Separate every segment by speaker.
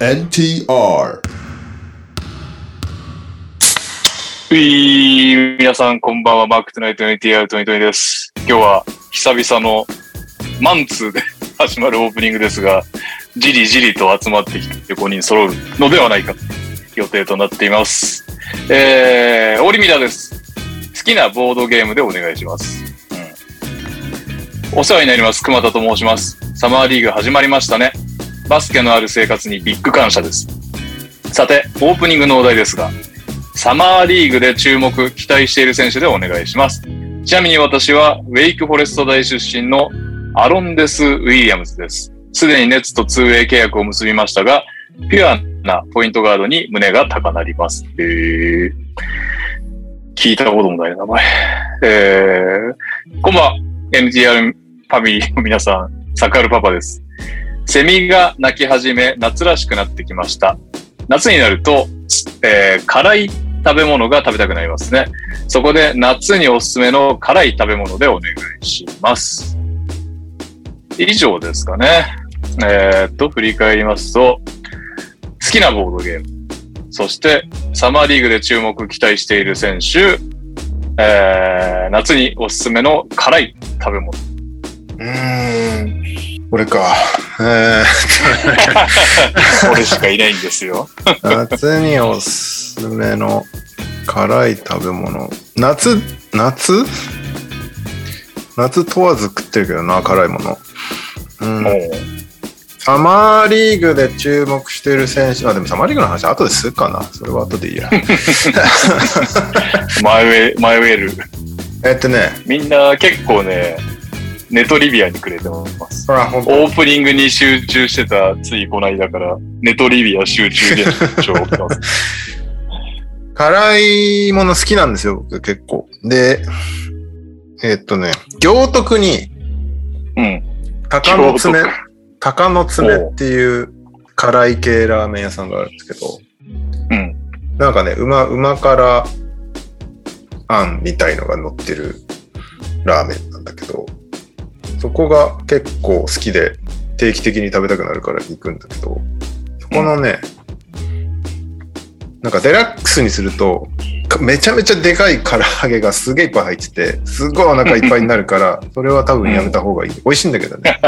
Speaker 1: NTR
Speaker 2: うい皆さんこんばんは、マークトゥナイトの ATR トニトニです。今日は久々のマンツーで始まるオープニングですが、じりじりと集まってきて5人揃うのではないかと予定となっています。えー、オリミラです。好きなボードゲームでお願いします。うん、お世話になります、熊田と申します。サマーリーグ始まりましたね。バスケのある生活にビッグ感謝です。さて、オープニングのお題ですが、サマーリーグで注目、期待している選手でお願いします。ちなみに私は、ウェイクフォレスト大出身のアロンデス・ウィリアムズです。すでにネッツと 2way 契約を結びましたが、ピュアなポイントガードに胸が高鳴ります。へー聞いたこともない名前。えー、こんばんは、NTR ファミリーの皆さん、サッカールパパです。セミが鳴き始め、夏らしくなってきました。夏になると、えー辛い食べ物が食べたくなりますね。そこで夏におすすめの辛い食べ物でお願いします。以上ですかね。えーっと、振り返りますと、好きなボードゲーム、そしてサマーリーグで注目期待している選手、えー夏におすすめの辛い食べ物。
Speaker 1: うーん俺かえ
Speaker 2: 俺しかいないんです よ。
Speaker 1: ー、夏におすすめの辛い食べ物夏夏夏問わず食ってるけどな辛いものうん
Speaker 2: もう、
Speaker 1: サマーリーグで注目している選手、あ、でもサマーリーグの話、後でするかな。それは後でいいや。
Speaker 2: マイウェイ、マイウェル。
Speaker 1: えっとね、
Speaker 2: みんな結構ね、ネトリビアにくれてます。
Speaker 1: ほら、ほんと
Speaker 2: オープニングに集中してた、ついこないだから、ネトリビア集中でしょ。
Speaker 1: 辛いもの好きなんですよ、僕結構。で、えっとね、行徳に、
Speaker 2: うん。
Speaker 1: 鷹の爪
Speaker 2: 行、
Speaker 1: 鷹の爪っていう辛い系ラーメン屋さんがあるんですけど、
Speaker 2: うん。
Speaker 1: なんかね、うま、うま辛あんみたいのが乗ってるラーメンなんだけど、そこが結構好きで定期的に食べたくなるから行くんだけど、そこのね、なんかデラックスにすると、かめちゃめちゃでかい唐揚げがすげえいっぱい入ってて、すっごいお腹いっぱいになるから、それは多分やめた方がいい。美味しいんだけどね。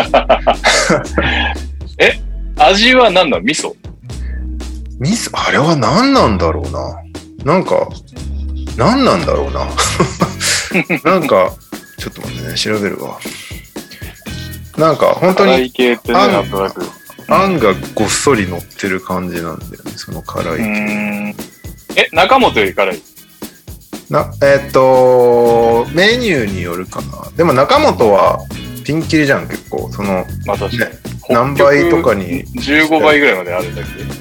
Speaker 2: 味は何なの味噌
Speaker 1: ミス、あれは何なんだろうな。なんか、何なんだろうな。 なんか、ちょっと待ってね、調べるわ。なんか、本当
Speaker 2: 辛
Speaker 1: に
Speaker 2: い系ってね、
Speaker 1: あん
Speaker 2: なんとなく。う
Speaker 1: あんがごっそり乗ってる感じなんだよね、その辛
Speaker 2: ー
Speaker 1: い。
Speaker 2: ん。え、中本より辛い。
Speaker 1: なえっと、メニューによるかな。でも中本はピンキリじゃん、結構。その、
Speaker 2: まあ確かに
Speaker 1: ね。何倍とかに
Speaker 2: 北極15倍ぐらいまであるんだけど。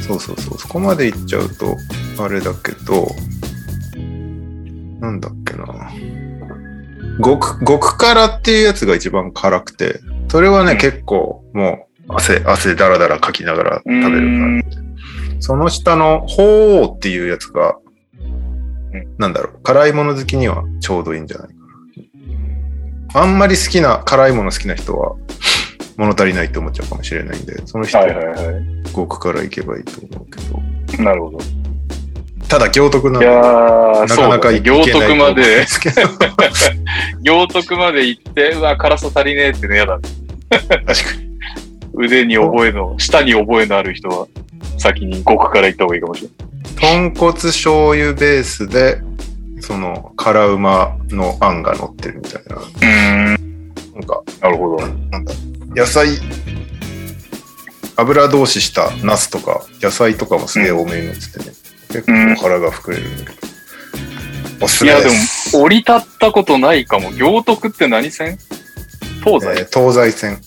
Speaker 1: そうそうそう、そこまで行っちゃうと、あれだけど、なんだっけな。極、極辛っていうやつが一番辛くて、それはね、
Speaker 2: うん
Speaker 1: 結構もう汗、汗だらだらかきながら食べるから。その下の、鳳凰っていうやつが
Speaker 2: うん、
Speaker 1: なんだろう、辛いもの好きにはちょうどいいんじゃないかな。あんまり好きな、辛いもの好きな人は、物足りないって思っちゃうかもしれないんで、その人
Speaker 2: はいはいは
Speaker 1: 極辛いけばいいと思うけど。
Speaker 2: い。なるほど。
Speaker 1: ただ行徳ない
Speaker 2: やー、
Speaker 1: なかなか行け
Speaker 2: そう
Speaker 1: ない
Speaker 2: だね行徳まで。
Speaker 1: 確か
Speaker 2: 行徳まで行って、うわ、辛さ足りねえってね、やだ。
Speaker 1: に。
Speaker 2: 腕に覚えの、舌に覚えのある人は、先に極から行った方がいいかもしれな い。
Speaker 1: 豚骨醤油ベースで、その、辛うまのあんが乗ってるみたいな。なんか、
Speaker 2: なるほど。
Speaker 1: なんだ、野菜、油通ししたナスとか、野菜とかもすげえ多めに乗っててね。
Speaker 2: うん
Speaker 1: 結構腹が膨れるんだけど。おすす
Speaker 2: い
Speaker 1: め
Speaker 2: や、
Speaker 1: で。
Speaker 2: ですも、降り立ったことないかも。行徳って何線東
Speaker 1: え
Speaker 2: 西
Speaker 1: ー東西線。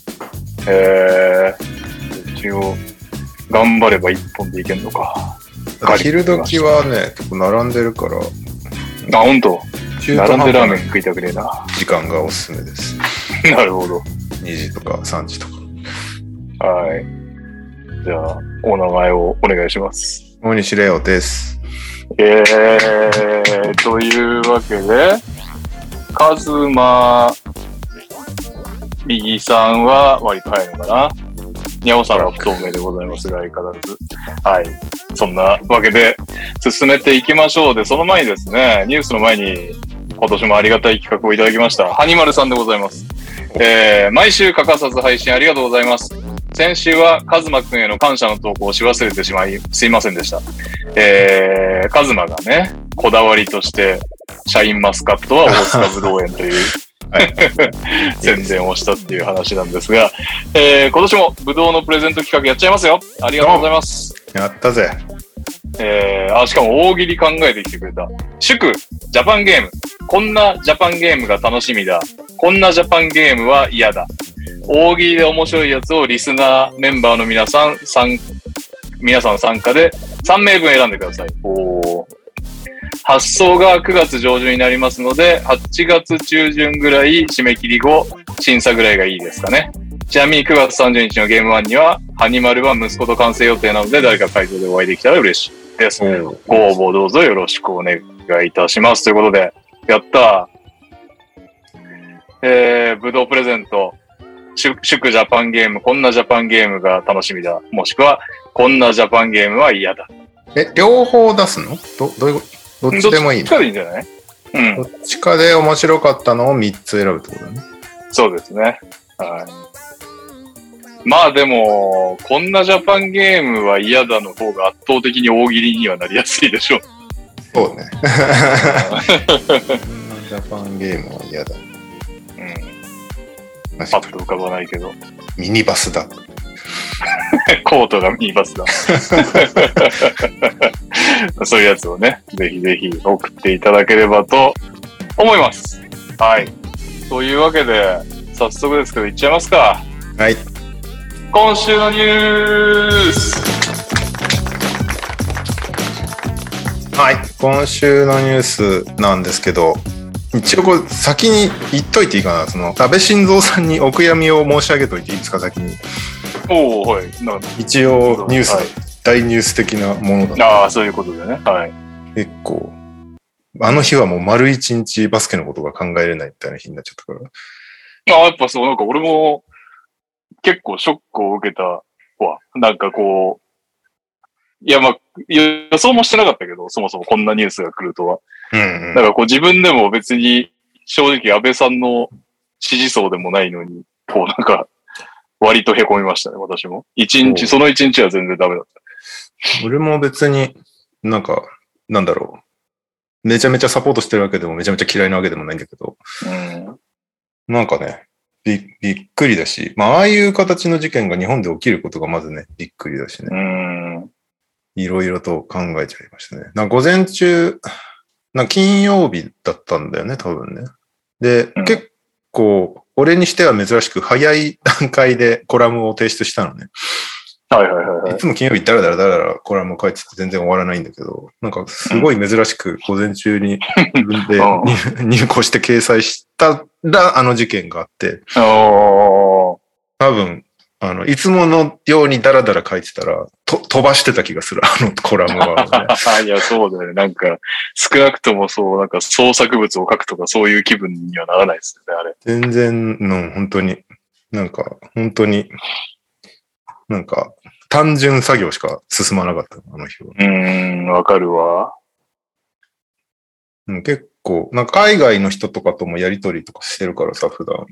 Speaker 2: へー一応、頑張れば一本でいけんのか。かり
Speaker 1: 昼時はね、結構並んでるから、
Speaker 2: あ、ほんと。
Speaker 1: 中途
Speaker 2: 並ん
Speaker 1: 半
Speaker 2: でラー
Speaker 1: 端な
Speaker 2: メン食いたくねえな。
Speaker 1: 時間がおすすめです。
Speaker 2: なるほど。
Speaker 1: 2時とか3時とか。
Speaker 2: はい。じゃあ、お名前をお願いします。
Speaker 1: 大西レオです。
Speaker 2: えー、というわけで、カズマ、右さんは割と早いのかな。宮本さんは不透明でございますが、相変わらず。はい。そんなわけで、進めていきましょうで、その前にですね、ニュースの前に、今年もありがたい企画をいただきました。ハニマルさんでございます。えー、毎週欠かさず配信ありがとうございます。先週は、カズマくんへの感謝の投稿をし忘れてしまい、すいませんでした。えー、カズマがね、こだわりとして、シャインマスカットは大塚ぶどう園という
Speaker 1: はい
Speaker 2: 宣伝をしたっていう話なんですが、えー、今年もぶどうのプレゼント企画やっちゃいますよ。ありがとうございます。
Speaker 1: やったぜ。
Speaker 2: えー、あ、しかも大喜利考えてきてくれた。祝、ジャパンゲーム。こんなジャパンゲームが楽しみだ。こんなジャパンゲームは嫌だ。大喜利で面白いやつをリスナーメンバーの皆さん、さん皆さん参加で3名分選んでください。おー発送が9月上旬になりますので、8月中旬ぐらい締め切り後、審査ぐらいがいいですかね。ちなみに9月30日のゲーム1には、ハニマルは息子と完成予定なので、誰か会場でお会いできたら嬉しいです。ご応募どうぞよろしくお願いいたします。ということで、やったーえー、ぶどうプレゼント、祝祝ジャパンゲーム、こんなジャパンゲームが楽しみだ。もしくは、こんなジャパンゲームは嫌だ。
Speaker 1: え、両方出すのどどういうことどっちでもいい
Speaker 2: どっ
Speaker 1: の
Speaker 2: ちかでいいんじゃないうん
Speaker 1: ど。っちかで面白かったのを3つ選ぶってことだね。
Speaker 2: そうですね。はい。まあでも、こんなジャパンゲームは嫌だの方が圧倒的に大喜利にはなりやすいで しょう。
Speaker 1: そう ね。ジャパンゲームは嫌だ。
Speaker 2: うん。パ
Speaker 1: 確か
Speaker 2: ッと浮かばないけど。
Speaker 1: にミニバスだ。
Speaker 2: コートがミニバスだ。 そういうやつをね、ぜひぜひ送っていただければと思います。はい。というわけで、早速ですけど、いっちゃいますか。
Speaker 1: はい。
Speaker 2: 今週のニュース
Speaker 1: はい。今週のニュースなんですけど、一応これ先に言っといていいかな。その、安倍晋三さんにお悔やみを申し上げといていいですか、先に。
Speaker 2: おおはい。なんか
Speaker 1: 一応ニュース、
Speaker 2: はい
Speaker 1: 大ニュース的なものだ。
Speaker 2: ああ、そういうことでね。はい。
Speaker 1: 結構。あの日はもう丸一日バスケのことが考えれないみたいな日になっちゃったから。
Speaker 2: ああ、やっぱそう、なんか俺も結構ショックを受けたわ。なんかこう、いや、まあ、予想もしてなかったけど、そもそもこんなニュースが来るとは。
Speaker 1: うん、う
Speaker 2: だ
Speaker 1: ん。
Speaker 2: からこう自分でも別に正直安倍さんの支持層でもないのに、こうなんか割と凹みましたね、私も。一
Speaker 1: おう
Speaker 2: 日、その一日は全然ダメだっ
Speaker 1: 俺も別になんか、なんだろう。めちゃめちゃサポートしてるわけでもめちゃめちゃ嫌いなわけでもないんだけど、
Speaker 2: た。うん。
Speaker 1: なんかね、びびっくりだし、まあ、ああいう形の事件が日本で起きることがまずね、びっくりだしね、
Speaker 2: うん。
Speaker 1: いろいろと考えちゃいましたね。なんか午前中、なんか金曜日だったんだよね、多分ね。で、
Speaker 2: うん
Speaker 1: 結構、俺にしては珍しく早い段階で コラムを提出したのね。
Speaker 2: はいはいはいはいい。
Speaker 1: つも金曜日ダラダラダラダラコラム書いてて全然終わらないんだけど、なんかすごい珍しく午前中に自分で
Speaker 2: うん
Speaker 1: 入稿して掲載したらあの事件があって、
Speaker 2: お
Speaker 1: 多分、あの、いつものようにダラダラ書いてたら、と飛ばしてた気がする、あのコラム は、
Speaker 2: ー。いや、そうだよね。なんか、少なくともそう、なんか創作物を書くとかそういう気分にはならないですよね、あれ。
Speaker 1: 全然、うん、本当に、なんか、本当に、なんか、単純作業しか進まなかった、あの日は。
Speaker 2: うん、わかるわ。
Speaker 1: うん、結構、なんか海外の人とかともやりとりとかしてるからさ、普段。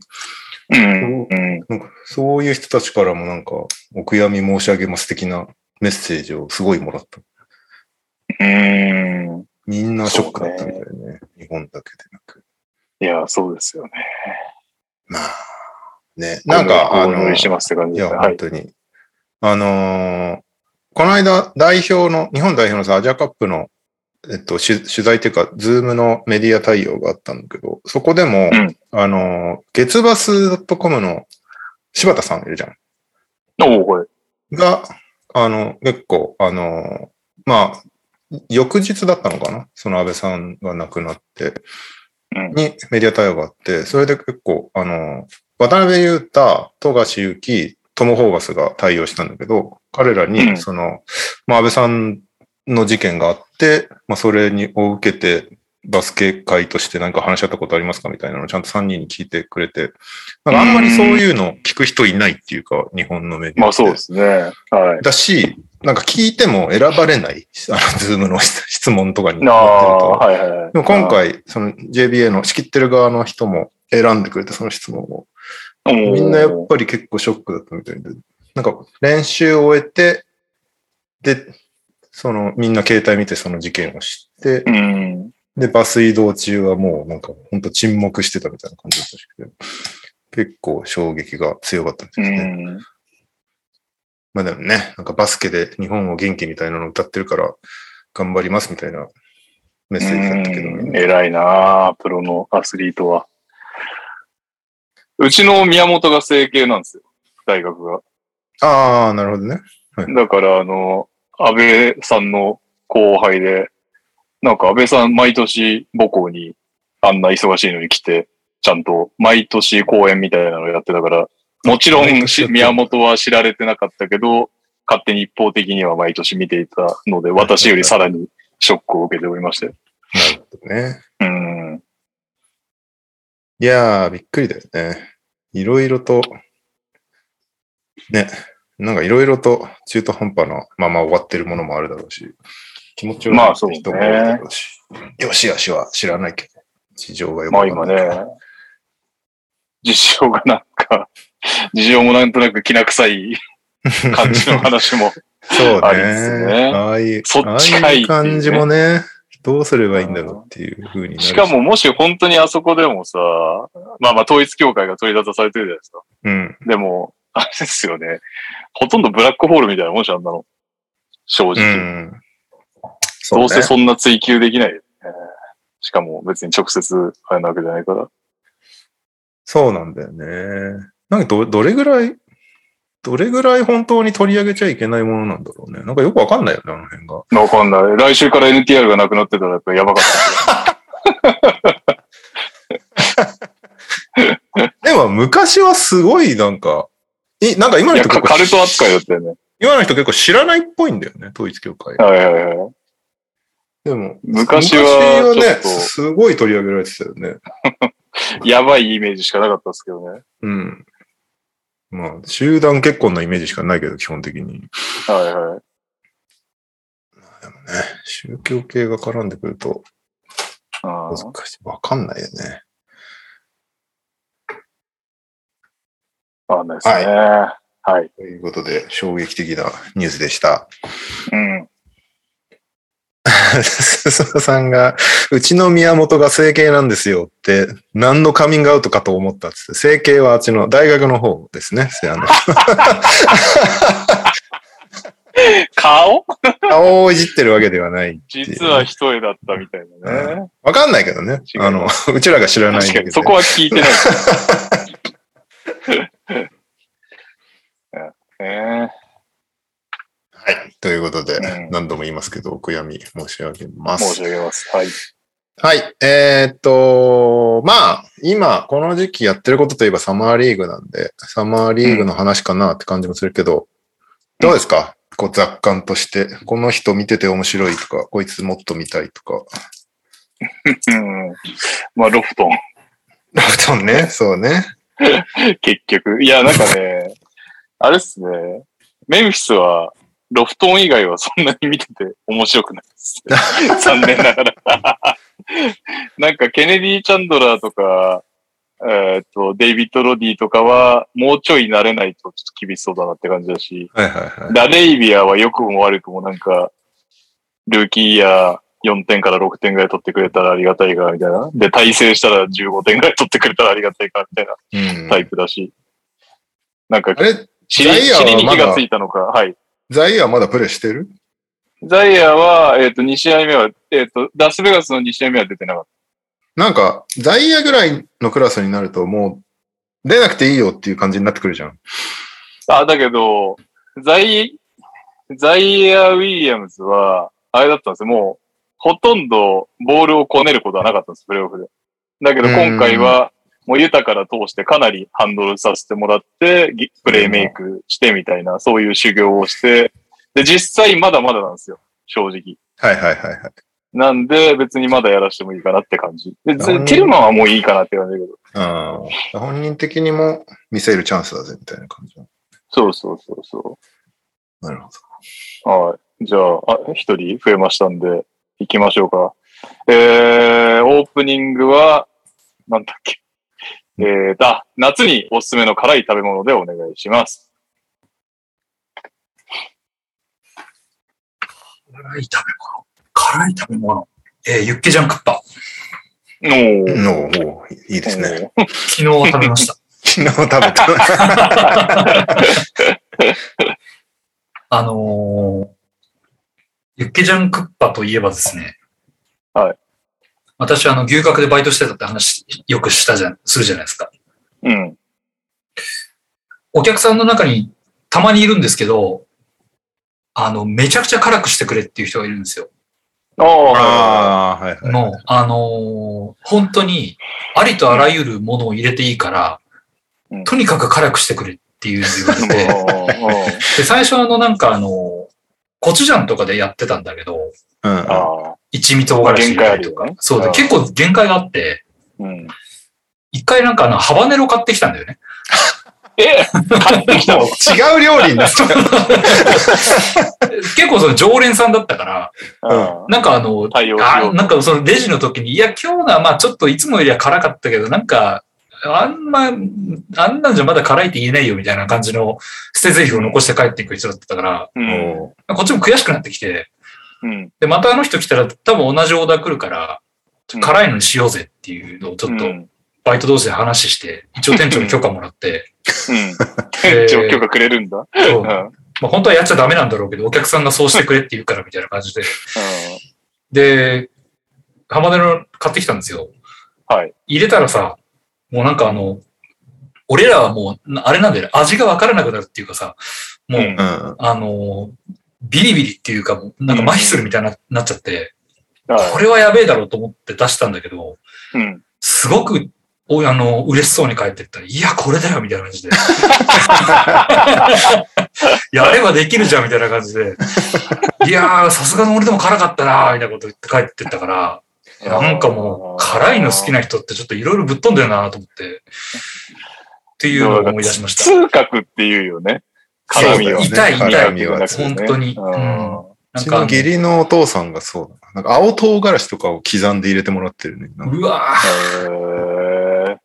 Speaker 2: うん。うん。
Speaker 1: なんかそういう人たちからもなんか、お悔やみ申し上げます的なメッセージをすごいもらった。
Speaker 2: うん。
Speaker 1: みんなショックだったみたいね。日本だけでなく。
Speaker 2: いや、そうですよね。
Speaker 1: まあ、ね。なんか、あ
Speaker 2: お祈
Speaker 1: の、
Speaker 2: りして
Speaker 1: い
Speaker 2: ますって感じで
Speaker 1: や、
Speaker 2: すね。は
Speaker 1: 本
Speaker 2: い。
Speaker 1: 当に。あのーこの間、代表の、日本代表のさ、アジアカップの、えっと、取取材っていうか、ズームのメディア対応があったんだけど、そこでも、
Speaker 2: うん
Speaker 1: あのー、月バス .com の柴田さんいるじゃん。
Speaker 2: おおはい。
Speaker 1: が、あの、結構、あの、まあ、翌日だったのかなその安倍さんが亡くなって、
Speaker 2: うん
Speaker 1: にメディア対応があって、それで結構、あの、渡辺裕太、富樫勇樹、トム・ホーバスが対応したんだけど、彼ら
Speaker 2: うん
Speaker 1: に、その、まあ、安倍さんの事件があって、まあ、それにを受けて、バスケ会として何か話し合ったことありますかみたいなのをちゃんと3人に聞いてくれて、なんかあんまりそういうの聞く人いないっていうか、日本のメディアって。
Speaker 2: まあそうですね。はい。
Speaker 1: だし、なんか聞いても選ばれない、あの、ズームの質問とかに
Speaker 2: あ
Speaker 1: なってる
Speaker 2: あ、
Speaker 1: と。
Speaker 2: はいはいはい。
Speaker 1: でも今回、その JBA の仕切ってる側の人も選んでくれて、その質問を。
Speaker 2: あー、
Speaker 1: みんなや
Speaker 2: お
Speaker 1: っ
Speaker 2: ー
Speaker 1: ぱり結構ショックだったみたいで。なんか練習を終えて、で、そのみんな携帯見てその事件を知って、
Speaker 2: うん。
Speaker 1: で、バス移動中はもうなんか本当沈黙してたみたいな感じだったらしくて、結構衝撃が強かったんです
Speaker 2: う
Speaker 1: ね。
Speaker 2: ん。
Speaker 1: まあでもね、なんかバスケで日本を元気みたいなの歌ってるから頑張りますみたいなメッセージだったけど、
Speaker 2: うん偉いなあプロのアスリートは。うちの宮本が整形なんですよ、大学が。
Speaker 1: ああ、なるほどね。
Speaker 2: だから、あの、安倍さんの後輩で、なんか安倍さん毎年母校にあんな忙しいのに来て、ちゃんと毎年公演みたいなのやってたから、もちろ
Speaker 1: 毎
Speaker 2: ん
Speaker 1: 年やってる
Speaker 2: 宮本は知られてなかったけど、勝手に一方的には毎年見ていたので、私よりさらにショックを受けておりまして。
Speaker 1: なるほどね。
Speaker 2: うん。
Speaker 1: いやー、びっくりだよね。いろいろと、ね、なんかいろいろと中途半端なまま終わってるものもあるだろうし、気持ちよく
Speaker 2: ま
Speaker 1: な
Speaker 2: あ
Speaker 1: って
Speaker 2: そう
Speaker 1: る
Speaker 2: ね
Speaker 1: 人もいるだろうし、よしよしは知らないけど、事情がよく
Speaker 2: まあ
Speaker 1: わかんな
Speaker 2: 今
Speaker 1: いから
Speaker 2: ね、事情がなんか、事情もなんとなくきな臭い感じの話も。
Speaker 1: そう
Speaker 2: ありです
Speaker 1: ね。
Speaker 2: ね
Speaker 1: ああいう、
Speaker 2: そっちかい
Speaker 1: ああ
Speaker 2: っていううね
Speaker 1: 感じもね、どうすればいいんだろうっていう風になる
Speaker 2: しか、ももし本当にあそこでもさ、まあまあ統一教会が取り立たされてるじゃないですか。
Speaker 1: うん。
Speaker 2: でも、あれですよね。ほとんどブラックホールみたいなもんじゃんあんなの。正
Speaker 1: う
Speaker 2: 直。
Speaker 1: ん。そ
Speaker 2: ど
Speaker 1: ね
Speaker 2: うせそんな追求できないよね。しかも別に直接あれなわけじゃないから。
Speaker 1: そうなんだよね。なんかど、どれぐらい、どれぐらい本当に取り上げちゃいけないものなんだろうね。なんかよくわかんないよね、あの辺が。
Speaker 2: わかんない。来週から NTR がなくなってたらやっぱやばかった。
Speaker 1: でも昔はすごいなんか、いなんか今
Speaker 2: い
Speaker 1: の
Speaker 2: や、
Speaker 1: 人
Speaker 2: か
Speaker 1: 結構
Speaker 2: カルト扱いだったよね。
Speaker 1: 今の人結構知らないっぽいんだよね、統一教会。
Speaker 2: はいはいはい。
Speaker 1: でも、昔
Speaker 2: 昔は、ちょ
Speaker 1: は
Speaker 2: っ
Speaker 1: ね、すごい取り上げられてたよね。
Speaker 2: と、やばいイメージしかなかったですけどね。
Speaker 1: うん。まあ、集団結婚のイメージしかないけど、基本的に。
Speaker 2: はいはい。
Speaker 1: でもね、宗教系が絡んでくると難
Speaker 2: あー
Speaker 1: しい。わかんないよね。
Speaker 2: わかんないですね。はい。
Speaker 1: ということで、衝撃的なニュースでした。
Speaker 2: うん。
Speaker 1: 笹田 さんが、うちの宮本が整形なんですよって、何のカミングアウトかと思ったっつって、整形はあっちの大学の方ですね。せあ の
Speaker 2: 顔
Speaker 1: 顔をいじってるわけではない。
Speaker 2: 実は一重だったみたいなね。
Speaker 1: わかんないけどね。
Speaker 2: 違う
Speaker 1: あの、うちらが知らないだ
Speaker 2: 確か
Speaker 1: けで
Speaker 2: に、そこは聞いてない。 ね
Speaker 1: はい。ということで、
Speaker 2: うん
Speaker 1: 何度も言いますけど、お悔やみ申し上げま
Speaker 2: え、
Speaker 1: す。
Speaker 2: 申し上げます。はい。
Speaker 1: はい。えーっと、まあ、今、この時期やってることといえばサマーリーグなんで、サマーリーグの話かなって感じもするけど、どうですかこう、雑感として。この人見てて面白いとか、こいつもっと見たいとか。
Speaker 2: うん。まあ、ロフトン。
Speaker 1: ラフトンね。そうね。
Speaker 2: 結局。いや、なんかね、あれっすね。メンフィスは、ロフトン以外はそんなに見てて面白くないです。残念ながら。 なんか、ケネディ・チャンドラーとか、えーっと、デイビッド・ロディとかは、もうちょい慣れないとちょっと厳しそうだなって感じだし、
Speaker 1: はいはいは
Speaker 2: ダレイビアは良くも悪くもなんか、ルーキーイヤー4点から6点ぐらい取ってくれたらありがたいが、みたいな。で、対戦したら15点ぐらい取ってくれたらありがたいか、みたいな。
Speaker 1: い。うん、
Speaker 2: タイプだし。なんか
Speaker 1: あ、れ、
Speaker 2: 尻
Speaker 1: ザイアーは
Speaker 2: 尻に
Speaker 1: ま
Speaker 2: 火
Speaker 1: だ
Speaker 2: がついたのか。はい。
Speaker 1: ザイアーまだプレイしてる
Speaker 2: ザイアーは、えっ、と、2試合目は、えっ、と、ラスベガスの2試合目は出てなかっ
Speaker 1: なんか、ザイアーぐらいのクラスになると、もう、出なくていいよっていう感じになってくるじゃん。
Speaker 2: た。あ、だけど、ザイ、ザイアー・ウィリアムズは、あれだったんですよ。もう、ほとんどボールをこねることはなかったんです、プレイオフで。だけど、今回は、もう豊かな通してかなりハンドルさせてもらって、ぎプレイメイクしてみたいな、そういう修行をして、で、実際まだまだなんですよ、正直。
Speaker 1: はいはいはいはい。
Speaker 2: なんで、別にまだやらしてもいいかなって感じ。で、
Speaker 1: うん
Speaker 2: テルマはもういいかなって感じだけど。
Speaker 1: ああ本人的にも見せるチャンスだぜみたいな感じ。
Speaker 2: そうそうそうそ
Speaker 1: なるほ
Speaker 2: う。はい。じゃあ、あ一人増えましたんで、行きましょうか。えー、オープニングは、なんだっけ。えー、だ、夏におすすめの辛い食べ物でお願いします。
Speaker 3: 辛い食べ物。辛い食べ物。えーユッケジャン食った。
Speaker 2: おー
Speaker 1: ど。のおういいですね。
Speaker 2: おー
Speaker 3: 昨日食べました。
Speaker 1: 昨日食べた。
Speaker 3: あのーユッケジャンクッパといえばですね。
Speaker 2: はい。
Speaker 3: 私、あの、牛角でバイトしてたって話、よくしたじゃん、するじゃないですか。
Speaker 2: うん。
Speaker 3: お客さんの中にたまにいるんですけど、あの、めちゃくちゃ辛くしてくれっていう人がいるんですよ。
Speaker 2: ああ、
Speaker 1: ああ、はいはい。
Speaker 3: もう、あのー本当に、ありとあらゆるものを入れていいから、
Speaker 2: うん
Speaker 3: とにかく辛くしてくれっていうのを言われて、
Speaker 2: もう
Speaker 3: で、最初あのなんかあの、コチュジャンとかでやってたんだけど、
Speaker 1: うん。
Speaker 2: ああ、
Speaker 3: 一味唐辛子入れたりと
Speaker 2: 限界あ
Speaker 3: か。
Speaker 2: るよね
Speaker 3: そう
Speaker 2: う
Speaker 3: で、
Speaker 2: ん
Speaker 3: 結構限界があって、
Speaker 2: うん。
Speaker 3: 一回なんかあの、ハバネロ買ってきたんだよね。
Speaker 2: え買ってきたの
Speaker 1: 違う料理になっちゃう。
Speaker 3: 結構その常連さんだったから、
Speaker 2: うん
Speaker 3: なんかあの、
Speaker 2: 対応しよ
Speaker 3: あ
Speaker 2: う
Speaker 3: なんかそのレジの時に、いや、今日のはまあちょっといつもよりは辛かったけど、なんか、あんま、あんなんじゃまだ辛いって言えないよみたいな感じの捨て台詞を残して帰っていく人だったから、
Speaker 2: うん。
Speaker 1: おう
Speaker 3: こっちも悔しくなってきて、
Speaker 2: うん。
Speaker 3: で、またあの人来たら多分同じオーダー来るから、辛いのにしようぜっていうのをちょっと
Speaker 2: うん。
Speaker 3: バイト同士で話して、一応店長に許可もら って、
Speaker 2: 店長許可くれるんだ。。
Speaker 3: そううんま
Speaker 2: うん
Speaker 3: あ、本当はやっちゃダメなんだろうけど、お客さんがそうしてくれって言うからみたいな感じで。で、浜田の買ってきたんですよ。
Speaker 2: はい。
Speaker 3: 入れたらさ、もうなんかあの、俺らはもう、なあれなんだよね、味がわからなくなるっていうかさ、もう、
Speaker 2: うん
Speaker 1: うん。
Speaker 3: あの、ビリビリっていうか、もうなんか麻痺するみたいにななっちゃって、こ
Speaker 2: は
Speaker 3: れはやべえだろうと思って出したんだけど、
Speaker 2: い。うん。
Speaker 3: すごく、おあの、嬉しそうに帰ってったら、いや、これだよ、みたいな感じで。やればできるじゃん、みたいな感じで。いやー、さすがの俺でも辛かったなー、みたいなこと言って帰ってったから、なんかもう、辛いの好きな人ってちょっといろいろぶっ飛んでるなーと思って、っていうのを思い出しました。
Speaker 2: 痛覚っていうよね。辛みを。
Speaker 3: そう痛い痛い
Speaker 1: 辛みは。う
Speaker 3: そう本当にうんなん
Speaker 1: ち
Speaker 3: かあ
Speaker 1: の
Speaker 3: の
Speaker 1: 義理のお父さんがそうだな。なんか青唐辛子とかを刻んで入れてもらってるね。なんか
Speaker 3: うわー、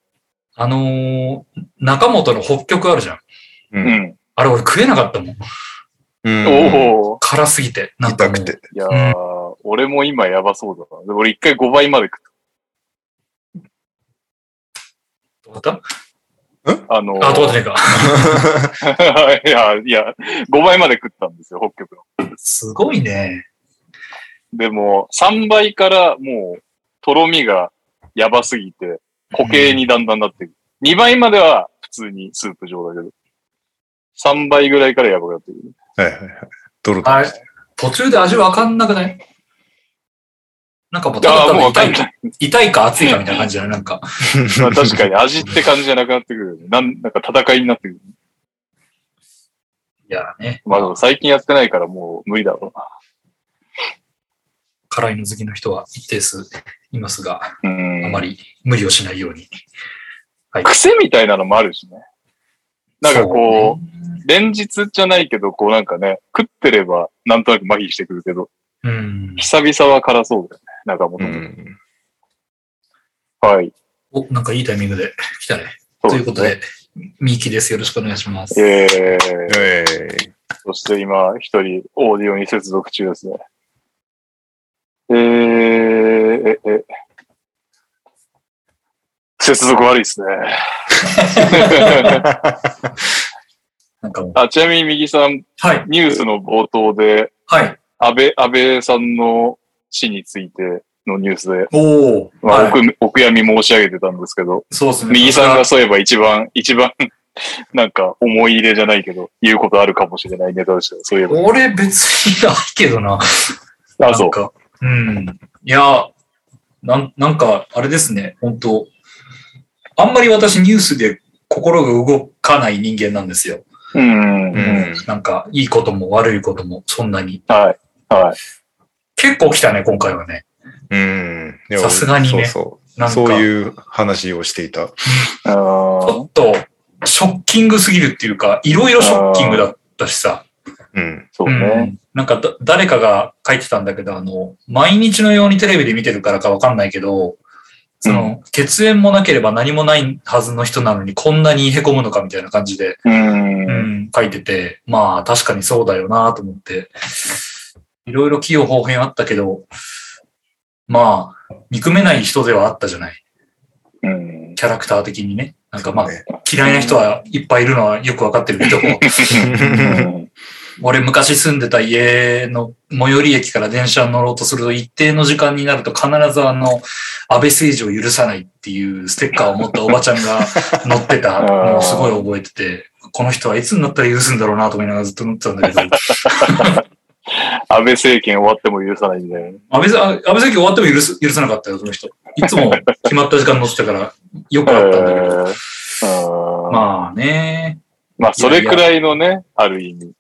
Speaker 3: あのー、中本の北極あるじゃん。
Speaker 1: う
Speaker 2: う。ん。
Speaker 3: あれ俺食えなかったもん。
Speaker 1: うん
Speaker 2: おお。
Speaker 3: 辛すぎて。なん
Speaker 1: 痛
Speaker 3: かもう
Speaker 1: くて。
Speaker 2: いや俺も今やばそうだな。俺一回5倍まで食っ
Speaker 3: どうだった
Speaker 2: た。あの、
Speaker 3: あ、どうだったねか。
Speaker 2: いや、いや、5倍まで食ったんですよ、北極の。
Speaker 3: すごいね。
Speaker 2: でも、3倍からもう、とろみがやばすぎて、固形にだんだんなっていく。2倍までは普通にスープ状だけど、3倍ぐらいからやばくなってくる。
Speaker 1: はいはいはい。ドロド
Speaker 3: あ
Speaker 1: ロ
Speaker 3: れ
Speaker 1: して。、
Speaker 3: 途中で味わかんなくないなんかもうただ
Speaker 2: ああ、
Speaker 3: た
Speaker 2: もう
Speaker 3: だ
Speaker 2: わ
Speaker 3: 痛
Speaker 2: かん
Speaker 3: い
Speaker 2: ない。
Speaker 3: 痛いか熱いかみたいな感じだね。なんか、
Speaker 2: まあ確かに味って感じじゃなくなってくるよね。なんなんか戦いになってくる。
Speaker 3: いやね、
Speaker 2: まあ最近やってないからもう無理だろ
Speaker 3: 辛いの好きな人は一定数いますが、
Speaker 2: うな。うん。
Speaker 3: あまり無理をしないように。
Speaker 2: 癖みたいなのもあるしね。なんかこ
Speaker 3: うね。
Speaker 2: う、連日じゃないけど、こうなんかね、食ってればなんとなく麻痺してくるけど、
Speaker 3: うん。
Speaker 2: 久々は辛そうだよね。なんか も
Speaker 1: う
Speaker 2: ともと
Speaker 1: ん。
Speaker 2: はい。
Speaker 3: お、なんかいいタイミングで来たね。
Speaker 2: そ
Speaker 3: と
Speaker 2: う
Speaker 3: いう
Speaker 2: で
Speaker 3: こと
Speaker 2: すね。
Speaker 3: で、ミーキです。よろしくお願いします。
Speaker 2: えー、
Speaker 1: ええ。
Speaker 2: そして今、一人、オーディオに接続中ですね。えー、え、え、接続悪い ですね。
Speaker 3: なんかもう。
Speaker 2: あ、ちなみに右さん、
Speaker 3: はい。
Speaker 2: ニュースの冒頭で、
Speaker 3: はい。
Speaker 2: 安倍、安倍さんの死についてのニュースで、
Speaker 3: おー。
Speaker 2: まあ
Speaker 3: はい
Speaker 2: お悔、お悔やみ申し上げてたんですけど、
Speaker 3: そうですね。
Speaker 2: 右さんがそういえば一番、一番、なんか思い入れじゃないけど、言うことあるかもしれないネタでしたよ。そういえば。
Speaker 3: 俺別にないけどな。
Speaker 2: あ、そ
Speaker 3: なん
Speaker 2: う。
Speaker 3: か。うん。いや、なんなんか、あれですね、本当あんまり私ニュースで心が動かない人間なんですよ。
Speaker 2: うん。
Speaker 1: う
Speaker 2: はい。
Speaker 1: ん。
Speaker 3: なんか、いいことも悪いこともそんなに。
Speaker 2: はい。
Speaker 3: 結構来たね、今回はね。
Speaker 1: うん。でも
Speaker 3: さすがにね
Speaker 1: そうそ
Speaker 3: な
Speaker 1: う。
Speaker 3: んか
Speaker 1: そういう話をしていた。
Speaker 3: ちょ
Speaker 2: あ
Speaker 3: っと、ショッキングすぎるっていうか、いろいろショッキングだったしさ。
Speaker 1: うん。
Speaker 2: そうね。
Speaker 3: ん、なんかだ、誰かが書いてたんだけど、あの、毎日のようにテレビで見てるからかわかんないけど、その、血縁もなければ何もないはずの人なのにこんなに凹むのかみたいな感じで、
Speaker 2: うん。
Speaker 3: うん、書いてて、まあ確かにそうだよなと思って、いろいろ器用方変あったけど、まあ、憎めない人ではあったじゃない。
Speaker 2: うん。
Speaker 3: キャラクター的にね。なんかまあ、
Speaker 1: ね
Speaker 3: 嫌いな人はいっぱいいるのはよくわかってるけど、俺昔住んでた家の最寄り駅から電車に乗ろうとすると一定の時間になると必ずあの安倍政治を許さないっていうステッカーを持ったおばちゃんが乗ってたのをすごい覚えてて、この人はいつになったら許すんだろうなと思いながらずっと乗ってたんだけど、安
Speaker 2: 安倍政権終わっても許さないんだよね。
Speaker 3: 倍さ安倍政権終わっても許す許さなかったよ、その人。いつも決まった時間乗ってたからよくあったんだけど。
Speaker 2: えーうん
Speaker 3: まあね。
Speaker 2: まあ、それくらいのね、ある意味。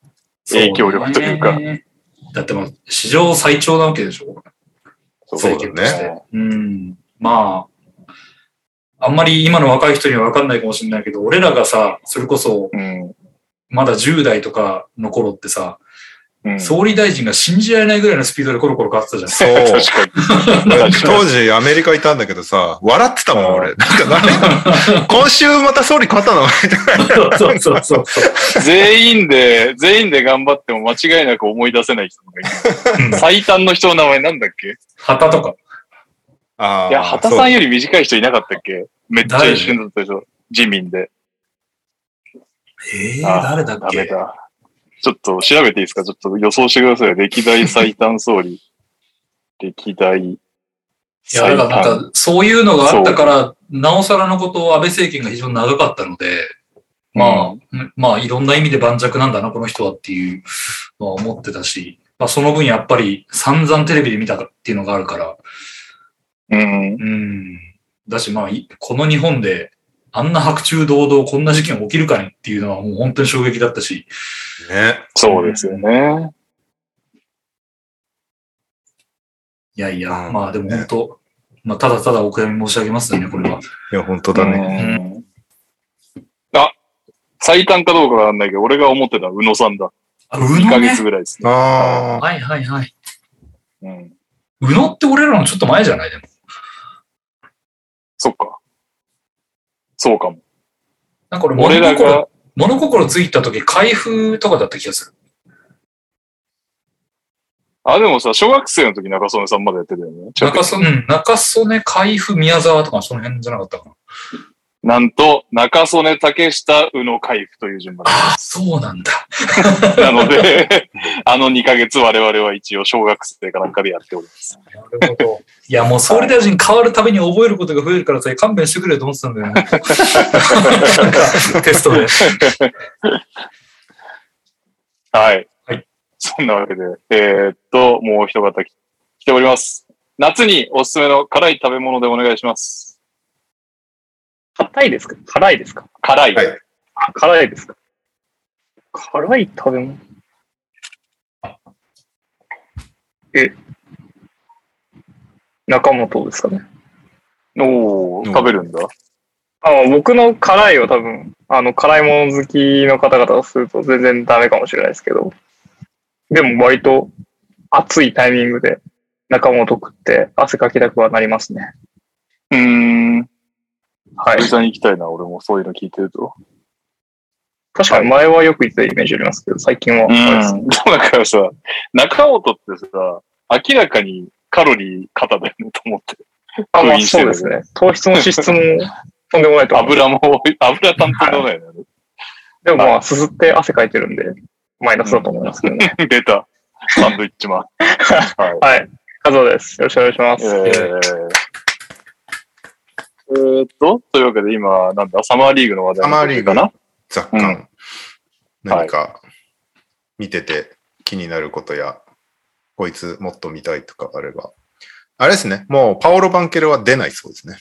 Speaker 2: 影響力というか
Speaker 3: そね。だってもう史上最長なわけでしょ、
Speaker 1: そう
Speaker 2: ね
Speaker 1: だね。
Speaker 3: うん。まあ、あんまり今の若い人には分かんないかもしれないけど、俺らがさ、それこそ
Speaker 2: うん
Speaker 3: まだ10代とかの頃ってさ、
Speaker 2: うん。
Speaker 3: 総理大臣が信じられないぐらいのスピードでコロコロ変わってたじゃん。
Speaker 1: そう。
Speaker 2: 確かに。確 か
Speaker 1: 当時アメリカいたんだけどさ、笑ってたもん俺。なんか誰今週また総理変わった の
Speaker 3: そうそうそうそう。
Speaker 2: に。全員で、全員で頑張っても間違いなく思い出せない人がいる。
Speaker 3: うん
Speaker 2: 最短の人の名前なんだっけ
Speaker 3: 旗とか。
Speaker 1: ああ。
Speaker 2: いや、畑さんより短い人いなかったっけめっちゃ一瞬だったでしょ。自民で。
Speaker 3: ええ
Speaker 2: あ
Speaker 3: 誰だっ
Speaker 2: ダメ
Speaker 3: け
Speaker 2: だ。ちょっと調べていいですかちょっと予想してくださいよ。歴代最短総理。 歴代
Speaker 3: い
Speaker 2: 最
Speaker 3: や、だからな
Speaker 2: 短。
Speaker 3: んか、そういうのがあったから、なおさらのことを安倍政権が非常に長かったので、まあ、まあ、いろんな意味で盤石なんだな、この人はっていうのは思ってたし、まあ、その分やっぱり散々テレビで見たっていうのがあるから、
Speaker 2: うん。
Speaker 3: うん。だし、まあ、いこの日本で、あんな白昼堂々こんな事件起きるかねっていうのはもう本当に衝撃だったし、
Speaker 1: ね。
Speaker 2: そうですよね。
Speaker 3: いやいや、
Speaker 1: うん
Speaker 3: まあでも本当、まあ、ただただお悔やみ申し上げますね、これは。
Speaker 1: いや、本当だね。
Speaker 2: うんあ、最短かどうかわかんないけど、俺が思ってた宇野さんだ。
Speaker 3: あ、宇
Speaker 2: 2
Speaker 3: 野
Speaker 2: ヶ
Speaker 3: ね
Speaker 2: 月。ぐらいですね。
Speaker 1: ああ。
Speaker 3: はいはいはい。
Speaker 2: うん。
Speaker 3: 宇野って俺らのちょっと前じゃないでも。
Speaker 2: そっか。そうかも。
Speaker 3: なんか俺
Speaker 2: 俺
Speaker 3: 物
Speaker 2: ら
Speaker 3: 心、
Speaker 2: が、
Speaker 3: 物心ついた時、開封とかだった気がする。
Speaker 2: あ、でもさ、小学生の時中曽根さんまでやってたよね。
Speaker 3: 中曽根、うん、中曽根、海部、宮沢とかその辺じゃなかったかな。
Speaker 2: なんと、中曽根、竹下、宇野、海部という順番
Speaker 3: ああ、そうなんだ。
Speaker 2: なので、あの2ヶ月我々は一応小学生かなんかでやっております。
Speaker 3: なるほど。 いや、もう総理大臣変わるたびに覚えることが増えるからさ、勘弁してくれと思ってたんだよ ね。なんか、テストで。
Speaker 2: はい。
Speaker 3: はい
Speaker 2: そんなわけで、えーっと、もう一方き来ております。夏におすすめの辛い食べ物でお願いします。
Speaker 4: 硬いですか辛いですか
Speaker 2: 辛い。
Speaker 1: はい
Speaker 4: あ辛いですか辛い食べ物え、中本ですかね。
Speaker 2: おお
Speaker 1: うん
Speaker 2: 食べるんだ。
Speaker 4: あ僕の辛いは多分、あの、辛いもの好きの方々からすると全然ダメかもしれないですけど、でも割と熱いタイミングで中本食って汗かきたくはなりますね。
Speaker 2: うーん。
Speaker 4: はい
Speaker 2: 久。々に行きたいな、俺もそういうの聞いてると。
Speaker 4: 確かに前はよく行ってたイメージありますけど、最近はあ
Speaker 2: う
Speaker 4: れですね
Speaker 2: ん。でもだからさ、中本ってさ、明らかにカロリー型だよねと思って。
Speaker 4: あ、ま
Speaker 2: 封
Speaker 4: あ
Speaker 2: 印して
Speaker 4: そう
Speaker 2: る
Speaker 4: ですね。糖質も脂 質もとんでもないと思う。
Speaker 2: 油も、油担当だよね。
Speaker 4: でもまあ、すすって汗かいてるんで、マイナスだと思いますけどね。
Speaker 2: 出た。サンドイッチマン。はい。
Speaker 4: はい。カズオです。よろしくお願いします。
Speaker 2: えー、えーっと、というわけで今、なんだ、サマーリーグの話題
Speaker 1: サマーリーグ
Speaker 2: かな
Speaker 1: 雑
Speaker 2: う
Speaker 1: 感
Speaker 2: ん。
Speaker 1: 何か見てて気になることや、こいつもっと見たいとかあれば。あれですね。もうパオロ・バンケルは出ないそうですね。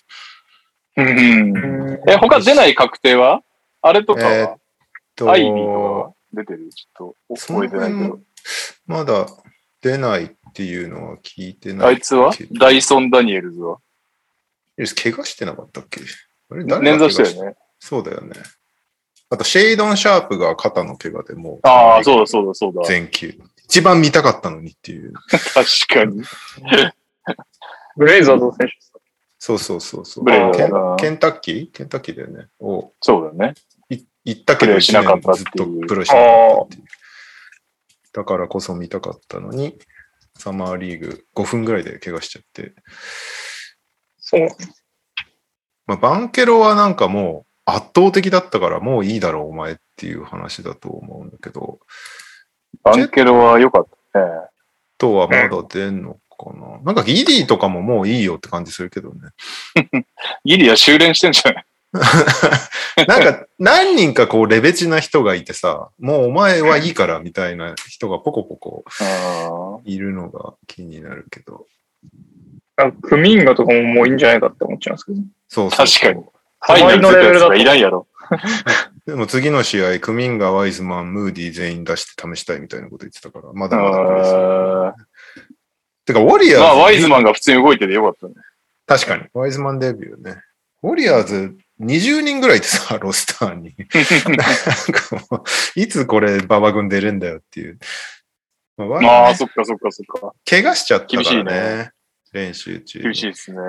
Speaker 2: うん
Speaker 4: う。ん
Speaker 2: え、他出ない確定はあれとかは、
Speaker 1: えーっと
Speaker 2: アイビーとかは出てるちょっと、
Speaker 1: その
Speaker 2: 覚えてないけ
Speaker 1: 辺
Speaker 2: ど
Speaker 1: も。まだ出ないっていうのは聞いて
Speaker 2: あ
Speaker 1: ない
Speaker 2: いつは
Speaker 1: けど
Speaker 2: ダイソン・ダニエルズは。
Speaker 1: 怪我してなかったっけあれ誰
Speaker 2: 捻
Speaker 1: が怪
Speaker 2: 挫
Speaker 1: 我
Speaker 2: したよね。
Speaker 1: そうだよね。あと、シェイドン・シャープが肩の怪我でもう、
Speaker 2: ああ、そうだそうだそうだ。
Speaker 1: 全球。一番見たかったのにっていう。
Speaker 2: 確かに。
Speaker 4: ブレイザーズの選手です。
Speaker 1: そうそうそうそう。
Speaker 2: ブレイブ
Speaker 1: ケ
Speaker 2: だ
Speaker 1: ン
Speaker 2: な
Speaker 1: ケンタッキーケンタッキーだよね。を
Speaker 2: そうだね。
Speaker 1: い行ったけ
Speaker 2: プレ
Speaker 1: ど
Speaker 2: ーしなかったって
Speaker 1: ず
Speaker 2: い
Speaker 1: っ
Speaker 2: う
Speaker 1: とプロしなかったっていう。だからこそ見たかったのに、サマーリーグ5分ぐらいで怪我しちゃって。
Speaker 4: そう。
Speaker 1: まあ、バンケロはなんかもう圧倒的だったからもういいだろうお前っていう話だと思うんだけど、
Speaker 2: バンケロは良かったね。
Speaker 1: あとはまだ出んのかな。なんかギディとかももういいよって感じするけどね。
Speaker 2: ギリア修練してんじゃない
Speaker 1: なんか何人かこうレベチな人がいてさ、もうお前はいいからみたいな人がポコポコいるのが気になるけど。
Speaker 4: なんかクミンガとかももういいんじゃないかって思っちゃうんですけど。
Speaker 1: そうそうそう
Speaker 2: 確かに。ファイナルのレベルだいらんやろ。
Speaker 1: でも次の試合、クミンガ、ワイズマン、ムーディ全員出して試したいみたいなこと言ってたから、ま
Speaker 2: う
Speaker 1: だまだこれです
Speaker 2: ん
Speaker 1: てか、ウォリアーズ、
Speaker 2: まあ、ワイズマンが普通に動いててよかったね。
Speaker 1: 確かに。ワイズマンデビューね。ウォリアーズ20人ぐらいってさ、 ロスター に。なんかもういつこれ、馬場軍出るんだよっていう。まあワイ
Speaker 2: まあ、そっかそっかそっか。
Speaker 1: 怪我しちゃったから
Speaker 2: 厳しい
Speaker 1: ね。練習中に。
Speaker 2: 厳しいですね。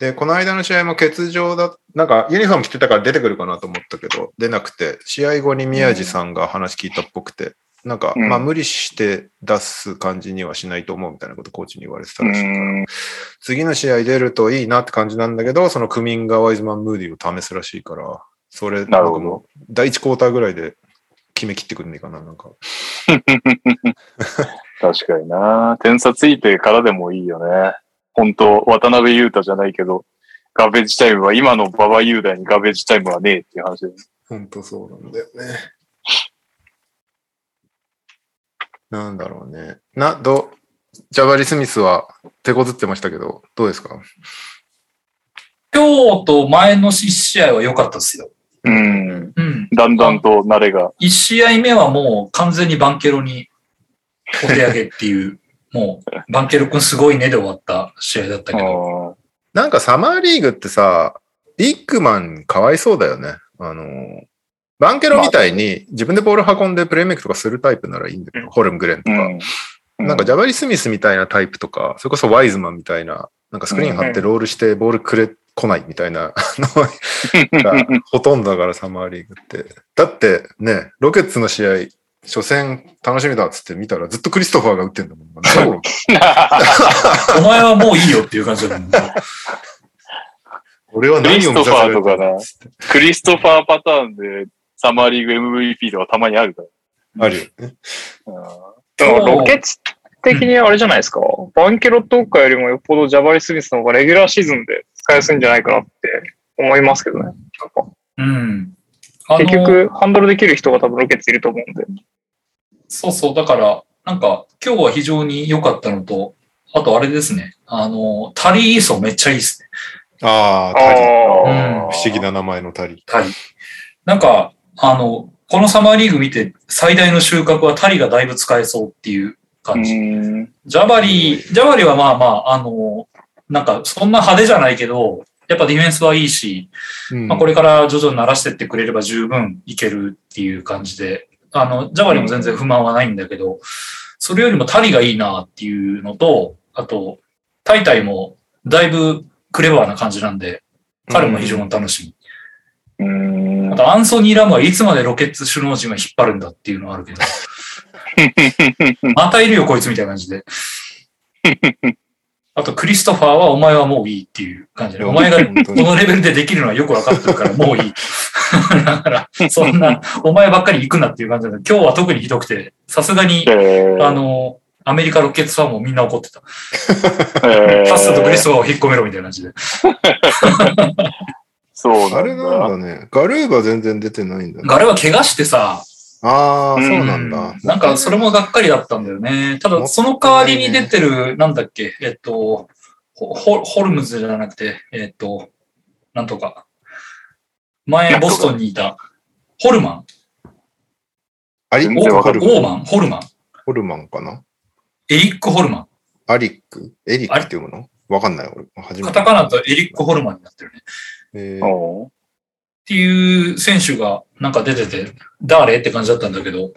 Speaker 1: で、この間の試合も欠場だ、なんかユニフォーム着てたから出てくるかなと思ったけど、出なくて、試合後に宮地さんが話聞いたっぽくて、なんか、
Speaker 2: うん
Speaker 1: まあ無理して出す感じにはしないと思うみたいなことコーチに言われてた
Speaker 2: う
Speaker 1: らしいから、
Speaker 2: ん。
Speaker 1: 次の試合出るといいなって感じなんだけど、そのクミンガ・ワイズマン・ムーディを試すらしいから、それ、
Speaker 2: なるほど
Speaker 1: なんかもう第1クォーターぐらいで決め切ってくんねえかな、なんか。
Speaker 2: 確かにな。点差ついてからでもいいよね。本当渡辺裕太じゃないけど、ガベージタイムは、今の馬場雄大にガベージタイムはねえっていう話で
Speaker 1: ほんとそうなんだよね。なんだろうね。な、ど、ジャバリ・スミスは手こずってましたけど、どうですか
Speaker 3: 今日と前の1試合は良かったですよ。
Speaker 2: うん。
Speaker 3: うん。
Speaker 2: だんだんと慣れが。
Speaker 3: 1試合目はもう完全にバンケロにお手上げって いう、もうバンケロ君すごいねで終わった試合だったけど、
Speaker 2: うん
Speaker 1: なんかサマーリーグってさ、ビッグマンかわいそうだよね。あの、バンケロみたいに自分でボール運んでプレイメイクとかするタイプならいいんだけど、
Speaker 4: うん
Speaker 1: ホルム・グレンと
Speaker 2: う
Speaker 1: か。
Speaker 2: ん。
Speaker 1: なんかジャバリ・スミスみたいなタイプとか、それこそワイズマンみたいな、なんかスクリーン張ってロールしてボールくれ、来ないみたいなのが ほとんどだからサマーリーグって。だってね、ロケッツの試合、初戦楽しみだっつって見たらずっとクリストファーが打ってんだ もん。なんだこれ
Speaker 3: お前はもういいよっていう感じだったもん。
Speaker 1: 俺は何を目指されてるんだっつって
Speaker 2: クリストファーパターンでサマーリーグ MVP とかたまにあるか
Speaker 1: あるよね。
Speaker 2: ら。うん
Speaker 4: でもロケツ的にあれじゃないですか。バンケロとかよりもよっぽどジャバリ・スミスの方がレギュラーシーズンで使いやすいんじゃないかなって思いますけどね。なんか
Speaker 3: うん。あの
Speaker 4: 結局、ハンドルできる人が多分ロケツいると思うんで。
Speaker 3: そうそう、だから、なんか、今日は非常に良かったのと、あとあれですね、あの、タリー・イーソンめっちゃいいですね、
Speaker 1: ああ、
Speaker 4: あ
Speaker 1: タリ。
Speaker 3: うん
Speaker 4: あ
Speaker 1: 不思議な名前のタリ。
Speaker 3: タリ。なんか、あの、このサマーリーグ見て最大の収穫はタリがだいぶ使えそうっていう感じ。ジャバリー、ジャバリーはまあまあ、あの、なんか、そんな派手じゃないけど、やっぱディフェンスはいいし、
Speaker 1: うん
Speaker 3: まあ、これから徐々に慣らしてってくれれば十分いけるっていう感じで、あの、ジャバリも全然不満はないんだけど、それよりもタリがいいなっていうのと、あと、タイタイもだいぶクレバーな感じなんで、彼も非常に楽し
Speaker 2: うん
Speaker 3: み。あと、アンソニー・ラムはいつまでロケッツ首脳陣は引っ張るんだっていうのはあるけど、またいるよ、こいつみたいな感じで。あと、クリストファーはお前はもういいっていう感じで、お前が
Speaker 1: 本当
Speaker 3: こ
Speaker 1: に
Speaker 3: のレベルでできるのはよくわかってるから、もうい い。だから、そんな、お前ばっかり行くなっていう感じなんで、今日は特にひどくて、さすがに、
Speaker 2: え
Speaker 3: あの、アメリカロケッツファンもみんな怒ってた。
Speaker 2: え
Speaker 3: さっさとクリストファーを引っ込めろみたいな感じで。
Speaker 2: そう
Speaker 1: あ
Speaker 2: な
Speaker 1: れ
Speaker 2: ん
Speaker 1: な
Speaker 2: だ。
Speaker 1: んだね。ガルーバ全然出てないんだね。
Speaker 3: ガレは怪我してさ、
Speaker 1: ああ、そうなんだ
Speaker 3: う。なんかそれもがっかりだったんだよね。ただ、その代わりに出てる、なんだっけ、えっと、ホホホルムズじゃなくて、えっと、なんとか。前、ボストンにいた、ホルマン、
Speaker 1: あり
Speaker 2: 全
Speaker 3: オ
Speaker 2: 然
Speaker 3: ー
Speaker 2: わ
Speaker 1: ホ
Speaker 2: か
Speaker 1: ル
Speaker 3: オーマン、ホルマン。
Speaker 1: ホルマンかな
Speaker 3: エリック・ホルマ
Speaker 1: アリックエリックっていうものわかんない、俺。初め
Speaker 3: ン。カ
Speaker 1: て
Speaker 3: タ。カナとエリック・ホルマンになってるね。
Speaker 1: えー
Speaker 2: おー
Speaker 3: っていう選手がなんか出てて、誰って感じだったんだけど、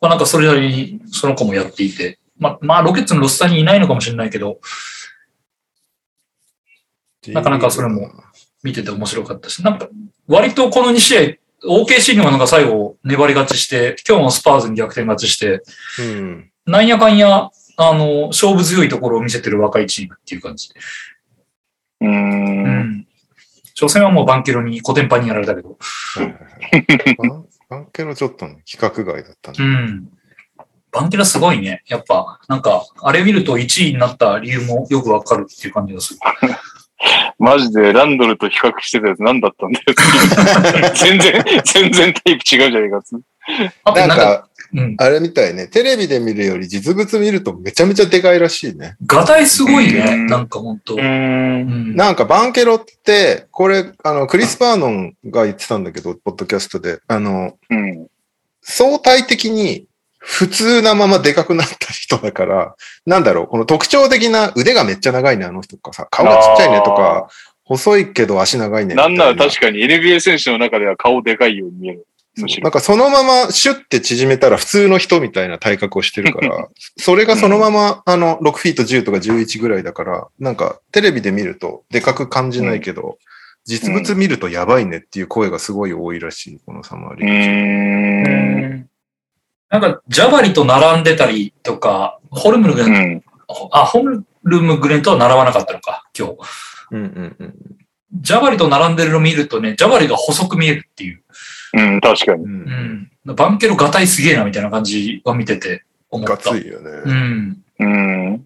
Speaker 3: まあ、なんかそれなりにその子もやっていて、まあ、まあ、ロケッツのロスターにいないのかもしれないけど、なかなかそれも。見てて面白かったし、なんか、割とこの2試合、OKC にもなんか最後粘り勝ちして、今日もスパーズに逆転勝ちして、
Speaker 1: うん。
Speaker 3: なんやかんや、あの、勝負強いところを見せてる若いチームっていう感じ。
Speaker 2: うー。
Speaker 3: うんん。初戦はもうバンケロにコテンパンにやられたけど。
Speaker 1: はいはいはいバンケロちょっとね、規格外だったね。
Speaker 3: うん。バンケロすごいね。やっぱ、なんか、あれ見ると1位になった理由もよくわかるっていう感じがする。
Speaker 2: マジでランドルと比較してたやつ何だったんだ よ。全然、全然タイプ違うじゃねえかっつう。
Speaker 3: あ
Speaker 1: な
Speaker 3: となんんか、
Speaker 1: か、
Speaker 3: うん。
Speaker 1: あれみたいね、テレビで見るより実物見るとめちゃめちゃでかいらしいね。
Speaker 3: ガタイすごいね。
Speaker 2: うん
Speaker 3: なんかほんと。
Speaker 4: う
Speaker 3: う
Speaker 4: ーん。
Speaker 3: ん。
Speaker 1: なんかバンケロって、これ、あの、クリス・バーノンが言ってたんだけど、ポッドキャストで、あの、
Speaker 2: うん。
Speaker 1: 相対的に普通なままでかくなった人だから、なんだろう、この特徴的な腕がめっちゃ長いね、あの人とかさ、顔がちっちゃいねとか、細いけど足長いねみた
Speaker 2: ないんなら確かに NBA 選手の中では顔でかいように見える。むし
Speaker 1: な
Speaker 2: ろ。
Speaker 1: んかそのままシュッて縮めたら普通の人みたいな体格をしてるから、それがそのままあの6フィート10とか11ぐらいだから、なんかテレビで見るとでかく感じないけど、実物見るとやばいねっていう声がすごい多いらしい、このサマー
Speaker 2: う
Speaker 1: リー。
Speaker 4: う
Speaker 2: ーん。
Speaker 4: ん。
Speaker 3: なんか、ジャバリと並んでたりとか、ホルムルグ
Speaker 2: う
Speaker 3: レン、
Speaker 2: ん。
Speaker 3: あ、ホルムグレンとは並ばなかったのか、今日。
Speaker 1: うんうんうん
Speaker 3: ジャバリと並んでるの見るとね、ジャバリが細く見えるっていう。
Speaker 2: うん、確かに。
Speaker 1: うん
Speaker 3: うん。バンケロガタイすげえなみたいな感じは見てて思った。
Speaker 1: がついよね。
Speaker 3: うん。
Speaker 2: うん。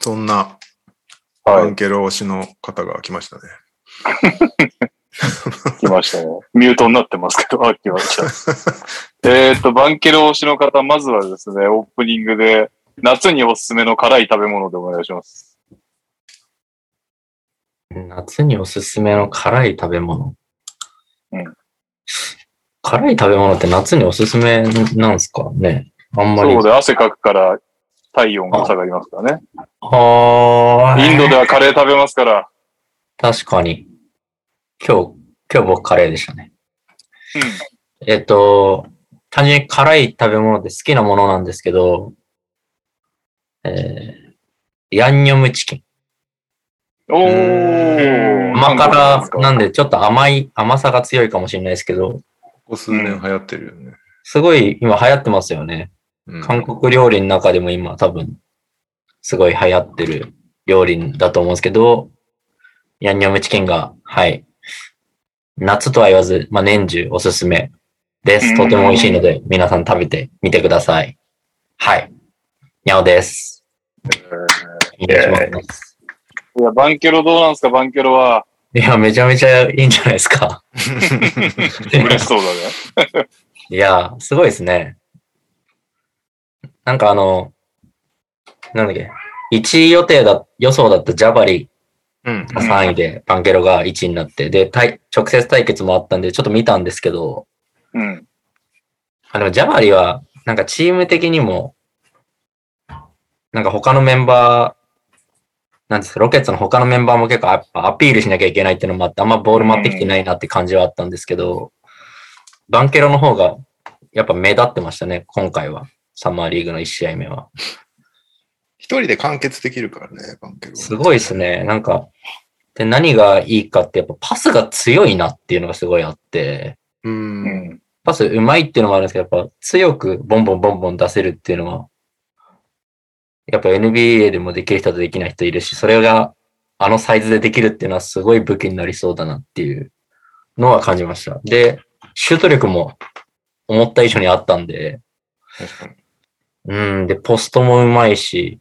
Speaker 1: そんなバ
Speaker 2: は
Speaker 1: ンケロ推しの方が来ましたね。
Speaker 2: い、来ましたね。ミュートになってますけど、 あ、来ました。えっと、バンケロ推しの方、まずはですね、オープニングで、夏におすすめの辛い食べ物でお願いします。
Speaker 5: 夏におすすめの辛い食べ物。
Speaker 2: うん
Speaker 5: 辛い食べ物って夏におすすめなんですかねあんまり。
Speaker 2: そうで、汗かくから体温が下がりますからね。
Speaker 5: あー
Speaker 2: インドではカレー食べますから。
Speaker 5: 確かに。今日、今日僕カレーでしたね。
Speaker 2: うん。
Speaker 5: えっと、単純に辛い食べ物って好きなものなんですけど、えー、ヤンニョムチキン。
Speaker 2: お
Speaker 1: う
Speaker 2: ー。
Speaker 5: 甘辛
Speaker 2: 韓国
Speaker 5: なんでちょっと甘い、甘さが強いかもしれないですけど、
Speaker 1: ここ数年流行ってるよね。
Speaker 5: すごい今流行ってますよね。
Speaker 1: うん
Speaker 5: 韓国料理の中でも今多分、すごい流行ってる料理だと思うんですけど、ヤンニョムチキンが、はい。夏とは言わず、まあ、年中おすすめで
Speaker 2: うん
Speaker 5: す。とても美味しいので、皆さん食べてみてください。はい。にゃおです。お願いします。
Speaker 2: いや、バンケロどうなんですか、バンケロ は。
Speaker 5: いや、めちゃめちゃいいんじゃないですか。
Speaker 2: 嬉しそうだね。
Speaker 5: いやー、すごいですね。なんかあの、なんだっけ、1位予定だ、予想だったジャバリ
Speaker 1: うん
Speaker 2: ん
Speaker 5: 3位で、バンケロが1位になって、で、対直接対決もあったんで、ちょっと見たんですけど、
Speaker 2: うん。
Speaker 5: あの、ジャバリは、なんかチーム的にも、なんか他のメンバー、なんですか、ロケッツの他のメンバーも結構やっぱアピールしなきゃいけないっていうのもあって、あんまボール回ってきてないなって感じはあったんですけど、バンケロの方が、やっぱ目立ってましたね、今回は。サマーリーグの1試合目は。
Speaker 1: 一人で完結できるからね、バンケロ。
Speaker 5: すごいですね。なんか、で、何がいいかって、やっぱパスが強いなっていうのがすごいあって、
Speaker 1: う。
Speaker 2: うんん。
Speaker 5: パスうまいっていうのもあるんですけど、やっぱ強くボンボンボンボン出せるっていうのは、やっぱ NBA でもできる人とできない人いるし、それがあのサイズでできるっていうのはすごい武器になりそうだなっていうのは感じました。で、シュート力も思った以上にあったんで、
Speaker 1: 確かに
Speaker 5: うん、で、ポストもうまいし、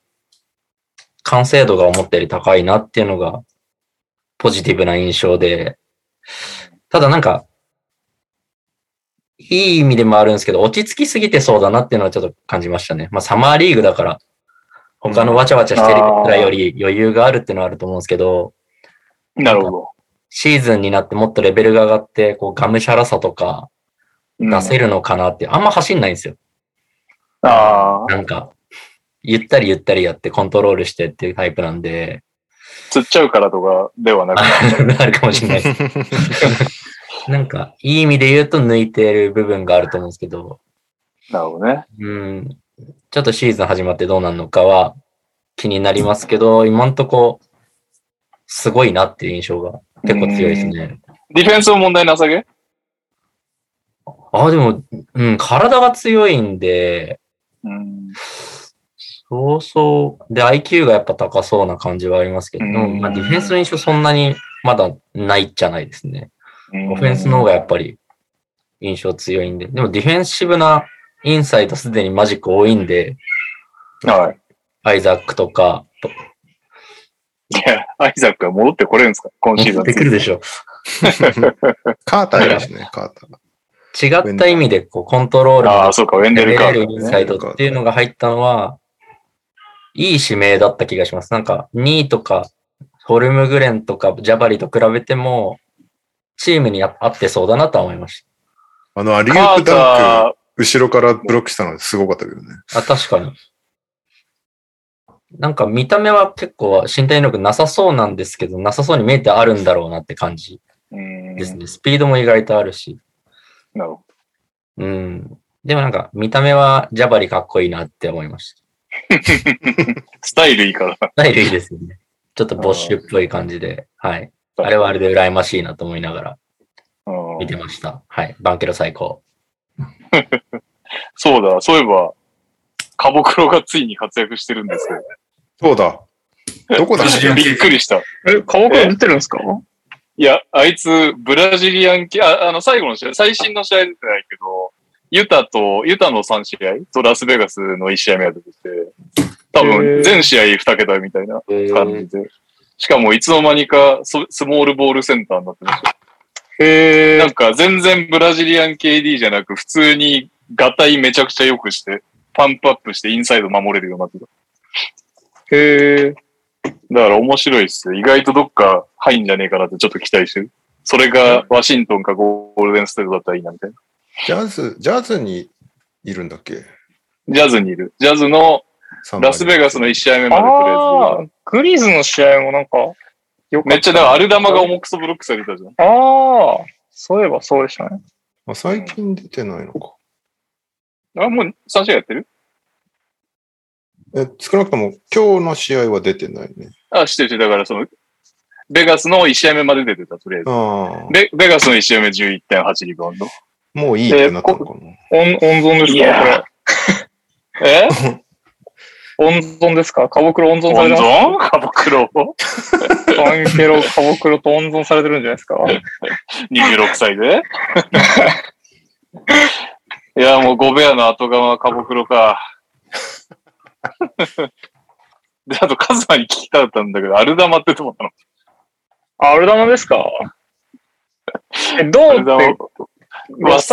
Speaker 5: 完成度が思ったより高いなっていうのが、ポジティブな印象で、ただなんか、いい意味でもあるんですけど、落ち着きすぎてそうだなっていうのはちょっと感じましたね。まあ、サマーリーグだから、他のわちゃわちゃしてるくらいより余裕があるっていうのはあると思うんですけど、
Speaker 2: なるほど。
Speaker 5: シーズンになってもっとレベルが上がって、こう、がむしゃらさとか
Speaker 2: うん
Speaker 5: 出せるのかなって、あんま走んないんですよ。
Speaker 4: ああ、
Speaker 5: なんか、ゆったりゆったりやってコントロールしてっていうタイプなんで、
Speaker 2: 釣っちゃうからとかではなく
Speaker 5: ああるかもしれないです。なんか、いい意味で言うと抜いてる部分があると思うんですけど、
Speaker 2: なるほどね。
Speaker 5: うん、ちょっとシーズン始まってどうなるのかは気になりますけど、今んとこ、すごいなっていう印象が結構強いですね。
Speaker 2: ディフェンスも問題なさげ
Speaker 5: あ、でも、うん、体が強いんで、
Speaker 2: うん。
Speaker 5: そうそう。で、IQ がやっぱ高そうな感じはありますけど、
Speaker 2: うん
Speaker 5: まあ、ディフェンスの印象そんなにまだないじゃないですね。オフェンスの方がやっぱり印象強いんで、でもディフェンシブなインサイドすでにマジック多いんで、
Speaker 2: はい。
Speaker 5: アイザックとか、と
Speaker 2: いや、アイザックが戻ってこれるんですか今シーズ
Speaker 5: 戻
Speaker 2: ン。
Speaker 5: ってくるでしょ。
Speaker 1: カーターですね、カーター。
Speaker 5: 違った意味でこうコントロール
Speaker 2: あ
Speaker 5: が
Speaker 2: あ、そうか、ウェンデ
Speaker 5: 攻め
Speaker 2: ルか
Speaker 5: れ。るインサイドっていうのが入ったのは、いい指名だった気がします。なんか2位とか、ホルムグレンとかジャバリと比べても、チームに合ってそうだなとは思いまし
Speaker 1: あの、アリウ
Speaker 2: カ
Speaker 1: ー
Speaker 2: ー
Speaker 1: プ
Speaker 2: タ
Speaker 1: ダンク、
Speaker 2: ー、
Speaker 1: 後ろからブロックしたのすごかったけどね。
Speaker 5: た。あ、確かに。なんか見た目は結構身体能力なさそうなんですけど、なさそうに見えてあるんだろうなって感じ
Speaker 2: うん。
Speaker 5: ですね。スピードも意外とあるし。
Speaker 2: なるほ
Speaker 5: うん。でもなんか見た目はジャバリかっこいいなって思いました。
Speaker 2: どスタイルいいから。
Speaker 5: ダイルいいですよ ね。ちょっとボッシュっぽい感じで、はい。あれはあれで羨ましいなと思いながら
Speaker 2: うん
Speaker 5: 見てました。はい。バンケロ最高。
Speaker 2: そうだ、そういえば、カボクロがついに活躍してるんですけど
Speaker 1: そうだ。ど こだっ
Speaker 3: ブラジリアン
Speaker 1: け
Speaker 2: びっくりした。
Speaker 4: え、顔から出てるんですか
Speaker 2: いや、あいつ、ブラジリアン系、ああの、最後の試合、最新の試合出てないけど、ユタと、ユタの3試合とラスベガスの1試合目が出てて、多
Speaker 4: へー
Speaker 2: 分、全試合2桁みたいな感じで。しかも、いつの間にかス、スモールボールセンターになってました。
Speaker 4: へ
Speaker 2: な
Speaker 4: え
Speaker 2: ん、か、全然ブラジリアン KD じゃなく、普通に、ガタイめちゃくちゃ良くして、パンプアップしてインサイド守れるようになってた。
Speaker 4: へえ、
Speaker 2: だから面白いっすよ。意外とどっか入んじゃねえかなってちょっと期待してる。それがワシントンかゴールデンステートだったらいいなみたいな。
Speaker 1: ジャズ、ジャズにいるんだっけ
Speaker 2: ジャズにいる。ジャズのラスベガスの1試合目まで
Speaker 4: あ
Speaker 2: と
Speaker 4: あ、グリーズの試合もなんか、よ
Speaker 2: りあえず。め
Speaker 4: か
Speaker 2: っ
Speaker 4: っ
Speaker 2: ちゃ、だからアルダマが重くそブロックされたじゃん。
Speaker 4: た。ああ、そういえばそうでしたね。
Speaker 1: あ最近出てないのか。
Speaker 2: あ、もう3試合やってる
Speaker 1: え少なくとも今日の試合は出てないね。
Speaker 2: あ、してるしてるだからその、ベガスの1試合目まで出てた、とりあえず。
Speaker 1: ああ、
Speaker 2: ベベガスの1試合目11.8リバウンド。
Speaker 1: もういいってなったのかな。
Speaker 4: 温温存です
Speaker 2: い
Speaker 4: かこれ
Speaker 2: や。え
Speaker 4: 温存ですかカボクロ温存さ
Speaker 2: 温
Speaker 4: れて
Speaker 2: 存
Speaker 4: ま
Speaker 2: カボクロ
Speaker 4: すバンケロ、カボクロと温存されてるんじゃないですか
Speaker 2: ?26 歳で いや、もうゴベアの後釜はカボクロか。 で、あとカズマに聞きたかったんだけど、アルダマってどうなの
Speaker 4: あ、アルダマですかえ、ど
Speaker 2: ア
Speaker 4: う
Speaker 2: ルダ
Speaker 4: っ
Speaker 2: マ
Speaker 4: て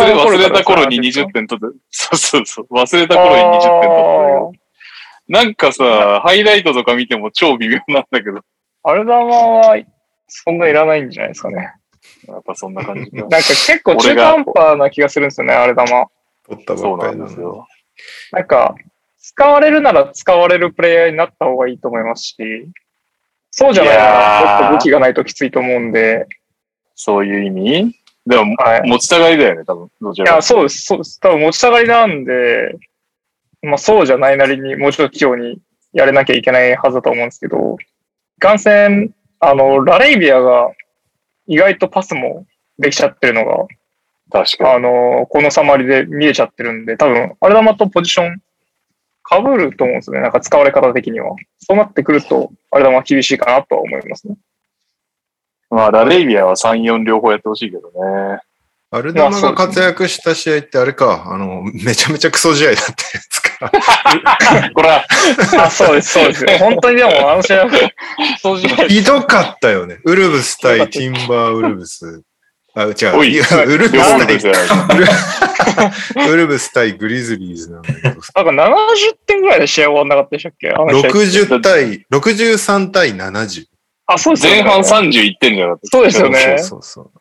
Speaker 2: 忘れ、忘れた頃に
Speaker 4: 20
Speaker 2: 20点取って、そうそうそう、忘れた頃に20点取ってたけど、なんかさ、ハイライトとか見ても超微妙なんだけど、
Speaker 4: アルダマは、そんないらないんじゃないですかね。
Speaker 2: やっぱそんな感じだ。
Speaker 4: なんか結構中途半端な気がするんですよね、アルダマ。
Speaker 1: 取った
Speaker 2: そ
Speaker 1: ばっか
Speaker 2: うな
Speaker 1: り
Speaker 2: ん
Speaker 1: なの
Speaker 2: ですよ。
Speaker 4: なんか、使われるなら使われるプレイヤーになった方がいいと思いますし、そうじゃない
Speaker 2: いや
Speaker 4: な
Speaker 2: ー
Speaker 4: ら、もっと武器がないときついと思うんで、
Speaker 2: そういう意味でも、
Speaker 4: はい。
Speaker 2: 持ちたがりだよね、多分。どち
Speaker 4: い
Speaker 2: らか
Speaker 4: や、そうです、そうです。多分持ち下がりなんで、まあそうじゃないなりにもうちょっと器用にやれなきゃいけないはずだと思うんですけど、いかんせん、あの、ラレイビアが意外とパスもできちゃってるのが、
Speaker 2: 確か
Speaker 4: あの、このサマリで見えちゃってるんで、多分、アルダマとポジション被ると思うんですよね。なんか使われ方的には。そうなってくると、アルダマは厳しいかなとは思いますね。
Speaker 2: に。まあ、ラレイビアは3、4両方やってほしいけどね。
Speaker 1: アルダマが活躍した試合ってあれか、あの、めちゃめちゃクソ試合だったやつ か。
Speaker 2: こ れは、
Speaker 4: あ、そうです、そうです。 本当にでも、あの試合は、そうじゃない
Speaker 1: ひどかったよね。ウルブス対ティンバーウルブス。あ、違う。
Speaker 2: おい、
Speaker 1: いやウルブ
Speaker 2: 両方
Speaker 1: ス
Speaker 2: の
Speaker 1: 対
Speaker 2: 手じゃない。
Speaker 1: ウルブス対グリズリーズなんだけ ど、
Speaker 4: なんか70点ぐらいで試合終わんなかったでしたっけあの試合
Speaker 1: 60対、63対70。
Speaker 4: あ、そうですよ
Speaker 2: 前
Speaker 4: ね。
Speaker 2: 半31点じゃなかった。
Speaker 4: そうですよね
Speaker 1: そうそうそう。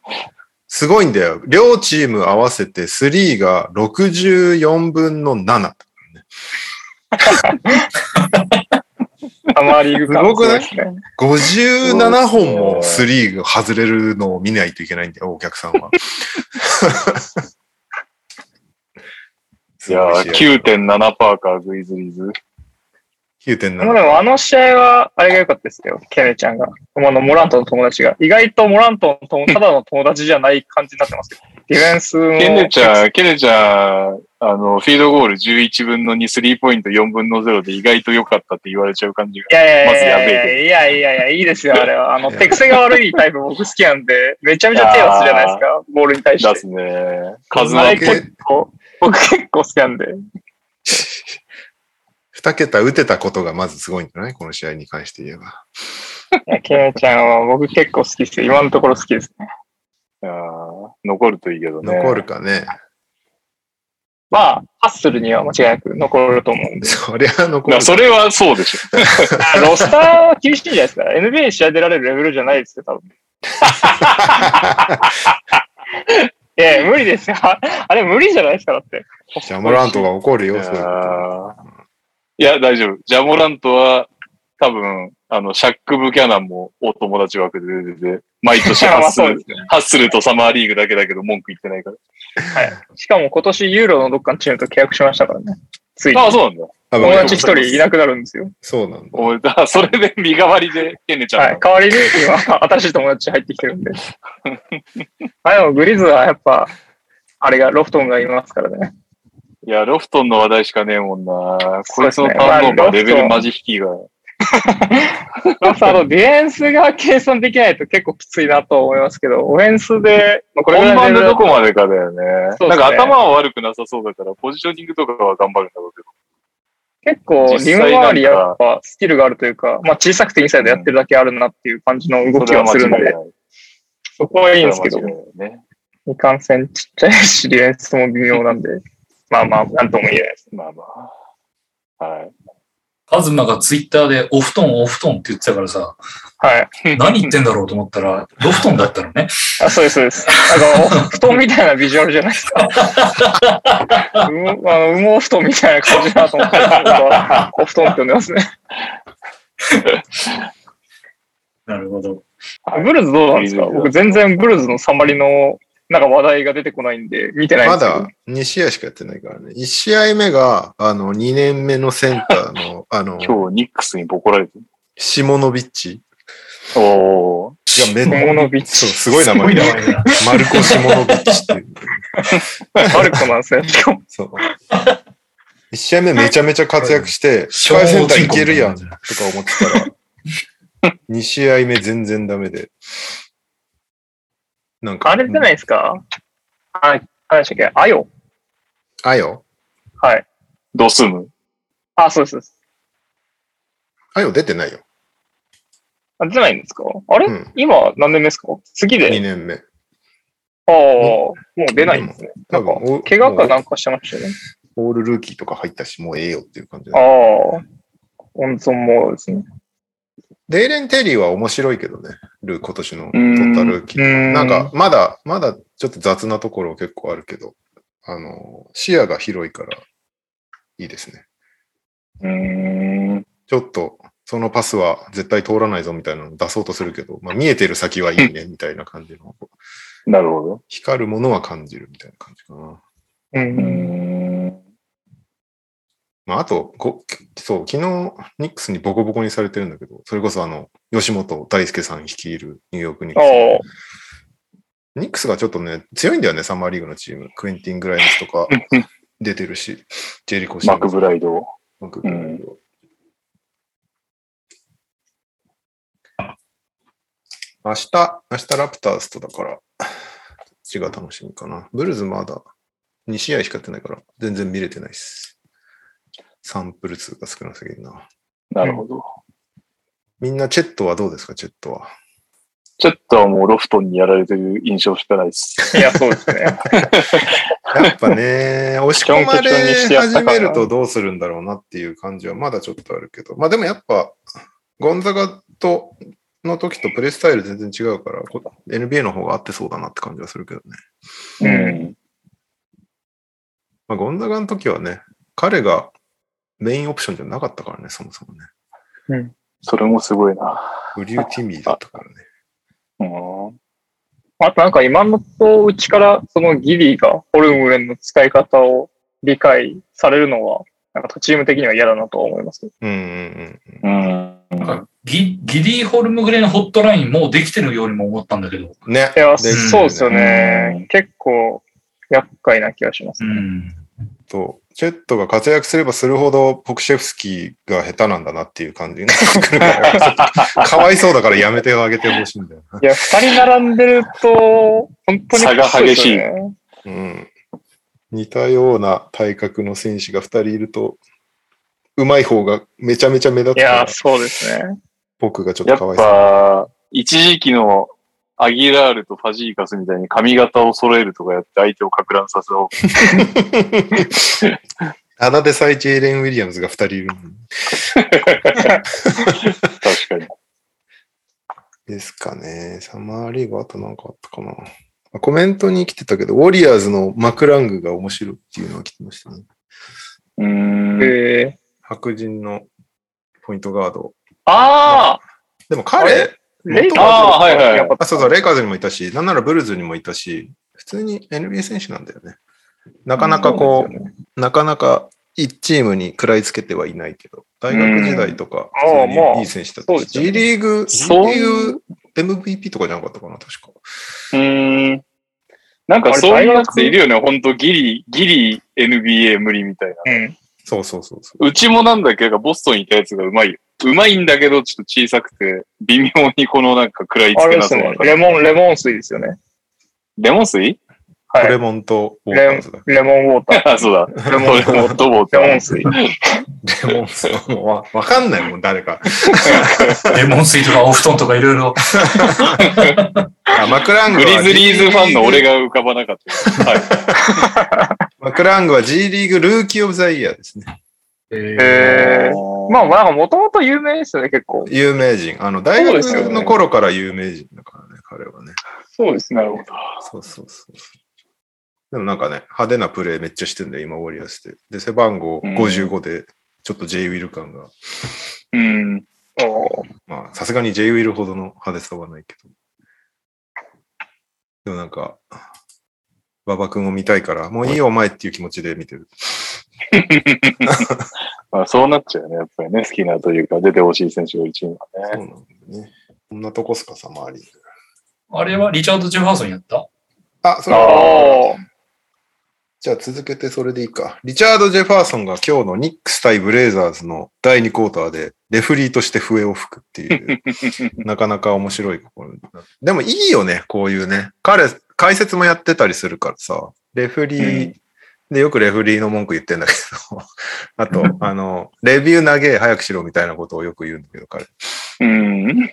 Speaker 1: すごいんだよ。両チーム合わせて3が64分の7。
Speaker 4: サマーリーグ感
Speaker 1: すごくない
Speaker 4: すごいですね
Speaker 1: 57本もスリーが外れるのを見ないといけないんだよ、お客さん は。
Speaker 2: いやー、9.7%か、グイズリーズ。
Speaker 4: でもで
Speaker 1: 9.7。
Speaker 4: もあの試合は、あれが良かったですよ。ケネちゃんが。あの、モラントの友達が。意外とモラントの友、ただの友達じゃない感じになってますけど。ディフェンスも。
Speaker 2: ケネちゃん、ケネちゃん、あの、フィードゴール11分の2、スリーポイント4分の0で意外と良かったって言われちゃう感じが。
Speaker 4: いやいやい
Speaker 2: まずや
Speaker 4: や
Speaker 2: べ
Speaker 4: いやいやいやいや、いいですよ、あれは。あの、
Speaker 1: いや
Speaker 4: 手癖が悪いタイプ僕好きなんで、めちゃめちゃ手をするじゃないですか、ボールに対し
Speaker 2: 出
Speaker 4: て。
Speaker 2: すね。カズ
Speaker 4: あ
Speaker 2: マっ
Speaker 4: れ
Speaker 2: ぽい。
Speaker 4: 結構、僕結構好きなんで。
Speaker 1: 2桁打てたことがまずすごいんじゃないこの試合に関して言えば。
Speaker 4: いやケネちゃんは僕結構好きですよ。今のところ好きですね。
Speaker 2: あー残るといいけどね。
Speaker 1: 残るかね。
Speaker 4: まあ、ハッスルには間違いなく残ると思うんで。
Speaker 1: そりゃ残
Speaker 2: ま
Speaker 1: る
Speaker 2: あ。それはそうでしょ。
Speaker 4: あロスターは厳しいんじゃないですか。NBA に試合出られるレベルじゃないですよ、多分。いや、無理ですよ。あれ無理じゃないですか、だって。
Speaker 1: ジャモラントが怒る
Speaker 2: い
Speaker 1: よ、
Speaker 2: や
Speaker 1: そういうこと
Speaker 2: ーいや、大丈夫。ジャモラントは、多分、あの、シャック・ブキャナンもお友達枠で出てて、毎年ハッス
Speaker 4: まあそう
Speaker 2: ル、ハッスルとサマーリーグだけだけど文句言ってないか
Speaker 4: しかも今年ユーロのどっかのチームと契約しましたからね。ついに
Speaker 2: ら。ああ、そうなんだ。
Speaker 1: 多
Speaker 4: 友
Speaker 1: 分
Speaker 4: 達一人いなくなるんですよ。
Speaker 1: そうなんだ。
Speaker 2: お前だそれで身代わりで、ケネちゃんが。
Speaker 4: はい。代わりに今、 新しい友達入ってきてるんで。あでもグリズはやっぱ、あれが、ロフトンがいますからね。
Speaker 2: いや、ロフトンの話題しかねえもんな。
Speaker 4: そ
Speaker 2: こ
Speaker 4: う
Speaker 2: い
Speaker 4: で
Speaker 2: つ
Speaker 4: すね
Speaker 2: のターンオー
Speaker 4: ま
Speaker 2: バ
Speaker 4: あロ
Speaker 2: ー
Speaker 4: フトン
Speaker 2: レベルマジ引きが。
Speaker 4: まあ、あの、ディフェンスが計算できないと結構きついなと思いますけど、オフェンスで、まあ、これぐら
Speaker 2: 本
Speaker 4: い
Speaker 2: 番
Speaker 4: レベ
Speaker 2: で
Speaker 4: ル
Speaker 2: どこまでかだよね。
Speaker 4: そうで
Speaker 2: な
Speaker 4: すね
Speaker 2: んか頭は悪くなさそうだから、ポジショニングとかは頑張るんだろうけど。
Speaker 4: 結構、
Speaker 2: 実
Speaker 4: リ
Speaker 2: 際
Speaker 4: ム周り
Speaker 2: なんか
Speaker 4: やっぱスキルがあるというか、まあ小さくてインサイドやってるだけあるなっていう感じの動きはするん
Speaker 2: それ
Speaker 4: で、
Speaker 2: は間違いない
Speaker 4: そこはいいんです
Speaker 2: そ
Speaker 4: け
Speaker 2: れは間、
Speaker 4: ど
Speaker 2: 違いないね。
Speaker 4: いかんせんちっちゃいし、ディフェンスも微妙なんで、 まあまあ、なんとも言えないです。
Speaker 2: まあまあ。はい。
Speaker 3: カズマがツイッターでお布団お布団って言ってたからさ、
Speaker 4: はい。
Speaker 3: 何言ってんだろうと思ったら、ロフトンだったのね。
Speaker 4: あ、そうです、そうです。なんか、布団みたいなビジュアルじゃないですか。 うもあの羽毛布団みたいな感じだなと思ったら、お布団って呼んでますね。
Speaker 3: なるほど。
Speaker 4: ブルズどうなんですか
Speaker 2: ブルズ
Speaker 4: 僕全然ブルズのサマリの、なんか話題が出てこないんで、見てないん
Speaker 1: ま
Speaker 4: ですけど。
Speaker 1: だ2試合しかやってないからね。1試合目が、あの、2年目のセンターの、あの、
Speaker 2: 今日、ニックスにボコられてる。
Speaker 1: シモノビッチ
Speaker 2: おお。
Speaker 1: がめっ
Speaker 4: 小物ビッ
Speaker 1: そう、
Speaker 4: チ。
Speaker 1: すごい名前だ。
Speaker 3: 前だ。
Speaker 1: マルコ・シモノビッチっていう。
Speaker 4: マルコなん ですね。
Speaker 1: そう。1試合目めちゃめちゃ活躍して、世界センターいけるやんとか思ってたら、2試合目全然ダメで。なんか、
Speaker 4: あれじゃないですかあ、あれでしたっけあよ。
Speaker 1: あよ
Speaker 4: はい。
Speaker 2: ドスム。
Speaker 4: あ、そうですそうです。
Speaker 1: あよ出てないよ。
Speaker 4: あ、出てないんですかあれ、
Speaker 1: うん
Speaker 4: 今何年目ですか次
Speaker 1: 2
Speaker 4: で。
Speaker 1: 年目。
Speaker 4: ああ、もう出ないんですね。
Speaker 1: 多分
Speaker 4: なんか怪我かなんかしてましたよね。
Speaker 1: オールルーキーとか入ったし、もうええよっていう感じだね
Speaker 4: ああ、温存もですね。
Speaker 1: デイレン・テリーは面白いけどね、ルー今年の
Speaker 2: うん
Speaker 1: 取ったルーキー。
Speaker 4: ん
Speaker 1: なんか、、まだ、まだちょっと雑なところ結構あるけど、あの、視野が広いからいいですね。
Speaker 2: うーん。
Speaker 1: ちょっと、そのパスは絶対通らないぞみたいなのを出そうとするけど、まあ、見えてる先はいいねみたいな感じの、
Speaker 2: なるほど。
Speaker 1: 光るものは感じるみたいな感じかな。
Speaker 4: う
Speaker 2: うー
Speaker 4: ん。
Speaker 2: ん。
Speaker 1: まあ、あとこ、そう、昨日、ニックスにボコボコにされてるんだけど、それこそあの、吉本大輔さん率いるニューヨークニッ
Speaker 4: あ
Speaker 1: クス。
Speaker 4: あ、
Speaker 1: ニックスがちょっとね、強いんだよね、サマーリーグのチーム。クエンティン・グライムスとか出てるし、ジェリコ・シ
Speaker 2: マ
Speaker 1: ー
Speaker 2: ク
Speaker 1: ムズ
Speaker 2: ブライド。
Speaker 1: マクブライド明日、明日ラプターズとだから、こっちが楽しみかな。ブルーズまだ2試合しかやってないから、全然見れてないです。サンプル数が少なすぎるな。
Speaker 2: なるほど。
Speaker 1: みんなチェットはどうですか、チェットは。
Speaker 2: ちょっとはもうロフトンにやられてる印象しかないです。
Speaker 4: いや、そうですね。
Speaker 1: やっぱね、 押し込まれ
Speaker 4: ちょんけちょんにしてやった
Speaker 1: 始
Speaker 4: か
Speaker 1: め
Speaker 4: ら
Speaker 1: るとどうするんだろうなっていう感じはまだちょっとあるけど、まあでもやっぱ、ゴンザガとの時とプレースタイル全然違うから、こ NBA の方が合ってそうだなって感じはするけどね。
Speaker 4: う
Speaker 2: う
Speaker 4: ん
Speaker 2: ん。
Speaker 1: まあ、ゴンザガの時はね、彼がメインオプションじゃなかったからね、そもそもね。
Speaker 2: それもすごいな。
Speaker 1: ブリューティミーだったからね。
Speaker 2: うん。
Speaker 4: あとなんか今のとうちからそのギリーがホルムウェンの使い方を理解されるのは、なんか他チーム的には嫌だなとは思います。
Speaker 1: うんうんうん。
Speaker 2: うん。
Speaker 3: なんかギギリー・ホルムグレンホットラインもうできてるようにも思ったんだけど。
Speaker 1: ね。
Speaker 4: いや、
Speaker 1: できてる
Speaker 4: そうですよ
Speaker 2: うん
Speaker 4: ね。結構厄介な気がします
Speaker 3: う。ん。
Speaker 1: そう。チェットが活躍すればするほど、ポクシェフスキーが下手なんだなっていう感じになってくるから、かわいそうだからやめてあげてほしいんだよな。
Speaker 4: いや、二人並んでると、本当に
Speaker 2: 差が激しい
Speaker 4: そうですよね
Speaker 1: うん。似たような体格の選手が2人いると、うまい方がめちゃめちゃ目立つか
Speaker 4: いや
Speaker 1: ら、、
Speaker 4: そうですね。
Speaker 1: 僕がちょっ
Speaker 2: や
Speaker 1: と
Speaker 2: っ
Speaker 1: かわいそう。
Speaker 2: ぱ、一時期のアギラールとファジーカスみたいに髪型を揃えるとかやって相手をか乱させよう。
Speaker 1: ただでさえジェイレン・ウィリアムズが2人いるのに
Speaker 2: 確かに。
Speaker 1: ですかね。サマーリーグあとなんかあったかな。あコメントに来てたけど、ウォリアーズのマクラングが面白いっていうのは来てましたね。
Speaker 2: うーん。
Speaker 4: えー、
Speaker 1: 白人のポイントガード。
Speaker 4: ああ
Speaker 1: でも
Speaker 4: あ
Speaker 1: 彼
Speaker 4: れ、レイカーズ
Speaker 2: あーはいはい
Speaker 4: やっぱ
Speaker 1: あ、そうそう、レイカーズにもいたし、なんならブルーズにもいたし、普通に NBA 選手なんだよね。なかなかこう、なかなか一チームに食らいつけてはいないけど、大学時代とか、
Speaker 4: うん
Speaker 1: 普通に
Speaker 4: ああまあ
Speaker 1: いい選手だった
Speaker 4: そう
Speaker 1: し、
Speaker 4: ですよ
Speaker 1: G
Speaker 4: ね
Speaker 1: リーグ、G
Speaker 2: そう
Speaker 1: リーグ MVP とかじゃなかったかな、確か。
Speaker 2: うーん。なんかそういうやついるよね。ほんとギリ、ギリ NBA 無理みたいな。
Speaker 4: うん。
Speaker 1: そうそうそうそう。
Speaker 2: うちもなんだっけど、ボストンにいたやつがうまいよ。うまいんだけど、ちょっと小さくて、微妙にこのなんか食らいつけ
Speaker 4: あれで
Speaker 2: な
Speaker 4: す
Speaker 2: そう
Speaker 4: ね
Speaker 2: な。。
Speaker 4: レモン、レモン水ですよね。
Speaker 2: レモン水
Speaker 1: トレ
Speaker 4: は
Speaker 1: モンとウォーカーズだ
Speaker 4: い。レモンウォーター。
Speaker 2: あ、そうだ。レモン水。ホットボー
Speaker 4: レモ
Speaker 2: ル
Speaker 4: ン水。
Speaker 1: レモンさんもう わわかんないもん、誰か。
Speaker 3: レモン水とかオフトンとかいろい ろ。
Speaker 1: あマクラング
Speaker 2: グ
Speaker 1: は
Speaker 2: リズリーズファンの俺
Speaker 1: が。
Speaker 2: が浮かばなかった。はい。
Speaker 1: マクラングは G リーグルーキーオブザイヤーですね。
Speaker 3: え
Speaker 4: えー、ま
Speaker 2: あ、
Speaker 4: あ、なんかもともと有名ですよね、結構。
Speaker 1: 有名人。あの、大学
Speaker 4: そうですよ
Speaker 1: の
Speaker 4: ね
Speaker 1: 頃から有名人だからね、彼はね。
Speaker 4: そうです
Speaker 2: なるほど。
Speaker 1: そうそうそう。でもなんかね、派手なプレーめっちゃしてんだよ、今、ウォリアーズで。で、背番号55で、ちょっと J ウィル感が。
Speaker 2: うん。
Speaker 4: お
Speaker 1: まあ、さすがに J ウィルほどの派手さはないけど。でもなんか、馬場君を見たいから、もういいよ、お前っていう気持ちで見てる。
Speaker 2: まあ、そうなっちゃうよね。やっぱりね、好きなというか、出てほしい選手がいるチーム
Speaker 1: そう
Speaker 2: はね。
Speaker 1: なんだよね。こんなとこっすか、サマーリーグ。
Speaker 3: あれはリチャード・ジェファーソンやった
Speaker 1: あ、そう
Speaker 4: あ
Speaker 1: じゃあ続けてそれでいいか。リチャード・ジェファーソンが今日のニックス対ブレイザーズの第2クォーターでレフリーとして笛を吹くって いう、なかなか面白い試みだなでもいいよね、こういうね。彼、解説もやってたりするからさ、レフリー、で、よくレフリーの文句言ってんだけど、 あと、あの、レビュー投げ、早くしろみたいなことをよく言うんだけど、彼。
Speaker 2: うん。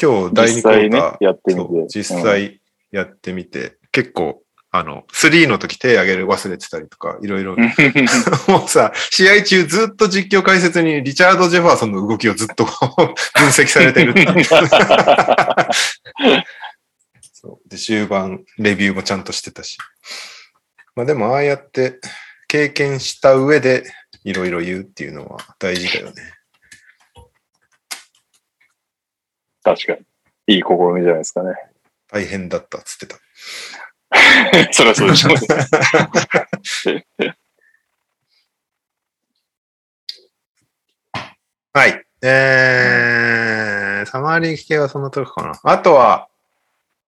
Speaker 1: 今日第2クォ
Speaker 2: 実際
Speaker 1: ータ
Speaker 2: ね
Speaker 1: ー、、
Speaker 2: やってみ
Speaker 1: そ
Speaker 2: て
Speaker 1: う。実際やってみて、結構、あの、3の時手上げる忘れてたりとか、いろいろ
Speaker 2: う、ん。
Speaker 1: もうさ、試合中ずっと実況解説にリチャード・ジェファーソンの動きをずっとこう 分析されてるって いうそうで、終盤、レビューもちゃんとしてたし。まあでも、ああやって経験した上でいろいろ言うっていうのは大事だよね。
Speaker 2: 確かに。いい試みじゃないですかね。
Speaker 1: 大変だったっつってた。
Speaker 2: そりゃそうでしょ。
Speaker 1: はい。えー、サマーリーグ系はそんなとこかな。あとは、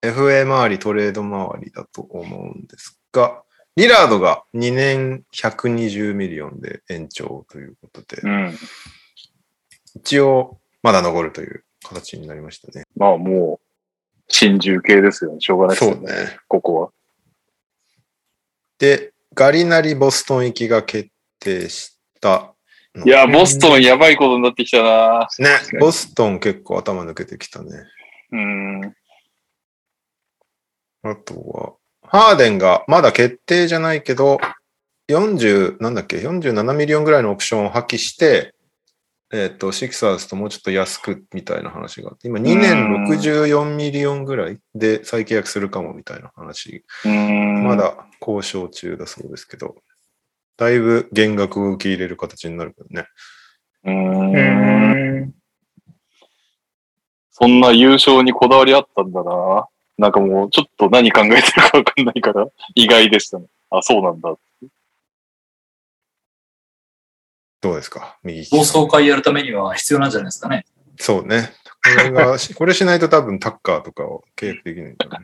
Speaker 1: FA 周り、トレード周りだと思うんですが、リラードが2年120ミリオンで延長ということで、
Speaker 2: うん。
Speaker 1: 一応まだ残るという形になりましたね。
Speaker 2: まあ、もう、珍獣系ですよね。しょうがないですよね。
Speaker 1: ね。
Speaker 2: ここは。
Speaker 1: で、ガリナリボストン行きが決定したの。
Speaker 2: いや、ボストンやばいことになってきたな
Speaker 1: ね、ボストン結構頭抜けてきたね。
Speaker 2: うん。
Speaker 1: あとは、ハーデンがまだ決定じゃないけど、40、なんだっけ、47ミリオンぐらいのオプションを破棄して、えっ、と、シクサーズともうちょっと安くみたいな話があって、今2
Speaker 2: う
Speaker 1: 年
Speaker 2: ん
Speaker 1: 64ミリオンぐらいで再契約するかもみたいな話、
Speaker 2: うーん
Speaker 1: ま。だ交渉中だそうですけど、だいぶ減額を受け入れる形になるけどね。
Speaker 2: うー
Speaker 4: う
Speaker 2: ん。
Speaker 4: ーん。
Speaker 2: そんな優勝にこだわりあったんだな。なんかもう、ちょっと何考えてるかわかんないから、意外でしたね。あ、そうなんだ。
Speaker 1: どうですか右利きさん
Speaker 3: 同窓会やるためには必要なんじゃないですかね。
Speaker 1: そうね。これがし、これしないと多分タッカーとかを契約できないんだよね。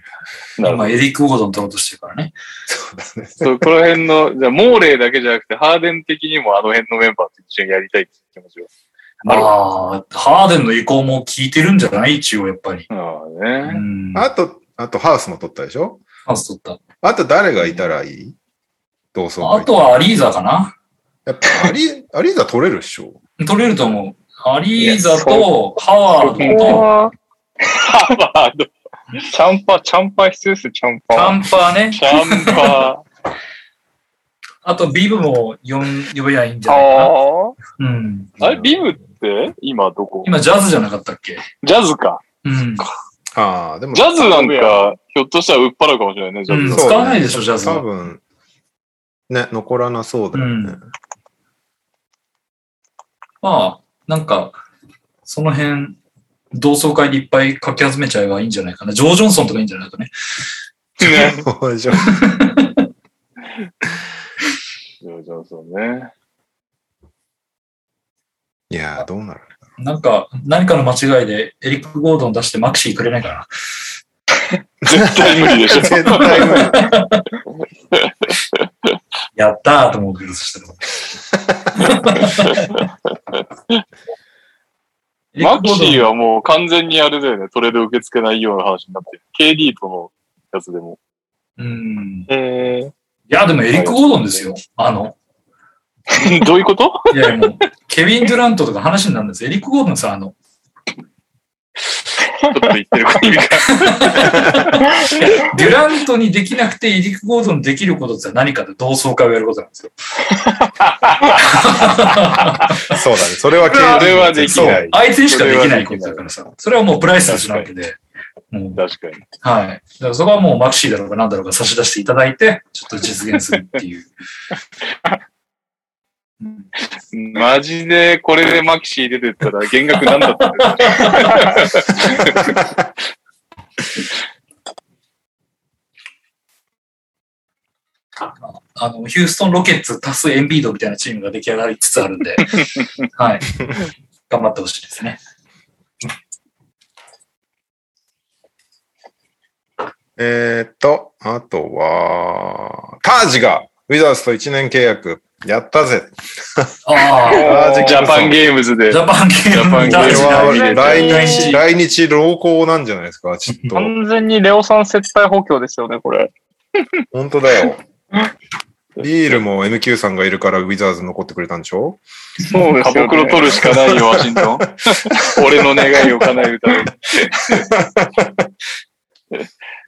Speaker 2: なるほ
Speaker 3: 今、エリック・ウォードン取ろうとしてるからね。
Speaker 1: そうだね。
Speaker 2: ど。そうこの辺 の、じゃあ、モーレーだけじゃなくて、ハーデン的にもあの辺のメンバーと一緒にやりたいっていう気持ちは。
Speaker 3: まあ、ハーデンの意向も聞いてるんじゃない一応、やっぱり。
Speaker 2: あ
Speaker 3: う
Speaker 2: あ ね。
Speaker 3: ん。
Speaker 1: あと、あとハウスも取ったでしょ
Speaker 3: パス取った。
Speaker 1: あと誰がいたらいい同窓会。
Speaker 3: あとはアリーザかな
Speaker 1: やっぱアリ、 アリーザ取れるっしょ。
Speaker 3: 取れると思う。アリーザと、ハワー
Speaker 4: こ
Speaker 3: ドと、
Speaker 4: こは、
Speaker 2: ハーバード、
Speaker 4: チャンパ、チャンパ必要ですよ、チャン
Speaker 3: チ
Speaker 4: パ。
Speaker 3: ャンパーね。
Speaker 2: シャンパ
Speaker 3: あと、ビブも呼ん呼べばいいんじ
Speaker 4: あ
Speaker 3: ゃないか
Speaker 4: あ。
Speaker 3: な。うん。
Speaker 2: ー。あれ、ビブって今どこ
Speaker 3: 今、ジャズじゃなかったっけ
Speaker 2: ジャズか。
Speaker 3: うん。
Speaker 1: ああ、でも、
Speaker 2: ジャズなんか、ひょっとしたら売っ払うかもしれないね、ジャズ
Speaker 3: うん
Speaker 2: は。
Speaker 1: そう
Speaker 3: 使わないでしょジャズは
Speaker 1: 多分、ね、残らなそうだよね。
Speaker 3: まあ、なんか、その辺、同窓会でいっぱい書き集めちゃえばいいんじゃないかな。ジョー・ジョンソンとかいいんじゃないかね。
Speaker 2: ね。
Speaker 1: そうでしょ
Speaker 2: ジョージョンソンね。
Speaker 1: いやー、どうなる
Speaker 3: なんか、何かの間違いでエリック・ゴードン出してマクシーくれないかな。
Speaker 2: 絶対無理でしょ。
Speaker 1: 絶対無理。
Speaker 3: やったーと思うけど、そしたら。 エリッ
Speaker 2: マ
Speaker 3: ク
Speaker 2: キ
Speaker 3: ゴ
Speaker 2: シー
Speaker 3: ー
Speaker 2: はもう完全にあれだよね。トレード受け付けないような話になってる。KD とのやつでも。
Speaker 3: ドンうん。
Speaker 4: えー、
Speaker 3: いや、でもエリック・ゴードンですよ。あの、
Speaker 2: どういうこと
Speaker 3: いやいやもう、 ケビン・デュラントとか話になるんですよ。エリック・ゴードンさ、あの、
Speaker 2: ちょっと言ってること意 味が。
Speaker 3: デュラントにできなくてエリック・ゴードンできることって何かで同窓会をやることなんですよ。
Speaker 1: そうだね。それは
Speaker 2: それは
Speaker 1: 経営
Speaker 2: できない。
Speaker 3: 相手にしかできないことだからさ。それはもうプライスレスなわけで。うん、
Speaker 2: 確かに。
Speaker 3: はい。だからそこはもうマクシーだろうが何だろうが差し出していただいて、ちょっと実現するっていう。うん
Speaker 2: マジで、これでマキシー出てったら、減額なんだったんだよ。
Speaker 3: あの、ヒューストンロケッツ足すエンビードみたいなチームが出来上がりつつあるんで、はい。頑張ってほしいですね。
Speaker 1: えーっと、あとは、タージが、ウィザーズと1年契約、やったぜ。あ
Speaker 3: あ
Speaker 1: ー
Speaker 2: ジャパンゲームズ
Speaker 3: あ、
Speaker 2: で
Speaker 3: ジ。ャパンゲーム
Speaker 2: ジャパ
Speaker 1: これ
Speaker 2: ンゲー
Speaker 1: は
Speaker 2: ム
Speaker 3: 大事だ
Speaker 1: 来
Speaker 3: 大
Speaker 1: 日、
Speaker 3: 事
Speaker 1: 来日濃厚なんじゃないですか、ちょっと。
Speaker 4: 完全にレオさん接待補強ですよね、これ。
Speaker 1: 本当だよ。 ビールも MQ さんがいるからウィザーズ残ってくれたんでしょ
Speaker 4: そうで
Speaker 2: カ
Speaker 4: す
Speaker 2: ボ
Speaker 4: よ、
Speaker 2: クロ
Speaker 4: ね。
Speaker 2: 取るしかないよ、ワシン トン。俺の願いを叶えるために。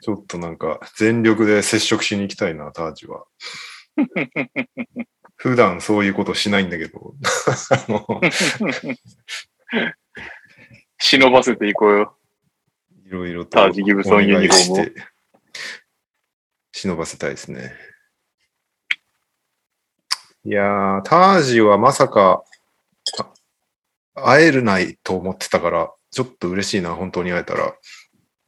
Speaker 1: ちょっとなんか全力で接触しに行きたいな、タージ は。普段そういうことしないんだけど。 あの
Speaker 2: 忍ばせていこうよ。
Speaker 1: いろいろと
Speaker 2: タージギブソンユニフォームを
Speaker 1: お願いして忍ばせたいですね。いやー、タージはまさか、あ会えるないと思ってたから、ちょっと嬉しいな、本当に会えたら。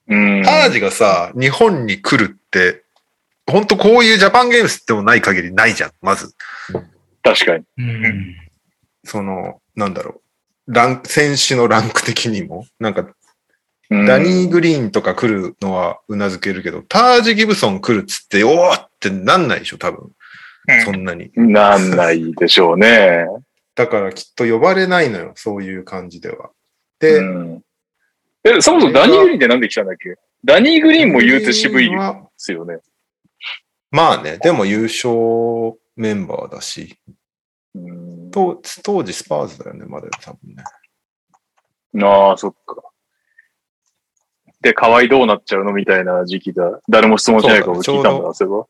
Speaker 2: うん。
Speaker 1: タージがさ、日本に来るって、本当こういうジャパンゲームスってもない限りないじゃん、まず。
Speaker 2: 確かに。
Speaker 3: うん。
Speaker 1: その、なんだろう。ランク、選手のランク的にも。なんか、
Speaker 2: うん
Speaker 1: ダニー・グリーンとか来るのはうなずけるけど、タージ・ギブソン来るっつって、おーってなんないでしょ、多分。
Speaker 4: うん
Speaker 1: そんなに。
Speaker 2: なんないでしょうね。
Speaker 1: だからきっと呼ばれないのよ、そういう感じでは。で、
Speaker 2: うんえ、そもそもダニー・グリーンってなんで来たんだっけダニー・グリーンも言うて渋いで
Speaker 1: は
Speaker 2: すよね。
Speaker 1: まあね、でも優勝メンバーだし、
Speaker 2: うん
Speaker 1: 当当時スパーズだよね、まだ多分ね。
Speaker 2: ああ、そっか。で、河合どうなっちゃうのみたいな時期だ。誰も質問しないから俺聞いたんだ、そういえば。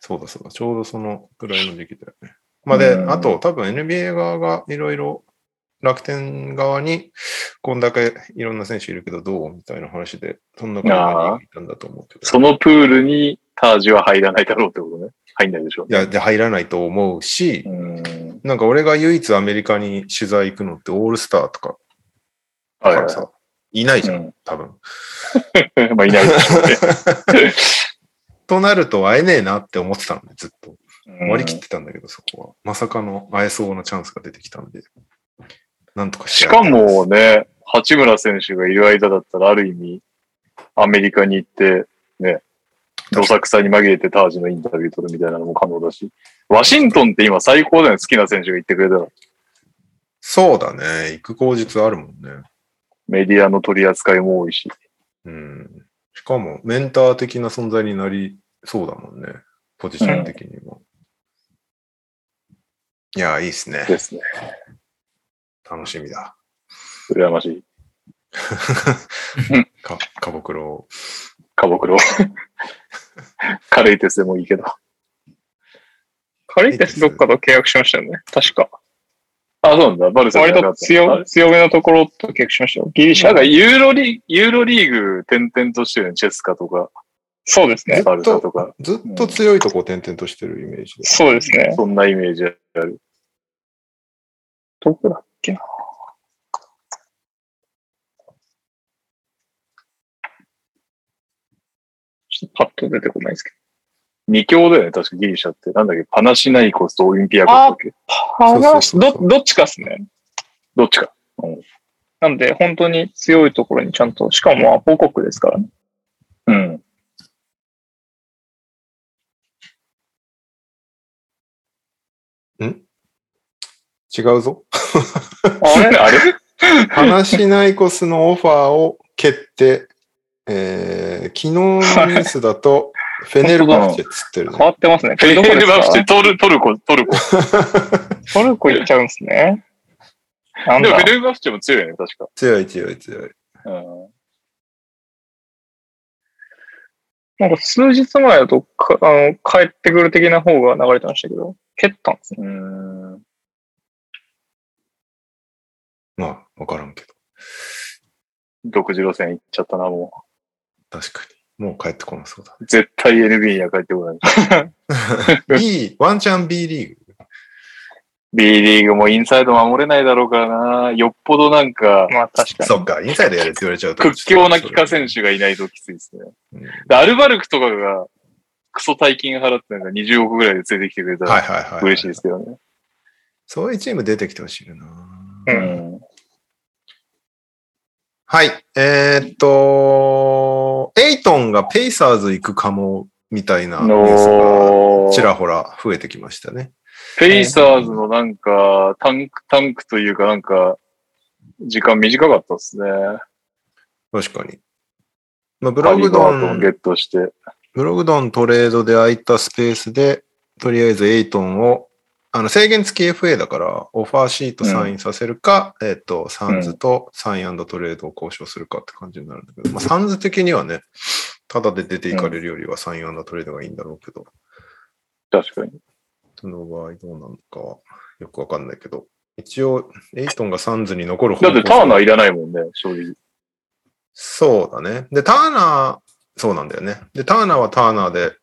Speaker 1: そうだそうだ、ちょうどそのぐらいの時期だよね。まあで、
Speaker 2: うん
Speaker 1: あと多分 NBA 側がいろいろ楽天側に、こんだけいろんな選手いるけどどうみたいな話で、そんなことにいたんだと思うけど。
Speaker 2: そのプールにタージは入らないだろうってことね。入んないでしょう
Speaker 1: いや、で入らないと思うし、
Speaker 2: ね。うん。
Speaker 1: なんか俺が唯一アメリカに取材行くのってオールスターとか
Speaker 2: はい
Speaker 1: か
Speaker 2: はい
Speaker 1: らさ、いないじゃ、
Speaker 2: うんん
Speaker 1: 多分。
Speaker 2: まあ、いないでしょうね。
Speaker 1: となると会えねえなって思ってたのね、ずっと。
Speaker 2: うん
Speaker 1: 割り切ってたんだけど、そこは。まさかの会えそうなチャンスが出てきたんで、なんとか
Speaker 2: し
Speaker 1: やろ
Speaker 2: か
Speaker 1: う
Speaker 2: も、ね、八村選手がいる間だったら、ある意味、アメリカに行って、ね、どさくさに紛れてタージのインタビュー取るみたいなのも可能だし、ワシントンって今最高だよね、好きな選手が行ってくれたら。
Speaker 1: そうだね。行く口実あるもんね。
Speaker 2: メディアの取り扱いも多いし。
Speaker 1: うん。しかも、メンター的な存在になりそうだもんね。ポジション的にも。いや、いいっすね。
Speaker 2: ですね。
Speaker 1: 楽しみだ。
Speaker 2: 羨ましい。
Speaker 1: か、かぼくろ。
Speaker 2: カボクロ。 軽い鉄でもいいけど。
Speaker 4: カリテスどっかと契約しましたよね。確か。
Speaker 2: あ、そうなんだ。バルセロ
Speaker 4: 割
Speaker 2: ナ
Speaker 4: と強、強めのところと契約しましたよ。ギリシ
Speaker 2: な
Speaker 4: ャ
Speaker 2: んか
Speaker 4: が、
Speaker 2: ユーロリーグ、ユーロリーグ点々としてるよね。チェスカとか、
Speaker 4: そうですね。
Speaker 2: バルサとか。
Speaker 1: ずっと強いとこ転々としてるイメージで。
Speaker 4: そうですね。
Speaker 2: そんなイメージある。
Speaker 4: どこだっけな。ちょっとパッと出てこないですけ
Speaker 2: 二強だよね。確かギリシャって。なんだっけパナシナイコスとオリンピアコスだっけ
Speaker 4: ど。
Speaker 1: そうそうそうそう
Speaker 4: ど、どっちかですね。
Speaker 2: どっちか。
Speaker 4: なんで、本当に強いところにちゃんと、しかもまあ母国ですからね。
Speaker 2: うん。
Speaker 1: 違うぞ。
Speaker 4: あ れ
Speaker 2: あれ
Speaker 1: 話しないコスのオファーを蹴って、えー、昨日のニュースだ と、フェネルバフチェっつってる
Speaker 4: 変
Speaker 1: ね。
Speaker 4: わってますね。
Speaker 2: フェ
Speaker 4: どこ
Speaker 2: ー
Speaker 4: で
Speaker 2: ル
Speaker 4: すか
Speaker 2: バフチェ、トル、トルコ、ト ルコ。
Speaker 4: トルコ行っちゃうんですね。なん
Speaker 2: でも
Speaker 4: だ
Speaker 2: フェネルバフチェも強いよね。確か。
Speaker 1: 強い強い強い。
Speaker 2: うん。
Speaker 4: なんか数日前だとか、あの、帰ってくる的な方が流れてましたけど、蹴ったんですね。
Speaker 2: うん。
Speaker 1: まあ、わからんけど。
Speaker 2: 独自路線行っちゃったな、も
Speaker 1: 確かに。もう帰ってこなそうだ。
Speaker 2: う。絶対 NBA には帰ってこない。
Speaker 1: B、ワンチャン B リーグ。
Speaker 2: B リーグもインサイド守れないだろうからな。よっぽどなんか、
Speaker 4: まあ確かに。
Speaker 1: そっか、インサイドやれって言われちゃうと。
Speaker 2: 屈強な帰化選手がいないときついですね。
Speaker 1: うん。
Speaker 2: でアルバルクとかが、クソ大金払ってなんか20億ぐらいで連れてきてくれた
Speaker 1: はい
Speaker 2: ら
Speaker 1: はいはい。
Speaker 2: 嬉しいですけどね。
Speaker 1: そういうチーム出てきてほしいよな。
Speaker 4: う。
Speaker 2: うんん
Speaker 1: はい。えーっと、エイトンがペイサーズ行くかも、みたいなニュースが
Speaker 2: の
Speaker 1: ちらほら増えてきましたね。
Speaker 2: フェイサーズのなんか、タンク、タンクというかなんか、時間短かったですね。
Speaker 1: 確かに。まあ、ブ
Speaker 2: ハ
Speaker 1: ロ
Speaker 2: リ
Speaker 1: グ
Speaker 2: バ
Speaker 1: ド
Speaker 2: ートン
Speaker 1: ン
Speaker 2: ゲ、ットして。
Speaker 1: ブログドントレードで空いたスペースで、とりあえずエイトンを、あの制限付き FA だから、オファーシートサインさせるか、えーっ、と、サンズとサイントレードを交渉するかって感じになるんだけど、まあ、サンズ的にはね、ただで出ていかれるよりはサイントレードがいいんだろうけど、
Speaker 2: 確かに。
Speaker 1: その場合どうなのかはよくわかんないけど、一応、エイトンがサンズに残る方
Speaker 2: だってターナー
Speaker 1: ー
Speaker 2: いらないもんね、正直。
Speaker 1: そうだね。で、ターナー、そうなんだよね。で、ターナーはターナーで、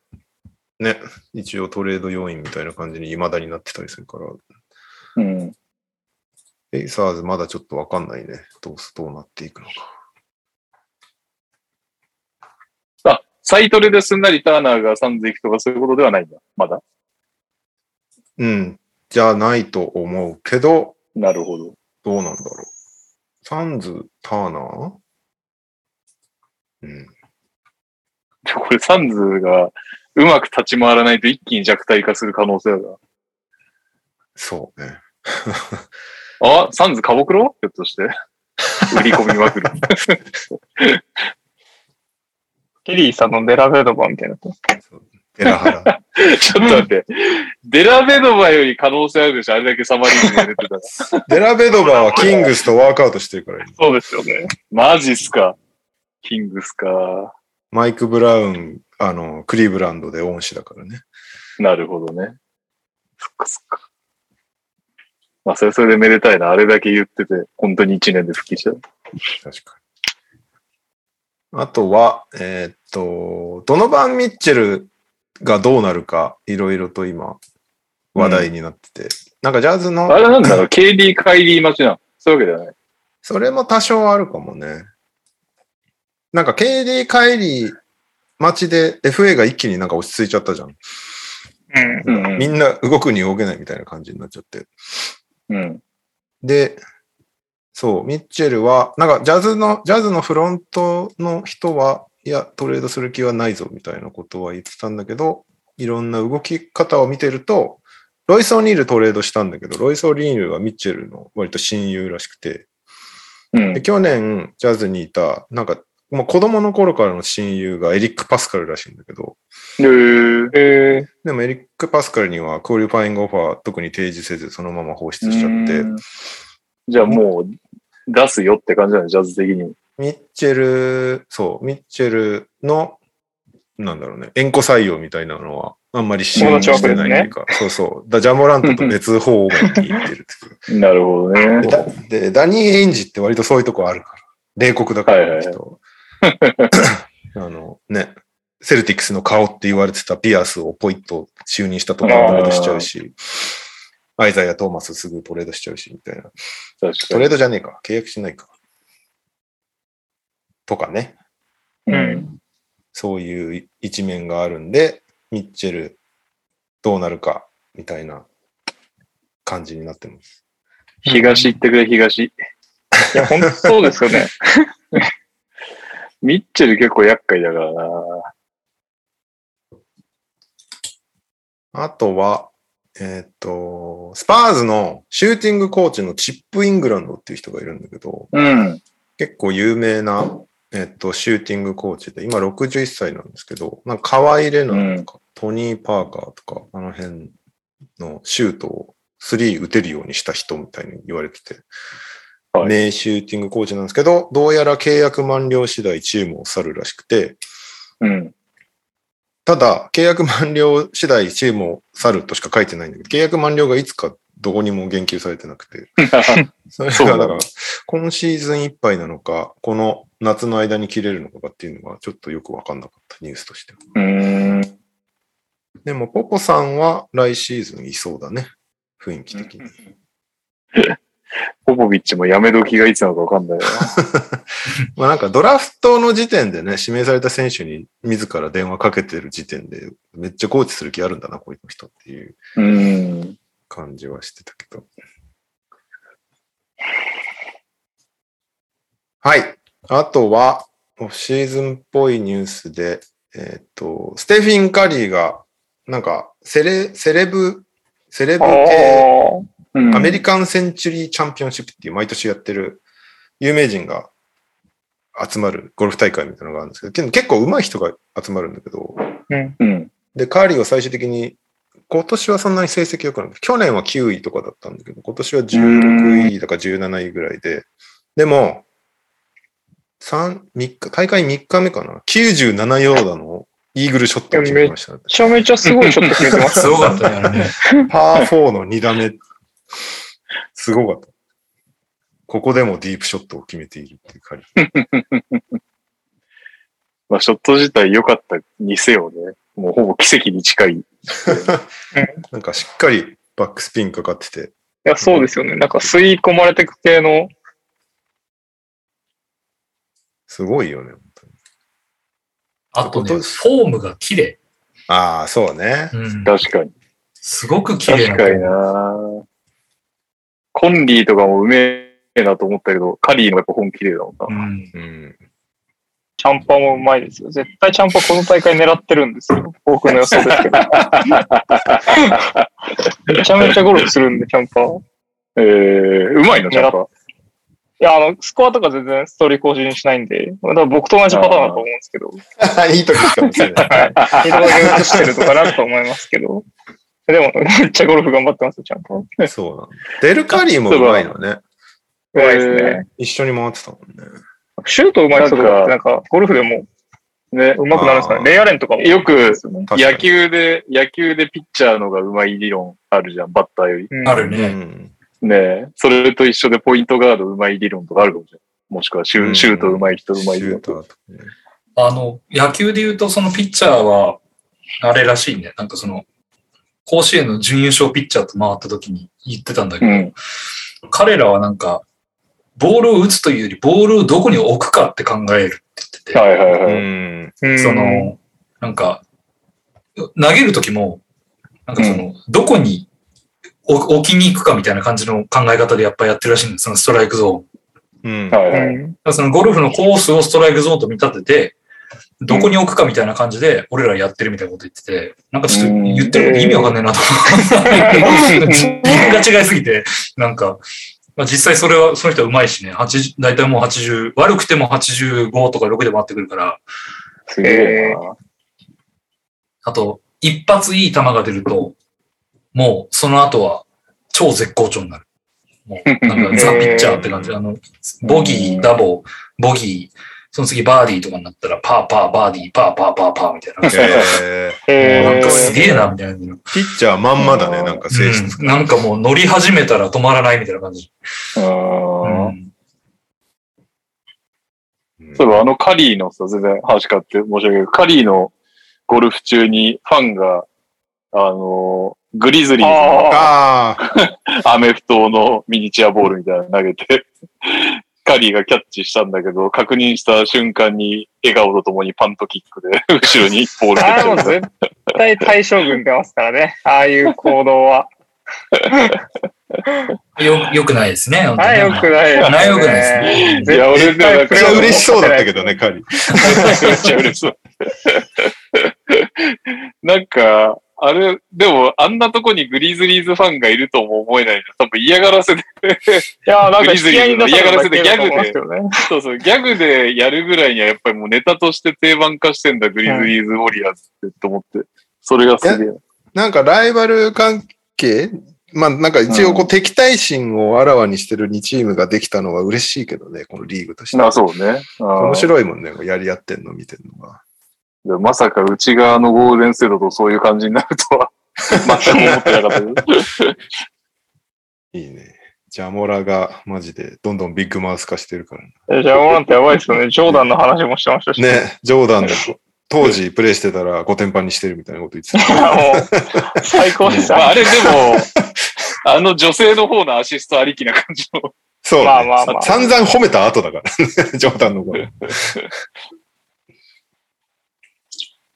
Speaker 1: ね、一応トレード要員みたいな感じに未だになってたりするから、
Speaker 2: うん。
Speaker 1: エイサーズまだちょっとわかんないね。どうす、どうなっていくのか。
Speaker 2: あ、サイトレですんなりターナーがサンズ行くとかそういうことではないんだ。まだ。
Speaker 1: うん。じゃないと思うけど、
Speaker 2: なるほど。
Speaker 1: どうなんだろう。サンズ、ターナーうん。
Speaker 2: でこれサンズがうまく立ち回らないと一気に弱体化する可能性が。
Speaker 1: そうね。
Speaker 2: あ、サンズカボクロひょっとして。売り込みまくる。
Speaker 4: ケリーさんのデラベドバみたいな。
Speaker 1: エラハラ。
Speaker 2: ちょっと待って。デラベドバより可能性あるでしょあれだけサマリーズやれてたら。
Speaker 1: デラベドバーはキングスとワークアウトしてるからいい、
Speaker 4: そうですよね。
Speaker 2: マジっすか。キングスか。
Speaker 1: マイク・ブラウン、あの、クリーブランドで恩師だからね。
Speaker 2: なるほどね。そっかそっか。まあ、それはそれでめでたいな。あれだけ言ってて、本当に1年で復帰した。
Speaker 1: 確かに。あとは、えーっと、ドノバン・ミッチェルがどうなるか、いろいろと今、話題になってて。なんかジャズの
Speaker 2: あ、れなんだろう、KD、カイリー待ちな。そういうわけではない。
Speaker 1: それも多少あるかもね。なんか KD 帰り街で FA が一気になんか落ち着いちゃったじゃん。
Speaker 4: うん。
Speaker 2: うんうん
Speaker 1: みんな動くに動けないみたいな感じになっちゃって。
Speaker 2: うん。
Speaker 1: で、そう、ミッチェルは、なんかジャズの、ジャズのフロントの人は、いや、トレードする気はないぞみたいなことは言ってたんだけど、いろんな動き方を見てると、ロイス・オニールトレードしたんだけど、ロイス・オニールはミッチェルの割と親友らしくて、
Speaker 2: うん
Speaker 1: で。去年、ジャズにいた、なんか、もう子供の頃からの親友がエリック・パスカルらしいんだけど、
Speaker 2: えー、え
Speaker 1: でもエリック・パスカルにはクオリファイングオファー特に提示せずそのまま放出しちゃって、
Speaker 2: じゃあもう、出すよって感じだね、ジャズ的に。
Speaker 1: ミッチェル、そう、ミッチェルの、なんだろうね、縁故採用みたいなのは、あんまり信用してないというか、そうそう、ダジャモラントと別方面に行ってるっていう
Speaker 2: なるほどね。
Speaker 1: でで、ダニー・エインジって割とそういうとこあるから。冷酷だから、
Speaker 2: はいはいはい
Speaker 1: あの人 あの、ね、セルティックスの顔って言われてたピアスをポイッと就任したところトレードしちゃうし、アイザイア・トーマスすぐトレードしちゃうし、みたいな。
Speaker 2: 確か
Speaker 1: ト
Speaker 2: に
Speaker 1: レードじゃねえか。契約しないか。とかね。
Speaker 4: うん。
Speaker 1: そういう一面があるんで、ミッチェルどうなるか、みたいな感じになってます。
Speaker 2: 東行ってくれ、東。
Speaker 4: いや、本当そうですよね。
Speaker 2: ミッチェル結構厄介だからな。
Speaker 1: あとは、えーっと、スパーズのシューティングコーチのチップ・イングランドっていう人がいるんだけど、
Speaker 2: うん。
Speaker 1: 結構有名な、えーっと、シューティングコーチで、今61歳なんですけど、なんか河合レナとか、トニー・パーカーとか、あの辺のシュートを3打てるようにした人みたいに言われてて、
Speaker 2: はい
Speaker 1: 名シューティングコーチなんですけど、どうやら契約満了次第チームを去るらしくて、
Speaker 2: うん。
Speaker 1: ただ、契約満了次第チームを去るとしか書いてないんだけど、契約満了がいつかどこにも言及されてなくて、それ
Speaker 2: そうな
Speaker 1: が
Speaker 2: ん
Speaker 1: だ
Speaker 2: だ
Speaker 1: から、今シーズンいっぱいなのか、この夏の間に切れるのかっていうのがちょっとよくわかんなかったニュースとしては。
Speaker 2: うーん。
Speaker 1: でも、ポポさんは来シーズンいそうだね。雰囲気的に。
Speaker 2: ポポビッチもやめ時がいつなのかわかんないよ
Speaker 1: まあなんかドラフトの時点でね、指名された選手に自ら電話かけてる時点で、めっちゃコーチする気あるんだな、こういう人っていう
Speaker 2: な。うん。
Speaker 1: 感じはしてたけど。はい。あとは、オフシーズンっぽいニュースで、えっ、と、ステフィン・カリーが、なんか、セレ、セレブ、セレブ
Speaker 4: ああ。
Speaker 1: 系、
Speaker 2: うん
Speaker 1: アメリカン・センチュリー・チャンピオンシップっていう毎年やってる有名人が集まるゴルフ大会みたいなのがあるんですけどけど、結構上手い人が集まるんだけど、
Speaker 2: うん。
Speaker 1: で、カーリーは最終的に、今年はそんなに成績良くなくて、去年は9位とかだったんだけど、今年は16位とか17位ぐらいで、でも、3、3日、大会3日目かな、97ヨーダのイーグルショットを決めましたね
Speaker 4: め。ちゃめちゃすごいショット決め てます。
Speaker 3: すごかったね、あれね。
Speaker 1: パー4の2打目、すごかった。ここでもディープショットを決めているっていうカーリー。
Speaker 2: まあ、ショット自体良かったにせよね。もうほぼ奇跡に近い。
Speaker 1: なんかしっかりバックスピンかかってて、
Speaker 4: いや、そうですよね。なんか吸い込まれてく系の、
Speaker 1: すごいよね。本当に
Speaker 3: あとね、
Speaker 1: そういうこ
Speaker 3: フ
Speaker 1: とです
Speaker 3: ォームが綺麗。
Speaker 1: ああ、そうね。
Speaker 3: うん。
Speaker 2: 確かに。
Speaker 3: すごく綺麗
Speaker 2: 確
Speaker 3: な。
Speaker 2: かになコンリーとかもうめえなと思ったけど、カリーのやっぱ本気でだもんな。
Speaker 3: うん。
Speaker 1: うん。
Speaker 4: チャンパもうまいですよ。絶対チャンパこの大会狙ってるんですよ。僕の予想ですけど。めちゃめちゃゴルフするんで、チャンパ。い
Speaker 2: えー、うまいの、ちゃんと。
Speaker 4: や、あの、スコアとか全然ストーリー更新しないんで、だから僕と同じパターンだと思うんですけど、
Speaker 1: いい時かもしれない。
Speaker 4: 映像で映してるとかなと思いますけど。でも、めっちゃゴルフ頑張ってますよ、ちゃんと。
Speaker 1: そうなんだデルカリーもうまいのね。
Speaker 4: うまいですね。
Speaker 1: 一緒に回ってたもんね。
Speaker 4: シュートうまい人とかっ
Speaker 2: なん
Speaker 4: て、
Speaker 2: か
Speaker 4: なんか、ゴルフでも
Speaker 2: ね。
Speaker 4: うまくなるんですか
Speaker 1: あー
Speaker 4: ね。レイアレンとかも。
Speaker 2: よく
Speaker 4: ですよね
Speaker 1: 確かに
Speaker 2: 野球で、野球でピッチャーのがうまい理論あるじゃん、バッターより。
Speaker 4: うん
Speaker 3: ある
Speaker 1: う
Speaker 3: ね。
Speaker 1: ん。
Speaker 2: ねえそれと一緒でポイントガードうまい理論とかあるかもしれない。もしくはシュ,、
Speaker 1: うん
Speaker 2: シュートうまい人うまい
Speaker 1: シュ
Speaker 2: 理
Speaker 1: ー
Speaker 2: 論
Speaker 1: ター
Speaker 2: と
Speaker 1: とかね。
Speaker 3: あの、野球で言うと、そのピッチャーは、あれらしいね。なんかその、甲子園の準優勝ピッチャーと回った時に言ってたんだけ
Speaker 2: う
Speaker 3: ど、
Speaker 2: ん。
Speaker 3: 彼らはなんか、ボールを打つというより、ボールをどこに置くかって考えるって言ってて、
Speaker 2: はいはいはい。
Speaker 1: ん。
Speaker 4: うん
Speaker 3: そ、の、なんか、投げるときも、なんかその、どこに置置きに行くかみたいな感じの考え方でやっぱやってるらしいんです、そのストライクゾーン。だか
Speaker 1: うん。
Speaker 2: はいうはい。
Speaker 4: ん。
Speaker 3: らそのゴルフのコースをストライクゾーンと見立てて、どこに置くかみたいな感じで、俺らやってるみたいなこと言ってて、なんかちょっと言ってること意味わかんねえなと思って、自分が違いすぎて、なんか、まあ、実際それは、その人は上手いしね、80大体もう80、悪くても85とか6で回ってくるから、
Speaker 2: すげえな。
Speaker 3: あと、一発いい球が出ると、もうその後は超絶好調になる。もうなんかザ・ピッチャーって感じ。あの、ボギー、ダボ、ボギー、その次バーディーとかになったら、パーパー、バーディー、パーパー、パーパーみたいな感じ。
Speaker 1: えー
Speaker 4: へ
Speaker 3: もうなんかす
Speaker 4: ー
Speaker 3: げえな、みたいな。
Speaker 1: ピッチャーまんまだね、なんか性質。
Speaker 3: うんなんかもう乗り始めたら止まらないみたいな感じ。
Speaker 2: うん
Speaker 3: うん
Speaker 2: そういえばあのカリーのさ、全然話変わって申し訳ないけど、カリーのゴルフ中にファンが、あのー、グリズリーズの
Speaker 4: あ
Speaker 1: ああ、
Speaker 2: アメフトのミニチュアボールみたいなの投げて、 カリーがキャッチしたんだけど、確認した瞬間に笑顔とともにパントキックで後ろにボール
Speaker 4: あ、あれはも
Speaker 2: 出
Speaker 4: う
Speaker 2: てる。
Speaker 4: 絶対対象群出ますからね。ああいう行動は。
Speaker 3: よ、よくないですね。本当
Speaker 4: あ
Speaker 3: ね
Speaker 4: れ良くないよ、ね。
Speaker 3: 良くないですね
Speaker 2: いや、俺
Speaker 4: 絶
Speaker 2: でもなんか
Speaker 4: 対
Speaker 1: めっち
Speaker 4: プレー
Speaker 1: ゃ
Speaker 4: オフ
Speaker 1: 嬉しそうだったけどね、カリ。
Speaker 2: めっちゃ嬉しそう。 なんか、あれ、でも、あんなとこにグリズリーズファンがいるとも思えないじゃん。多分嫌がらせで、
Speaker 4: いや、なん
Speaker 2: グリ
Speaker 4: か引
Speaker 2: ズリ
Speaker 4: き合い
Speaker 2: ー
Speaker 4: に
Speaker 2: ズの
Speaker 4: 出
Speaker 2: 嫌
Speaker 4: さ
Speaker 2: が
Speaker 4: れ
Speaker 2: ら
Speaker 4: た
Speaker 2: せ
Speaker 4: だ
Speaker 2: で
Speaker 4: け
Speaker 2: ギ
Speaker 4: だ
Speaker 2: ャグ
Speaker 4: と思いま
Speaker 2: で、
Speaker 4: すけどね。
Speaker 2: そうそう、ギャグでやるぐらいにはやっぱりもうネタとして定番化してんだ、グリズリーズ・ウォリアーズってと思って。それがすげえ。
Speaker 1: なんかライバル関係まあなんか一応こう敵対心をあらわにしてる2チームができたのは嬉しいけどね、このリーグとして。
Speaker 2: な、そうね。面
Speaker 1: 面白いもんね、やり合ってんの見てんのが。
Speaker 2: い。まさか内側のゴールデンステートとそういう感じになるとは、全く思ってなかったけど。
Speaker 1: いいね。ジャモラがマジでどんどんビッグマウス化してるからね。
Speaker 4: えジャモランってやばいですよね。ジョーダンの話もしてましたし。
Speaker 1: ね、ジョーダンで当時プレイしてたら5点パンにしてるみたいなこと言ってた。
Speaker 4: もう、最高でし
Speaker 2: まあ、
Speaker 4: た。
Speaker 2: あれでも、あの女性の方のアシストありきな感じの。
Speaker 1: そう、ね。
Speaker 4: まあまあまあ
Speaker 1: 散々褒めた後だから、ね、ジョーダンのこと。い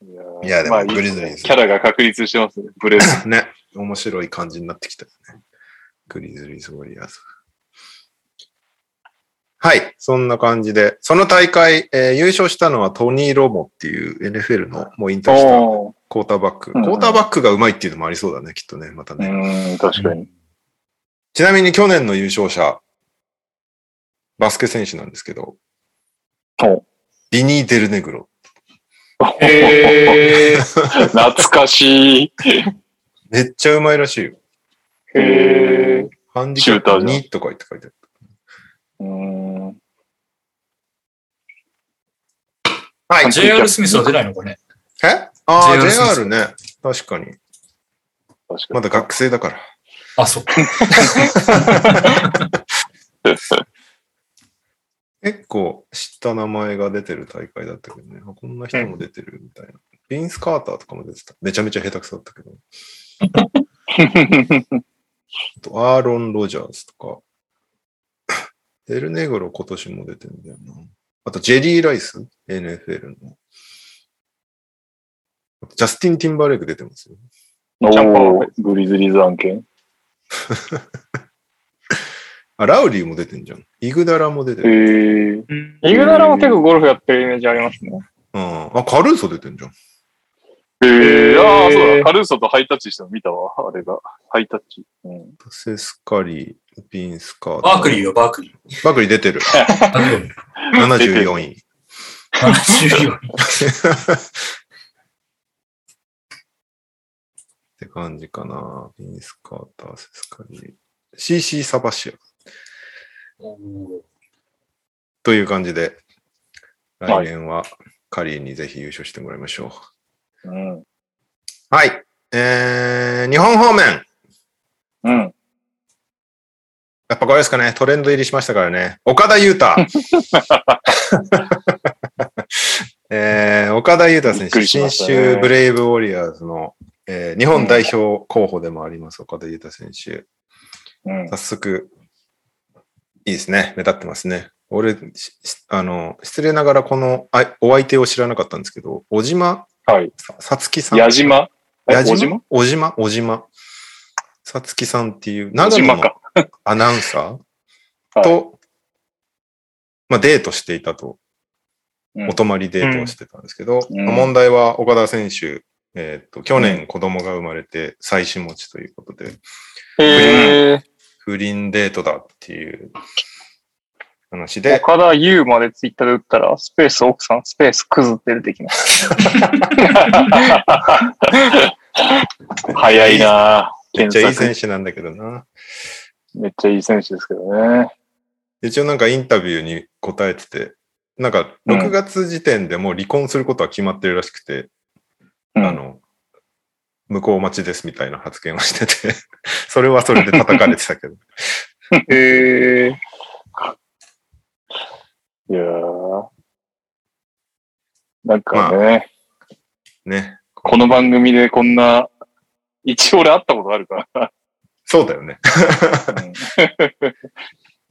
Speaker 2: い
Speaker 1: や、で
Speaker 2: まあ
Speaker 1: も
Speaker 2: いい
Speaker 1: グリズリーズ
Speaker 2: キャラが確立してますね。ブレス。
Speaker 1: ね、面白い感じになってきたよね。グリズリーズ・ウォリアーズ。はい、そんな感じで、その大会、えー優勝したのはトニー・ロモっていう NFL のもう引退した
Speaker 2: お
Speaker 1: クォーターバック。ク
Speaker 2: うん
Speaker 1: ォーターバックがうまいっていうのもありそうだね、きっとね、また
Speaker 2: う
Speaker 1: ね。
Speaker 2: ん、確かに。
Speaker 1: ちなみに去年の優勝者、バスケ選手なんですけど
Speaker 2: お、
Speaker 1: ビニー・デルネグロ。
Speaker 4: へー
Speaker 2: 懐かしい。
Speaker 1: めっちゃうまいらしいよ。
Speaker 4: へー
Speaker 1: ハンディキャップ
Speaker 2: シューターじゃん
Speaker 1: 2とか言って書いてある。
Speaker 2: うん
Speaker 1: はい、
Speaker 3: JR スミスは出ないのかね。
Speaker 1: えああ、
Speaker 3: JR ス
Speaker 1: JR
Speaker 3: ミス
Speaker 1: ね。確かに。
Speaker 2: 確かに
Speaker 1: まだ学生だから。
Speaker 3: あ、そっか。
Speaker 1: 結構知った名前が出てる大会だったけどね。あこんな人も出てるみたいな。ビンス・カーターとかも出てた。めちゃめちゃ下手くそだった けど。あと、アーロン・ロジャーズとか。デルネグロ今年も出てるんだよな。あと、ジェリー・ライス ?NFL の。あとジャスティン・ティンバーレイク出てますよ。
Speaker 2: おーグリズリーズ案件。
Speaker 1: あ、ラウリーも出てんじゃん。イグダラも出て
Speaker 2: へ
Speaker 1: る。
Speaker 2: ー
Speaker 4: イグダラも結構ゴルフやってるイメージありますね。
Speaker 1: うん。あ、カルーソ出てんじゃん。
Speaker 2: へ
Speaker 4: へ
Speaker 2: え。
Speaker 4: ー
Speaker 2: ああ、そうだ。カルーソとハイタッチしたの見たわ。あれが。ハイタッチ。うん。
Speaker 1: パセスカリー、ビンスカータ
Speaker 3: バークリーよ、バークリー。
Speaker 1: バークリー出てる。
Speaker 3: バークリー
Speaker 1: 74位。
Speaker 3: 74
Speaker 1: って感じかな。ビンスカーター、セスカリー。CC サバシア。
Speaker 3: おー
Speaker 1: という感じで、
Speaker 2: は
Speaker 1: 来
Speaker 2: い
Speaker 1: 年はカリーにぜひ優勝してもらいましょ
Speaker 2: うん。
Speaker 1: う。はい。えー、日本方面。
Speaker 2: うん。
Speaker 1: やっぱこれですかね。トレ ンド入りしましたからね。岡田優太。えー、岡田裕太選
Speaker 2: びっく
Speaker 1: 手、
Speaker 2: りし
Speaker 1: 新
Speaker 2: ましたね
Speaker 1: 州ブレイブウォリアーズの、えー日本代表候補でもあります、岡田裕太選手。
Speaker 2: うん
Speaker 1: 早速、いいですね。目立ってますね。俺、ししあの、失礼ながらこのあいお相手を知らなかったんですけど、小島
Speaker 2: はい。
Speaker 1: ささつきさん。
Speaker 2: 矢島え
Speaker 1: 矢島
Speaker 2: 小島
Speaker 1: 小島小島さつきさんっていう、
Speaker 2: 小
Speaker 1: 長野
Speaker 2: 島
Speaker 1: の
Speaker 2: か。
Speaker 1: アナウンサ
Speaker 2: は
Speaker 1: ー
Speaker 2: い
Speaker 1: と、まあデートしていたと、
Speaker 2: うん
Speaker 1: お泊まりデートをしてたんですけど、
Speaker 2: うん
Speaker 1: まあ問題は岡田選手、えーっと、去年子供が生まれて妻子持ちということで、
Speaker 4: へえ。
Speaker 1: 不倫デートだっていう話で、
Speaker 4: 岡田優までツイッターで打ったら、スペース奥さん、スペースクズって出てきます。
Speaker 2: 早いな
Speaker 1: めっちゃいい
Speaker 2: 検
Speaker 1: 選
Speaker 2: 索
Speaker 1: 手なんだけどな。
Speaker 2: めっちゃいい選手ですけどね。
Speaker 1: 一応なんかインタビューに答えてて、なんか6月時点でもう離婚することは決まってるらしくて、
Speaker 2: うん
Speaker 1: あの、向こう待ちですみたいな発言をしてて、 それはそれで叩かれてたけ ど。
Speaker 4: へえ。
Speaker 2: いやーなんかね、
Speaker 1: ね。
Speaker 2: この番組でこんな、一応俺会ったことあるから
Speaker 1: そうだよね。
Speaker 2: うん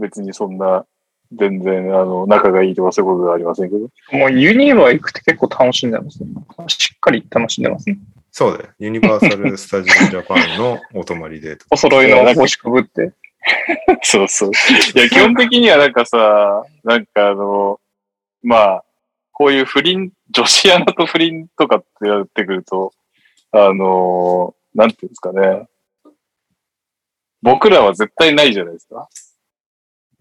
Speaker 2: 別にそんな、全然、あの、仲がいいとかそういうことはありませんけど。
Speaker 4: もうユニバ行くって結構楽しんでますね。しっかり楽しんでますね。
Speaker 1: そうだよ。ユニバーサル・スタジオ・ジャパンのお泊まりデート。
Speaker 4: お揃いの 帽子かぶって。
Speaker 2: そうそう。いや、基本的にはなんかさ、なんかあの、まあ、こういう不倫、女子アナと不倫とかってやってくると、あの、なんていうんですかね。僕らは絶対ないじゃないですか。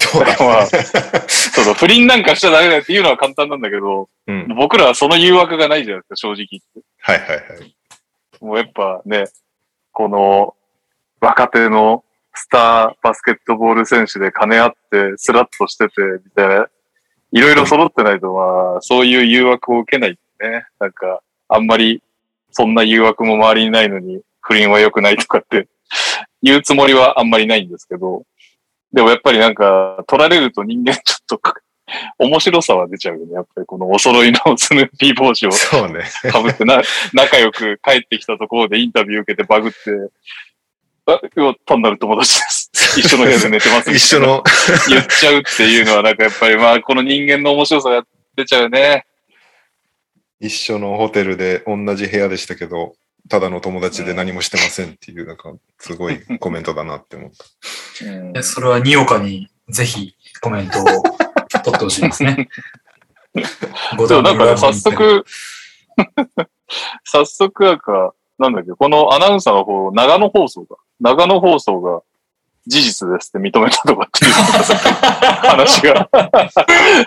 Speaker 1: そうだ
Speaker 2: まあ、そうそう、不倫なんかしちゃダメだよっていうのは簡単なんだけど、
Speaker 1: うん。
Speaker 2: 僕らはその誘惑がないじゃないですか、正直言って。
Speaker 1: はいはいはい。
Speaker 2: もうやっぱね、この若手のスターバスケットボール選手で金あって、スラッとしてて、みたいな、いろいろ揃ってないと、まあ、そういう誘惑を受けないね。なんか、あんまり、そんな誘惑も周りにないのに、不倫は良くないとかって、言うつもりはあんまりないんですけど、でもやっぱりなんか、取られると人間ちょっとか、面白さは出ちゃうよね。やっぱりこのお揃いのスヌーピー帽子を
Speaker 1: そうね。
Speaker 2: かぶってな、仲良く帰ってきたところでインタビュー受けてバグって、あ、うわ単なる友達です。一緒の部屋で寝てます。
Speaker 1: 一緒。 の、
Speaker 2: 言っちゃうっていうのは、なんかやっぱりまあ、この人間の面白さが出ちゃうね。
Speaker 1: 一緒のホテルで同じ部屋でしたけど、ただの友達で何もしてませんっていう、なんか、すごいコメントだなって思った。
Speaker 2: うん
Speaker 3: えそれはにおかにぜひコメントを取ってほしいで すね。ご
Speaker 2: そう、なん
Speaker 3: 段
Speaker 2: かね、
Speaker 3: 落
Speaker 2: 早。速、 早速なんか、なんだっけ、このアナウンサーの方、長野放送が、長野放送が事実ですって認めたとかっていう話が。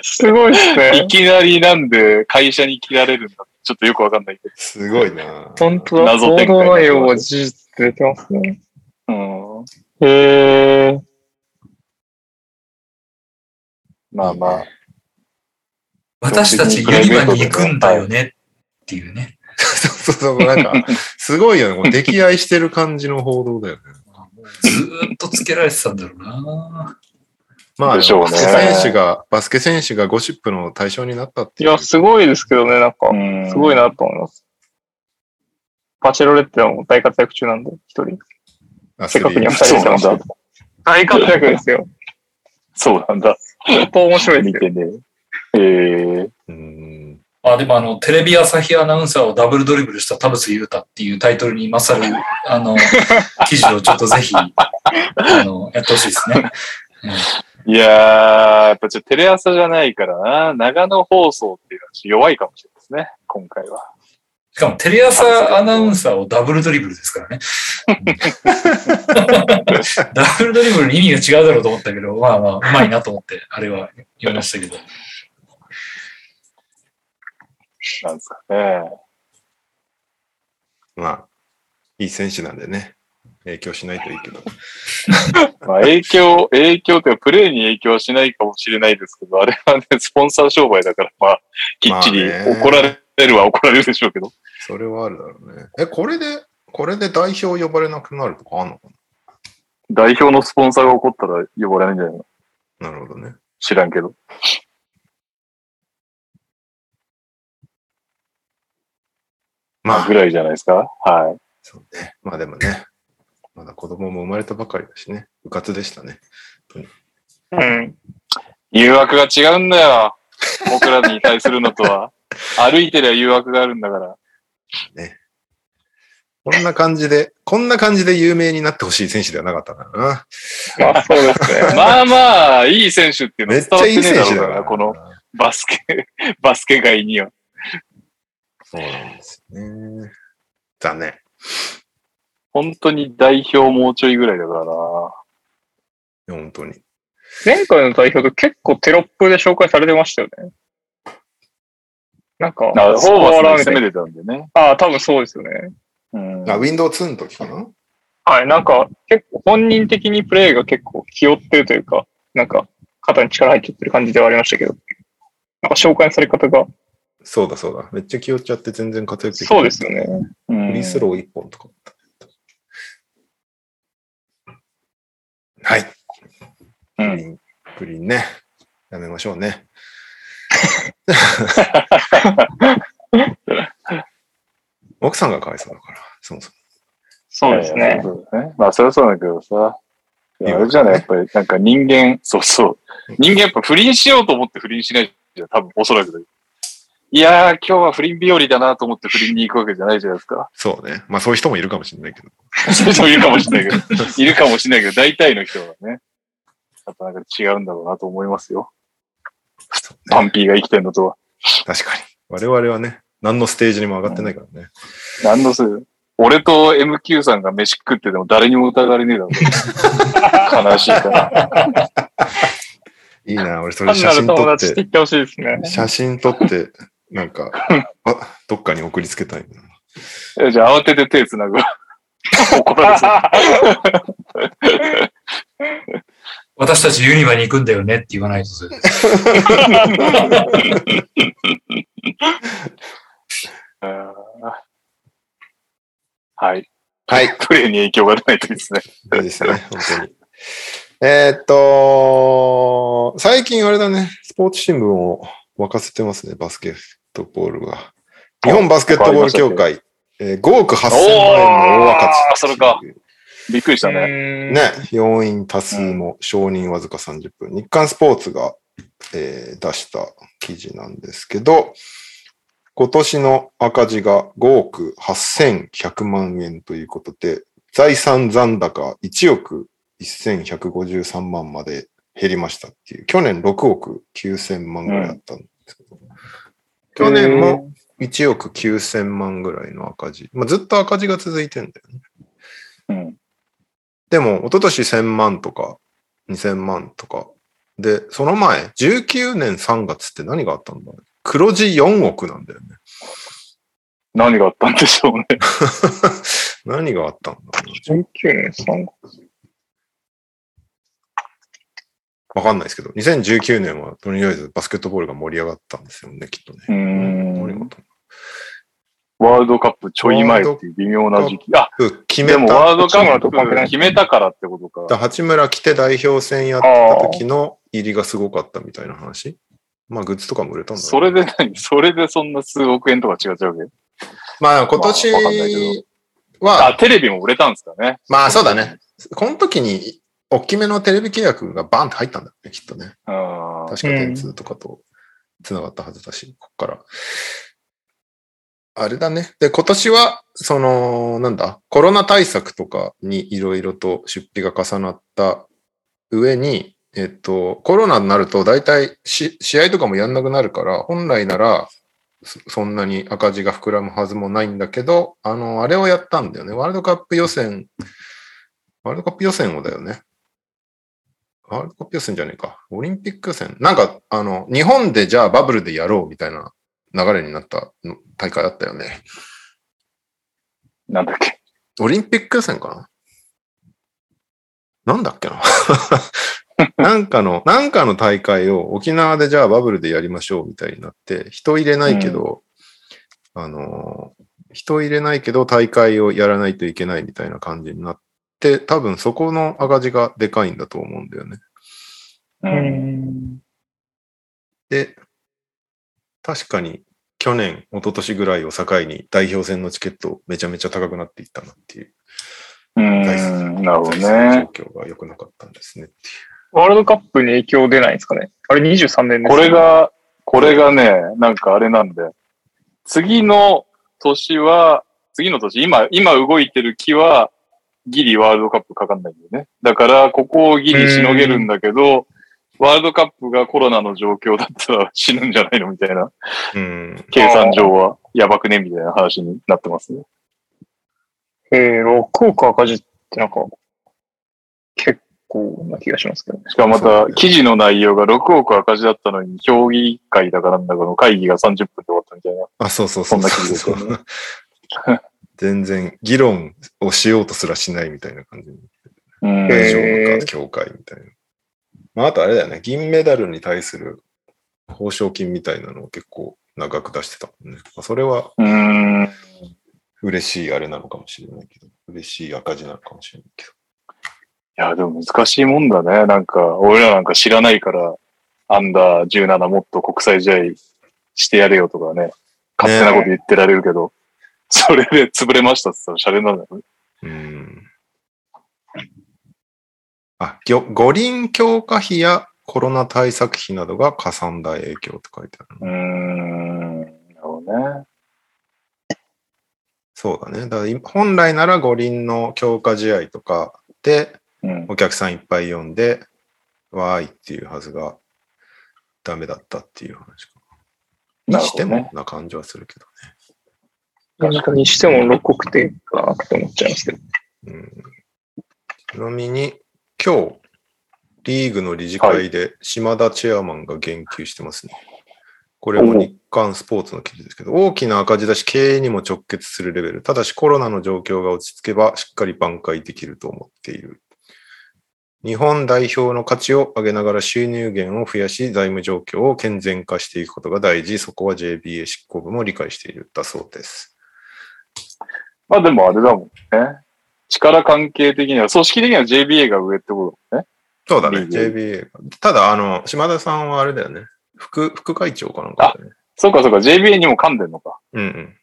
Speaker 4: すごいです
Speaker 2: い
Speaker 4: ね。
Speaker 2: きなりなんで会社に切られるんだちょっとよくわかんないけ
Speaker 1: すごいな
Speaker 4: 本当だ。
Speaker 2: 謎
Speaker 4: 報
Speaker 2: 展開
Speaker 4: 道内容は事実って出てますね。
Speaker 2: ど。うん。
Speaker 4: へえ。
Speaker 2: まあまあ。
Speaker 3: 私たちユニバに行くんだよねっていうね。
Speaker 1: そうそうそう、なんか、すごいよね。 こう溺愛してる感じの報道だよね。
Speaker 3: ずーっとつけられてたんだろうな。
Speaker 1: まあ、
Speaker 2: でしょうね
Speaker 1: バスケ選手が、バスケ選手がゴシップの対象になったって
Speaker 4: い
Speaker 1: いう。
Speaker 4: や、すごいですけどね、なんか。すごいなと思います。バチェロレッテはもう大活躍中なんで、一人。
Speaker 1: アス
Speaker 4: せっ
Speaker 1: リ
Speaker 4: かくに
Speaker 1: ー
Speaker 4: 二
Speaker 1: ト
Speaker 4: 人してます
Speaker 2: そうなん
Speaker 4: けど。大活躍ですよ。
Speaker 2: そうなんだ。
Speaker 4: 本当面白いです
Speaker 2: 見
Speaker 4: よ。
Speaker 2: てね。えー、
Speaker 1: うん
Speaker 3: あでもあの、テレビ朝日アナウンサーをダブルドリブルした田臥勇太っていうタイトルに勝る、あの、記事をちょっとぜひ、あの、やってほしいですね。
Speaker 2: いやー、やっぱちょっとテレ朝じゃないからな、長野放送っていうのは弱いかもしれないですね、今回は。
Speaker 3: しかも、テレ朝アナウンサーをダブルドリブルで すからね。ダブルドリブルに意味が違うだろうと思ったけど、まあまあ、うまいなと思って、あれは言いましたけど。
Speaker 2: なんですかね。
Speaker 1: まあ、いい選手なんでね。影響しないといいけど。
Speaker 2: まあ影響、影響というか、プレーに影響はしないかもしれないですけど、あれはね、スポンサー商売だから、まあ、きっちり
Speaker 1: まあね
Speaker 2: 怒られるは怒られるでしょうけど。
Speaker 1: それはあるだろうね。え、これで、これで代表呼ばれなくなるとかあんのか
Speaker 2: 代表のスポンサーが怒ったら呼ばれないんじゃないの
Speaker 1: ななるほどね。
Speaker 2: 知らんけど。
Speaker 1: まあ
Speaker 2: ぐ、らいじゃないですか。は
Speaker 1: そうね。まあでもね、まだ子供も生まれたばかりだしね、部活でしたね。
Speaker 4: うん。
Speaker 2: い。誘惑が違うんだよ。僕らに対するの とは。歩いてりゃ誘惑があるんだから。
Speaker 1: こんな感じで、こんな感じで有名になってほしい選手ではなかったからな。
Speaker 4: まあそうですね。
Speaker 2: まあまあ、いい選手っていうの
Speaker 1: め
Speaker 2: は
Speaker 1: っ
Speaker 2: 伝
Speaker 1: ち
Speaker 2: わっ
Speaker 1: ゃい
Speaker 2: て
Speaker 1: い
Speaker 2: ねえだ
Speaker 1: 選
Speaker 2: ろ
Speaker 1: 手だ
Speaker 2: うか、
Speaker 1: からら。
Speaker 2: この。バスケ、 バスケ界には。
Speaker 1: そうなんですよね。残念。
Speaker 2: 本当に代表もうちょいぐらいだからな。
Speaker 1: 本当に。
Speaker 4: 前回の代表と結構テロップで紹介されてましたよね。なんか、
Speaker 2: あホーバス
Speaker 4: スコアラ
Speaker 2: が
Speaker 4: ーみた
Speaker 2: 攻
Speaker 4: いな
Speaker 2: めてたんでね。
Speaker 4: ああ、多分そうですよね。
Speaker 2: うん
Speaker 1: あ、ウィンドウ2の時かな
Speaker 4: はい、なんか、結構本人的にプレイが結構気負ってるというか、なんか、肩に力入っちゃってる感じではありましたけど、なんか紹介のされ方が、
Speaker 1: そうだそうだ。めっちゃ気負っちゃって全然活躍できない
Speaker 4: そうですよ。ね。
Speaker 2: うん
Speaker 1: フリースロー1本とかだった。はい。
Speaker 2: う
Speaker 1: プ
Speaker 2: ん
Speaker 1: リン、プリンね。やめましょう ね。奥さんがかわいそうだから、そもそも。
Speaker 4: そうです
Speaker 2: いやいや
Speaker 4: ね。
Speaker 2: そうですねまあ、それはそうだけどさ。いやあれじゃない、
Speaker 1: い
Speaker 2: や
Speaker 1: や
Speaker 2: っぱり、なんか人間、そうそう。人間やっぱ不倫しようと思って不倫しないじゃん。多分、おそらくだけど。いやー、今日は不倫日和だなと思って不倫に行くわけじゃないじゃないですか。
Speaker 1: そうね。まあそういう人もいるかもしれないけど。
Speaker 2: そういう人もいるかもしれないけど、いるかもしれないけど、大体の人はね、やっぱなんか違うんだろうなと思いますよ。
Speaker 1: そう
Speaker 2: パ
Speaker 1: ね
Speaker 2: ンピーが生きてるのとは。
Speaker 1: 確かに。我々はね、何のステージにも上がってないからね。
Speaker 2: 何のせい俺と MQ さんが飯食ってても誰にも疑われねえだろ う。悲しいから。
Speaker 1: いいな、俺それ
Speaker 4: 単
Speaker 1: 写
Speaker 4: なる
Speaker 1: 真
Speaker 4: 友
Speaker 1: 撮っ
Speaker 4: 達って
Speaker 1: て、
Speaker 4: 言ってほしいですね。
Speaker 1: 写真撮って、なんか、あ、どっかに送りつけたいな。
Speaker 2: えじゃあ慌てて手繋ぐわ。 怒られそう。
Speaker 3: 私たちユニバに行くんだよねって言わないとそれ。
Speaker 2: あーはい。
Speaker 1: はい。
Speaker 2: プレーに影響が出ないといいですね。
Speaker 1: いい ですね、本当に。えーっと、最近あれだね、スポーツ新聞を沸かせてますね、バスケットボールが。日本バスケットボール協会、えー5億8000万円の大赤字。
Speaker 2: おーそれかびっくりしたね。
Speaker 4: ね
Speaker 1: ね、要因多数の承認わずか30分。日刊スポーツが、えー出した記事なんですけど、今年の赤字が5億8100万円ということで、財産残高1億1153万まで減りましたっていう、去年6億9000万ぐらいあったんですけど、去年も1億9000万ぐらいの赤字。まあ、ずっと赤字が続いてんだよね。
Speaker 2: うん。
Speaker 1: でも、一昨年1000万とか、2000万とか。で、その前、19年3月って何があったんだ黒字4億なんだよね。
Speaker 2: 何があったんでしょうね。
Speaker 1: 何があったんだろう
Speaker 4: 19年3
Speaker 1: わかんないですけど、2019年はとりあえずバスケットボールが盛り上がったんですよね、きっとね。
Speaker 2: うー
Speaker 1: お見
Speaker 2: ん。
Speaker 1: 事
Speaker 2: ワールドカップちょい前っていう微妙な時期。あ、
Speaker 1: うん決
Speaker 2: で
Speaker 1: め
Speaker 2: も
Speaker 1: た。
Speaker 2: ワールドカップ決めたからってことか。
Speaker 1: 八村来て代表戦やってた時の入りがすごかったみたいな話。まあ、グッズとかも売れたんだろうね
Speaker 2: それで何 それでそんな数億円とか違っちゃうわけ
Speaker 1: まあ、今
Speaker 2: まあわかんないけ
Speaker 1: 年は、
Speaker 2: あ、テレビも売れたんですかね。
Speaker 1: まあ、そうだね。この時に、大きめのテレビ契約がバンって入ったんだよね、きっとね。
Speaker 2: うん。
Speaker 1: 確か電通とかと繋がったはずだし、ここから。あれだね。で、今年は、その、なんだ、コロナ対策とかにいろいろと出費が重なった上に、えっと、コロナになると大体し試合とかもやんなくなるから、本来ならそそんなに赤字が膨らむはずもないんだけど、あの、あれをやったんだよね。ワールドカップ予選、ワールドカップ予選をだよね。ワールドカップ予選じゃねえか。オリンピック予選。なんか、あの、日本でじゃあバブルでやろうみたいな流れになったの大会あったよね。
Speaker 2: なんだっけ。
Speaker 1: オリンピック予選かななんだっけな なんかの、なんかの大会を沖縄でじゃあバブルでやりましょうみたいになって、人入れないけど、あの、人入れないけど大会をやらないといけないみたいな感じになって、多分そこの赤字がでかいんだと思うんだよね。
Speaker 2: う。
Speaker 4: うんん。
Speaker 1: で、確かに去年、一昨年ぐらいを境に代表戦のチケットめちゃめちゃ高くなっていったなっていう、
Speaker 2: うん
Speaker 1: 大好
Speaker 2: なるほど
Speaker 1: 財
Speaker 2: ね。
Speaker 1: 政状況が良くなかったんですねっていう。
Speaker 4: ワールドカップに影響出ないんですかねあれ23年です
Speaker 2: これが、これがね、なんかあれなんで、次の年は、次の年、今、今動いてる木は、ギリワールドカップかかんないんだよね。だから、ここをギリしのげるんだけど、ワールドカップがコロナの状況だったら死ぬんじゃないのみたいな、
Speaker 1: うん。
Speaker 2: 計算上は、やばくねみたいな話になってますね。
Speaker 4: えー、6億赤字ってなんか、結構な気がしますけどね。
Speaker 2: しかも
Speaker 1: そう
Speaker 2: ま
Speaker 1: だね
Speaker 2: た、記事の内容が6億赤字だったのに、評議会だからなんだかの会議が30分で終わったみたいな。
Speaker 1: あ、そうそうそう
Speaker 2: こんな感じです
Speaker 1: そ
Speaker 2: よ
Speaker 1: う
Speaker 2: ね
Speaker 1: そう。 全然議論をしようとすらしないみたいな感じ。
Speaker 2: うん
Speaker 4: へー
Speaker 1: 大丈夫か、協会みたいな。まあ、あとあれだよね、銀メダルに対する報奨金みたいなのを結構長く出してたもんね。まあ、それは
Speaker 2: うん。
Speaker 1: 嬉しいあれなのかもしれないけど、嬉しい赤字なのかもしれないけど。
Speaker 2: いや、でも難しいもんだね。なんか、俺らなんか知らないから、アンダー17もっと国際試合してやれよとかね、勝手なこと言ってられるけど、それで潰れましたって言ったらシャレになんだよね。
Speaker 1: うん。あ、ぎょ五輪強化費やコロナ対策費などが加算大影響と書いてあるな
Speaker 2: うーん、なるほどね。
Speaker 1: そうだね。だから今本来なら五輪の強化試合とかで
Speaker 2: うん。
Speaker 1: お客さんいっぱい呼んで、わーいっていうはずがダメだったっていう話か。に
Speaker 2: なる
Speaker 1: し
Speaker 2: ほ
Speaker 1: て
Speaker 2: ど
Speaker 1: も
Speaker 2: ね。
Speaker 1: な感じはするけど
Speaker 4: 確かにしても6億点かなって思っちゃいますけど。
Speaker 1: ね。うん、ちなみに今日、リーグの理事会で島田チェアマンが言及してますね。これも日刊スポーツの記事ですけど、大きな赤字だし経営にも直結するレベル。ただしコロナの状況が落ち着けばしっかり挽回できると思っている。日本代表の価値を上げながら収入源を増やし、財務状況を健全化していくことが大事。そこは JBA 執行部も理解している。だそうです。
Speaker 2: まあでもあれだもんね。力関係的には、組織的には JBA が上ってことだもんね。
Speaker 1: そうだね、
Speaker 2: リー
Speaker 1: JBA が。ただ、あの、島田さんはあれだよね。副、副会長かなんかだよね。
Speaker 2: そうかそうか、JBA にも噛んでんのか。
Speaker 1: うんうん。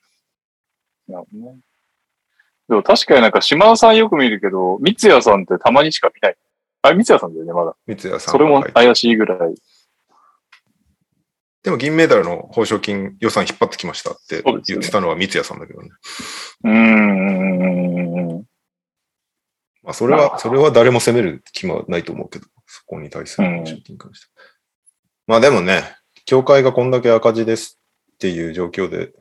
Speaker 2: なるほどね。でも確かになんか島田さんよく見るけど、三谷さんってたまにしか見ない。あれ三谷さんだよね、まだ。
Speaker 1: 三谷さん
Speaker 2: それ
Speaker 1: が
Speaker 2: も
Speaker 1: 入って
Speaker 2: 怪しいぐらい。
Speaker 1: でも銀メダルの報奨金予算引っ張ってきましたって
Speaker 4: そうです
Speaker 1: 言
Speaker 4: よね
Speaker 1: ってたのは三谷さんだけどね。
Speaker 2: うーん。
Speaker 1: まあ、それ
Speaker 2: なるほ
Speaker 1: は、
Speaker 2: ど
Speaker 1: それは誰も責める気はないと思うけど、そこに対する報酬金に関しては。まあでもね、協会がこんだけ赤字ですっていう状況で、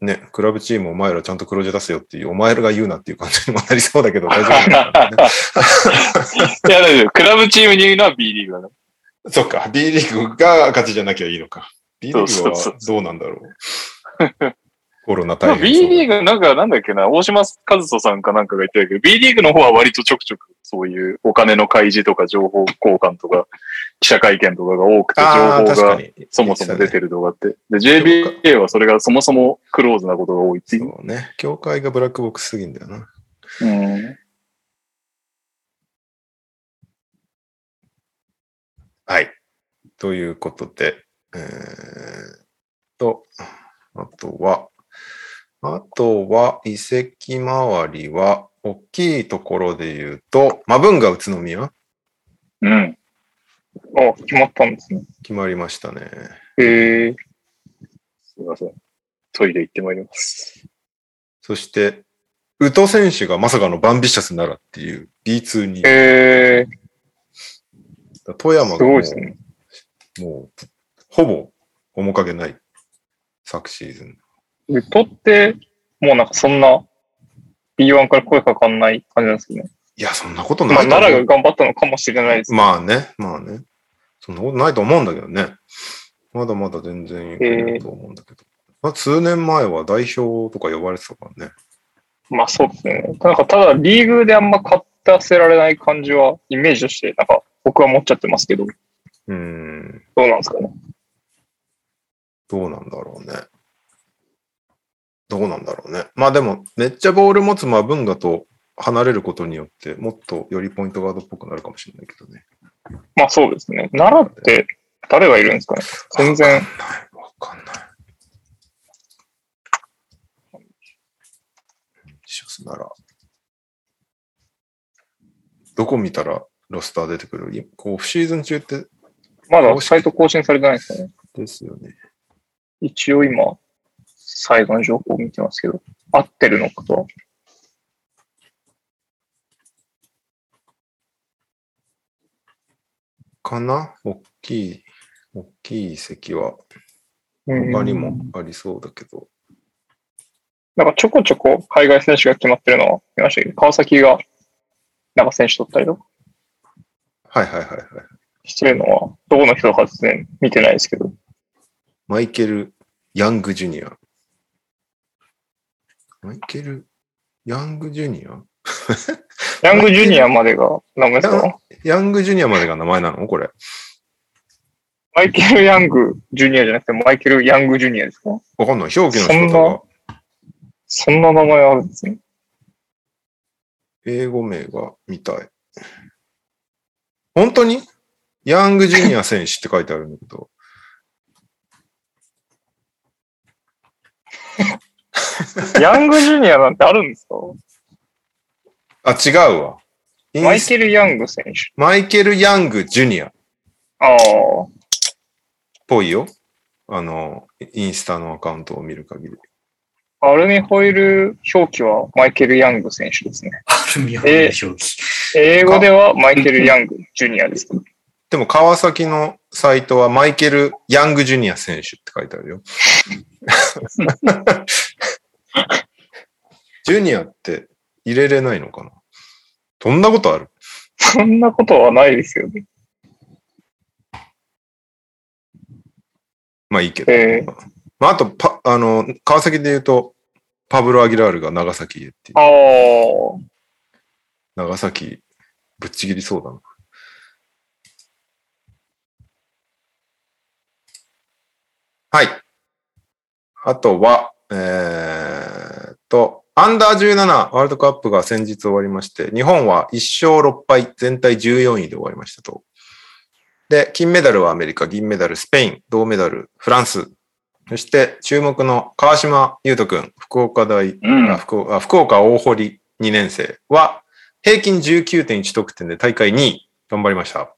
Speaker 1: ね、クラブチームお前らちゃんと黒字出せよっていう、お前らが言うなっていう感じにもなりそうだけど、大丈夫なのかな、
Speaker 2: いや、だけど、クラブチームに言うのは B リーグだね。
Speaker 1: そっか、B リーグが赤字じゃなきゃいいのか。B リーグ
Speaker 2: そうそう
Speaker 1: はどうなんだろう。 コロナ
Speaker 2: まあ、
Speaker 1: 大変
Speaker 2: B リー
Speaker 1: グ
Speaker 2: グ、なんか、なんだっけな、大島和人さんかなんかが言ってたけど、B リーグの方は割とちょくちょく、そういうお金の開示とか情報交換とか、記者会見とかが多くて、情
Speaker 1: ああ、
Speaker 2: 報
Speaker 1: 確か
Speaker 2: が
Speaker 1: に。
Speaker 2: そもそも出て
Speaker 1: る。
Speaker 2: るとかって。で、JBA はそれがそもそもクローズなことが多いっていう。
Speaker 1: そうね。協会がブラックボックスすぎんだよな。
Speaker 2: うん
Speaker 1: はい。ということで、えー、と、あとは、あとは、遺跡周りは、大きいところで言うと、マブンガ宇都宮
Speaker 2: うん。
Speaker 4: あ、決まったんですね。
Speaker 1: 決まりましたね。
Speaker 4: へえ
Speaker 2: すいません。トイレ行ってまいります。
Speaker 1: そして、宇都選手がまさかのバンビシャスならっていう B2 に
Speaker 4: ー、、え
Speaker 1: 富山が
Speaker 4: ー、す
Speaker 1: もう
Speaker 4: ごいですね。
Speaker 1: もう、ほぼ面影ない。昨シーズン。
Speaker 4: ウトって、もうなんかそんな、B1 から声かかんない感じなんですね。
Speaker 1: いや、そんなことない
Speaker 4: ま
Speaker 1: と思
Speaker 4: あ、
Speaker 1: う。
Speaker 4: 奈良が頑張ったのかもしれないです。
Speaker 1: まあね、まあね。そんなことないと思うんだけどね。まだまだ全然いけると思うんだけど。まあ、数年前は代表とか呼ばれてたからね。
Speaker 4: まあそうですね。なんかただリーグであんま勝たせられない感じは、イメージとして、なんか僕は持っちゃってますけど、ど
Speaker 1: うーん、
Speaker 4: うなんですかね。
Speaker 1: どうなんだろうね。どうなんだろうね。まあでも、めっちゃボール持つマブンガと離れることによって、もっとよりポイントガードっぽくなるかもしれないけどね。
Speaker 4: まあそうですね。奈良って誰がいるんですかね。全然
Speaker 1: わかんない。わかんない。スなら、どこ見たらロスター出てくるいこう、オフシーズン中って
Speaker 4: まだサイト更新されてないですね。
Speaker 1: ですよね。
Speaker 4: 一応今、最後の情報を見てますけど、合ってるのかとは。
Speaker 1: かな大きい、大きい席は
Speaker 4: うん
Speaker 1: 他にもありそうだけど。
Speaker 4: なんかちょこちょこ海外選手が決まってるのは見ましたけど、川崎がなんか選手取ったりとか
Speaker 1: はいはいはいはい。
Speaker 4: してるのは、どこの人か全然見てないですけど、
Speaker 1: マイケル・ヤング・ジュニア。マイケル・ヤング・ジュニア
Speaker 4: ヤングジュニアまでが名前ですか
Speaker 1: ヤング・ジュニアまでが名前なのこれ。
Speaker 4: マイケル・ヤングジュニアじゃなくて、マイケル・ヤングジュニアですか
Speaker 1: わかんない。表記の仕方が、
Speaker 4: そんな名前あるんですね。
Speaker 1: 英語名が見たい。本当にヤング・ジュニア選手って書いてあるんだけど。
Speaker 4: ヤングジュニアなんてあるんですか
Speaker 1: あ、違うわ。インス
Speaker 4: マイケル・ヤング選手。
Speaker 1: マイケル・ヤング・ジュニアっ
Speaker 4: ああ、
Speaker 1: ぽいよ。あの、インスタのアカウントを見る限り。
Speaker 4: アルミホイル表記はマイケル・ヤング選手ですね。
Speaker 3: アルミホイル表記。
Speaker 4: 英語ではマイケル・ヤングジュニアですね。
Speaker 1: でも川崎のサイトはマイケル・ヤング・ジュニア選手って書いてあるよ。ジュニアって入れれないのかなそんなことある
Speaker 4: そんなことはないですよね。
Speaker 1: まあいいけど。
Speaker 4: え
Speaker 1: まああとパ、あの、川崎で言うと、パブロ・アギラールが長崎へっていう
Speaker 4: あ。あ。
Speaker 1: 長崎、ぶっちぎりそうだな。はい。あとは、えーっと、アンダー17ワールドカップが先日終わりまして、日本は1勝6敗、全体14位で終わりましたと。で、金メダルはアメリカ、銀メダルスペイン、銅メダルフランス。そして、注目の川島優斗くん、福岡大
Speaker 2: うん
Speaker 1: あ。福あ福岡大堀2年生は、平均19.1得点で大会2位、頑張りました。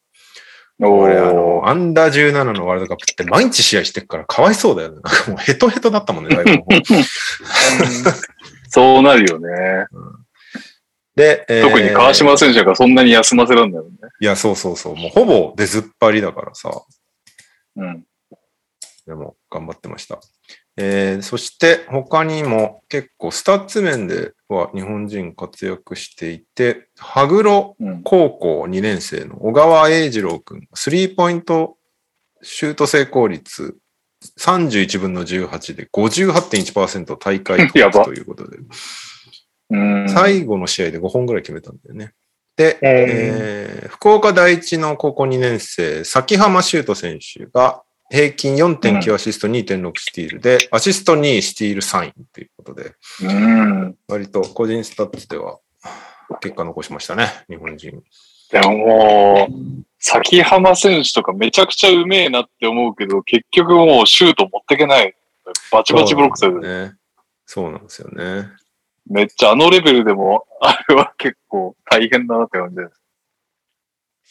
Speaker 2: お
Speaker 1: これ、あ
Speaker 2: ー
Speaker 1: の、アンダー17のワールドカップって毎日試合してるからかわいそうだよね。なんかもうヘトヘトだったもん ね、だいぶ。
Speaker 2: そうなるよね。
Speaker 1: で、えー
Speaker 2: 特に川島選手がそんなに休ませらんないよね。
Speaker 1: いや、そうそうそう。もうほぼ出ずっぱりだからさ。
Speaker 2: うん。
Speaker 1: でも頑張ってました。えーそして他にも結構スタッツ面では日本人活躍していて、羽黒高校2年生の小川英二郎くん、スリーポイントシュート成功率31分の18で58.1%大会ト
Speaker 2: や
Speaker 1: ップ
Speaker 2: ば
Speaker 1: ということで、
Speaker 2: うん。
Speaker 1: 最後の試合で5本ぐらい決めたんだよね。で、
Speaker 4: え
Speaker 1: えー福岡第一の高校2年生、崎浜修斗選手が平均4.9アシスト、2.6スティールで、アシスト2、スティール3位ということで、
Speaker 2: うん。
Speaker 1: 割と個人スタッツでは結果残しましたね、日本人。
Speaker 2: でももう、崎浜選手とかめちゃくちゃうめえなって思うけど、結局もうシュート持ってけない。バチバチブロックされてる。
Speaker 1: ね。そうなんですよね。
Speaker 2: めっちゃあのレベルでも、あれは結構大変だなって感じです。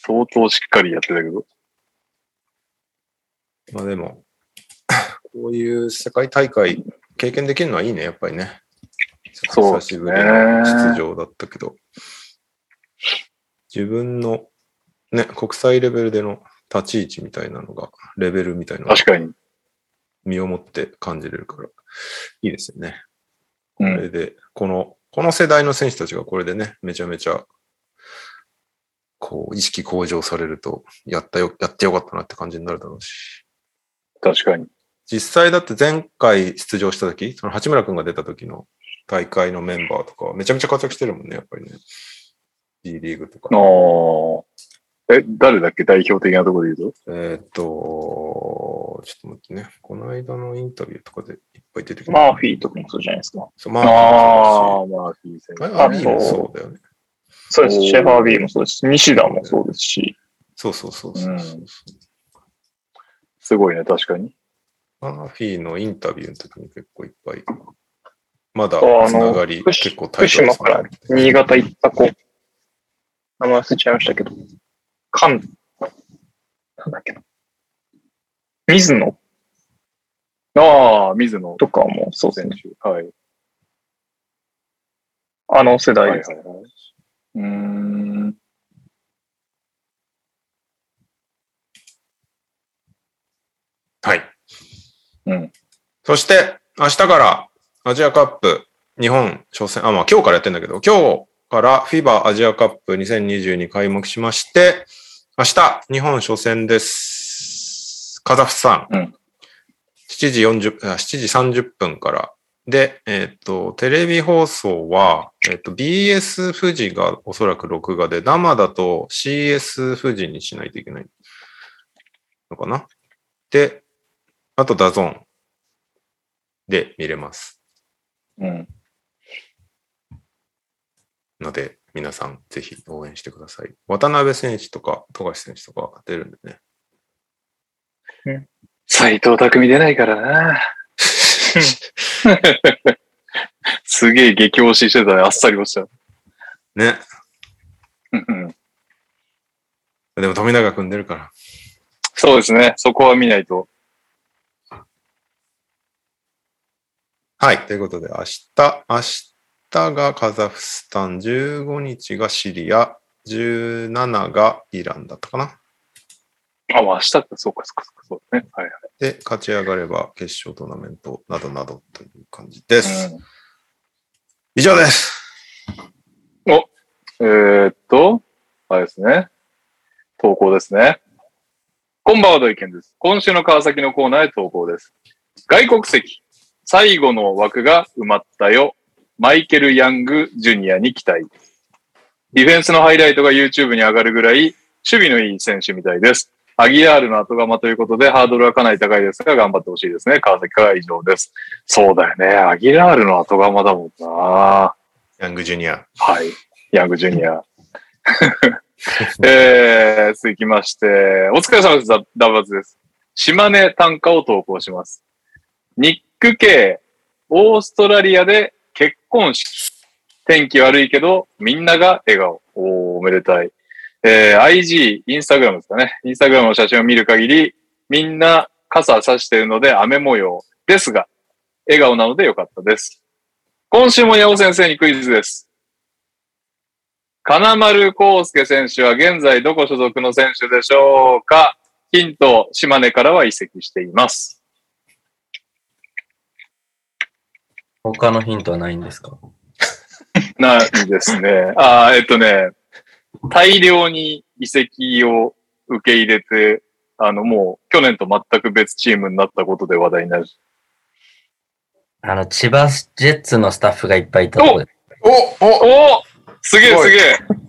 Speaker 2: 相当しっかりやってたけど。
Speaker 1: まあでも、 こういう世界大会経験できるのはいいね、やっぱりね。
Speaker 2: そ
Speaker 1: 久
Speaker 2: うです
Speaker 1: し
Speaker 2: ね
Speaker 1: ぶりの出場だったけど。自分の、ね、国際レベルでの立ち位置みたいなのが、レベルみたいなのが
Speaker 2: 確かに。
Speaker 1: 身をもって感じれるから、いいですよね。
Speaker 2: う
Speaker 1: こ
Speaker 2: ん。
Speaker 1: れで、この、この世代の選手たちがこれでね、めちゃめちゃ、こう、意識向上されると、やったよ、やってよかったなって感じになるだろうし。
Speaker 2: 確かに。
Speaker 1: 実際だって前回出場した時、その八村くんが出た時の大会のメンバーとかはめちゃめちゃ活躍してるもんね、やっぱりね。D リーグとか。
Speaker 2: あーえ、誰だっけ代表的なところで言うと。
Speaker 1: えーっと、ちょっと待ってね。この間のインタビューとかでいっぱい出てきた。
Speaker 4: マーフィーとかもそうじゃないですか。
Speaker 1: そうマー
Speaker 2: あ
Speaker 1: フ
Speaker 2: あ、まあ、いい選
Speaker 1: ィーもそうだしあア
Speaker 2: 手。
Speaker 1: ビーもそうだよね。
Speaker 4: そうです。
Speaker 2: おー
Speaker 4: シェファービーもそうですし、西田もそうですし。
Speaker 1: そうそうそうそうう。
Speaker 2: ん。すごいね、確かに。
Speaker 1: マーフィーのインタビューの時に結構いっぱい、まだ
Speaker 4: あの
Speaker 1: つながり
Speaker 4: 福島
Speaker 1: 結構大切な
Speaker 4: 福島から新潟行った子。名前忘れちゃいましたけど。かん、なんだっけな。水野
Speaker 2: ああ、水野
Speaker 4: とかもそうです
Speaker 2: 選
Speaker 4: ね。
Speaker 2: 手。はい。
Speaker 4: あの世代
Speaker 2: はいは
Speaker 4: です。
Speaker 2: いはいうーん。
Speaker 1: はい。
Speaker 2: うん。
Speaker 1: そして、明日からアジアカップ日本初戦、あ、まあ今日からやってんだけど、今日から FIBA アジアカップ2022開幕しまして、明日、日本初戦です。カザフスタン。
Speaker 2: うん
Speaker 1: 7時40あ、7時30分から。で、えっ、と、テレビ放送は、えっ、と、BS 富士がおそらく録画で、生だと CS 富士にしないといけないのかな。で、あとダゾーンで見れます
Speaker 2: うん。
Speaker 1: ので、皆さんぜひ応援してください。渡辺選手とか、富樫選手とか出るんでね。
Speaker 2: 斎藤匠出ないからな。すげえ激推ししてたね。あっさり落ちた。
Speaker 1: ね。
Speaker 2: うんうん
Speaker 1: でも富永君出るから。
Speaker 2: そうですね。そこは見ないと。
Speaker 1: はい。ということで、明日、明日がカザフスタン、15日がシリア、17がイランだったかな。
Speaker 2: あ、まあ明日か、そうか、そうか、そうだね。はいはい。
Speaker 1: で、勝ち上がれば決勝トーナメントなどなどという感じです。
Speaker 2: うん
Speaker 1: 以上です。
Speaker 2: えーっと、あれですね。投稿ですね。こんばんは、土井健です。今週の川崎のコーナーへ投稿です。外国籍、最後の枠が埋まったよ。マイケル・ヤング・ジュニアに期待。ディフェンスのハイライトが YouTube に上がるぐらい、守備のいい選手みたいです。アギアールの後釜ということで、ハードルはかなり高いですが、頑張ってほしいですね。川崎からは以上です。そうだよね。アギラールの後釜だもんな。
Speaker 1: ヤングジュニア。
Speaker 2: はい。ヤングジュニア。えー、続きまして、お疲れ様です。ダダブアツです。島根短歌を投稿します。ニック系、オーストラリアで結婚式。天気悪いけど、みんなが笑顔。おーおめでたい。えー、IG、インスタグラムですかね。インスタグラムの写真を見る限り、みんな傘差しているので雨模様ですが、笑顔なのでよかったです。今週も八尾先生にクイズです。金丸康介選手は現在どこ所属の選手でしょうかヒント、島根からは移籍しています。
Speaker 5: 他のヒントはないんですか
Speaker 2: ないですね。あーえっとね、大量に移籍を受け入れて、あの、もう去年と全く別チームになったことで話題になる。
Speaker 5: あの、千葉ジェッツのスタッフがいっぱいいたとこで。い
Speaker 1: おお
Speaker 2: おすげえすげえ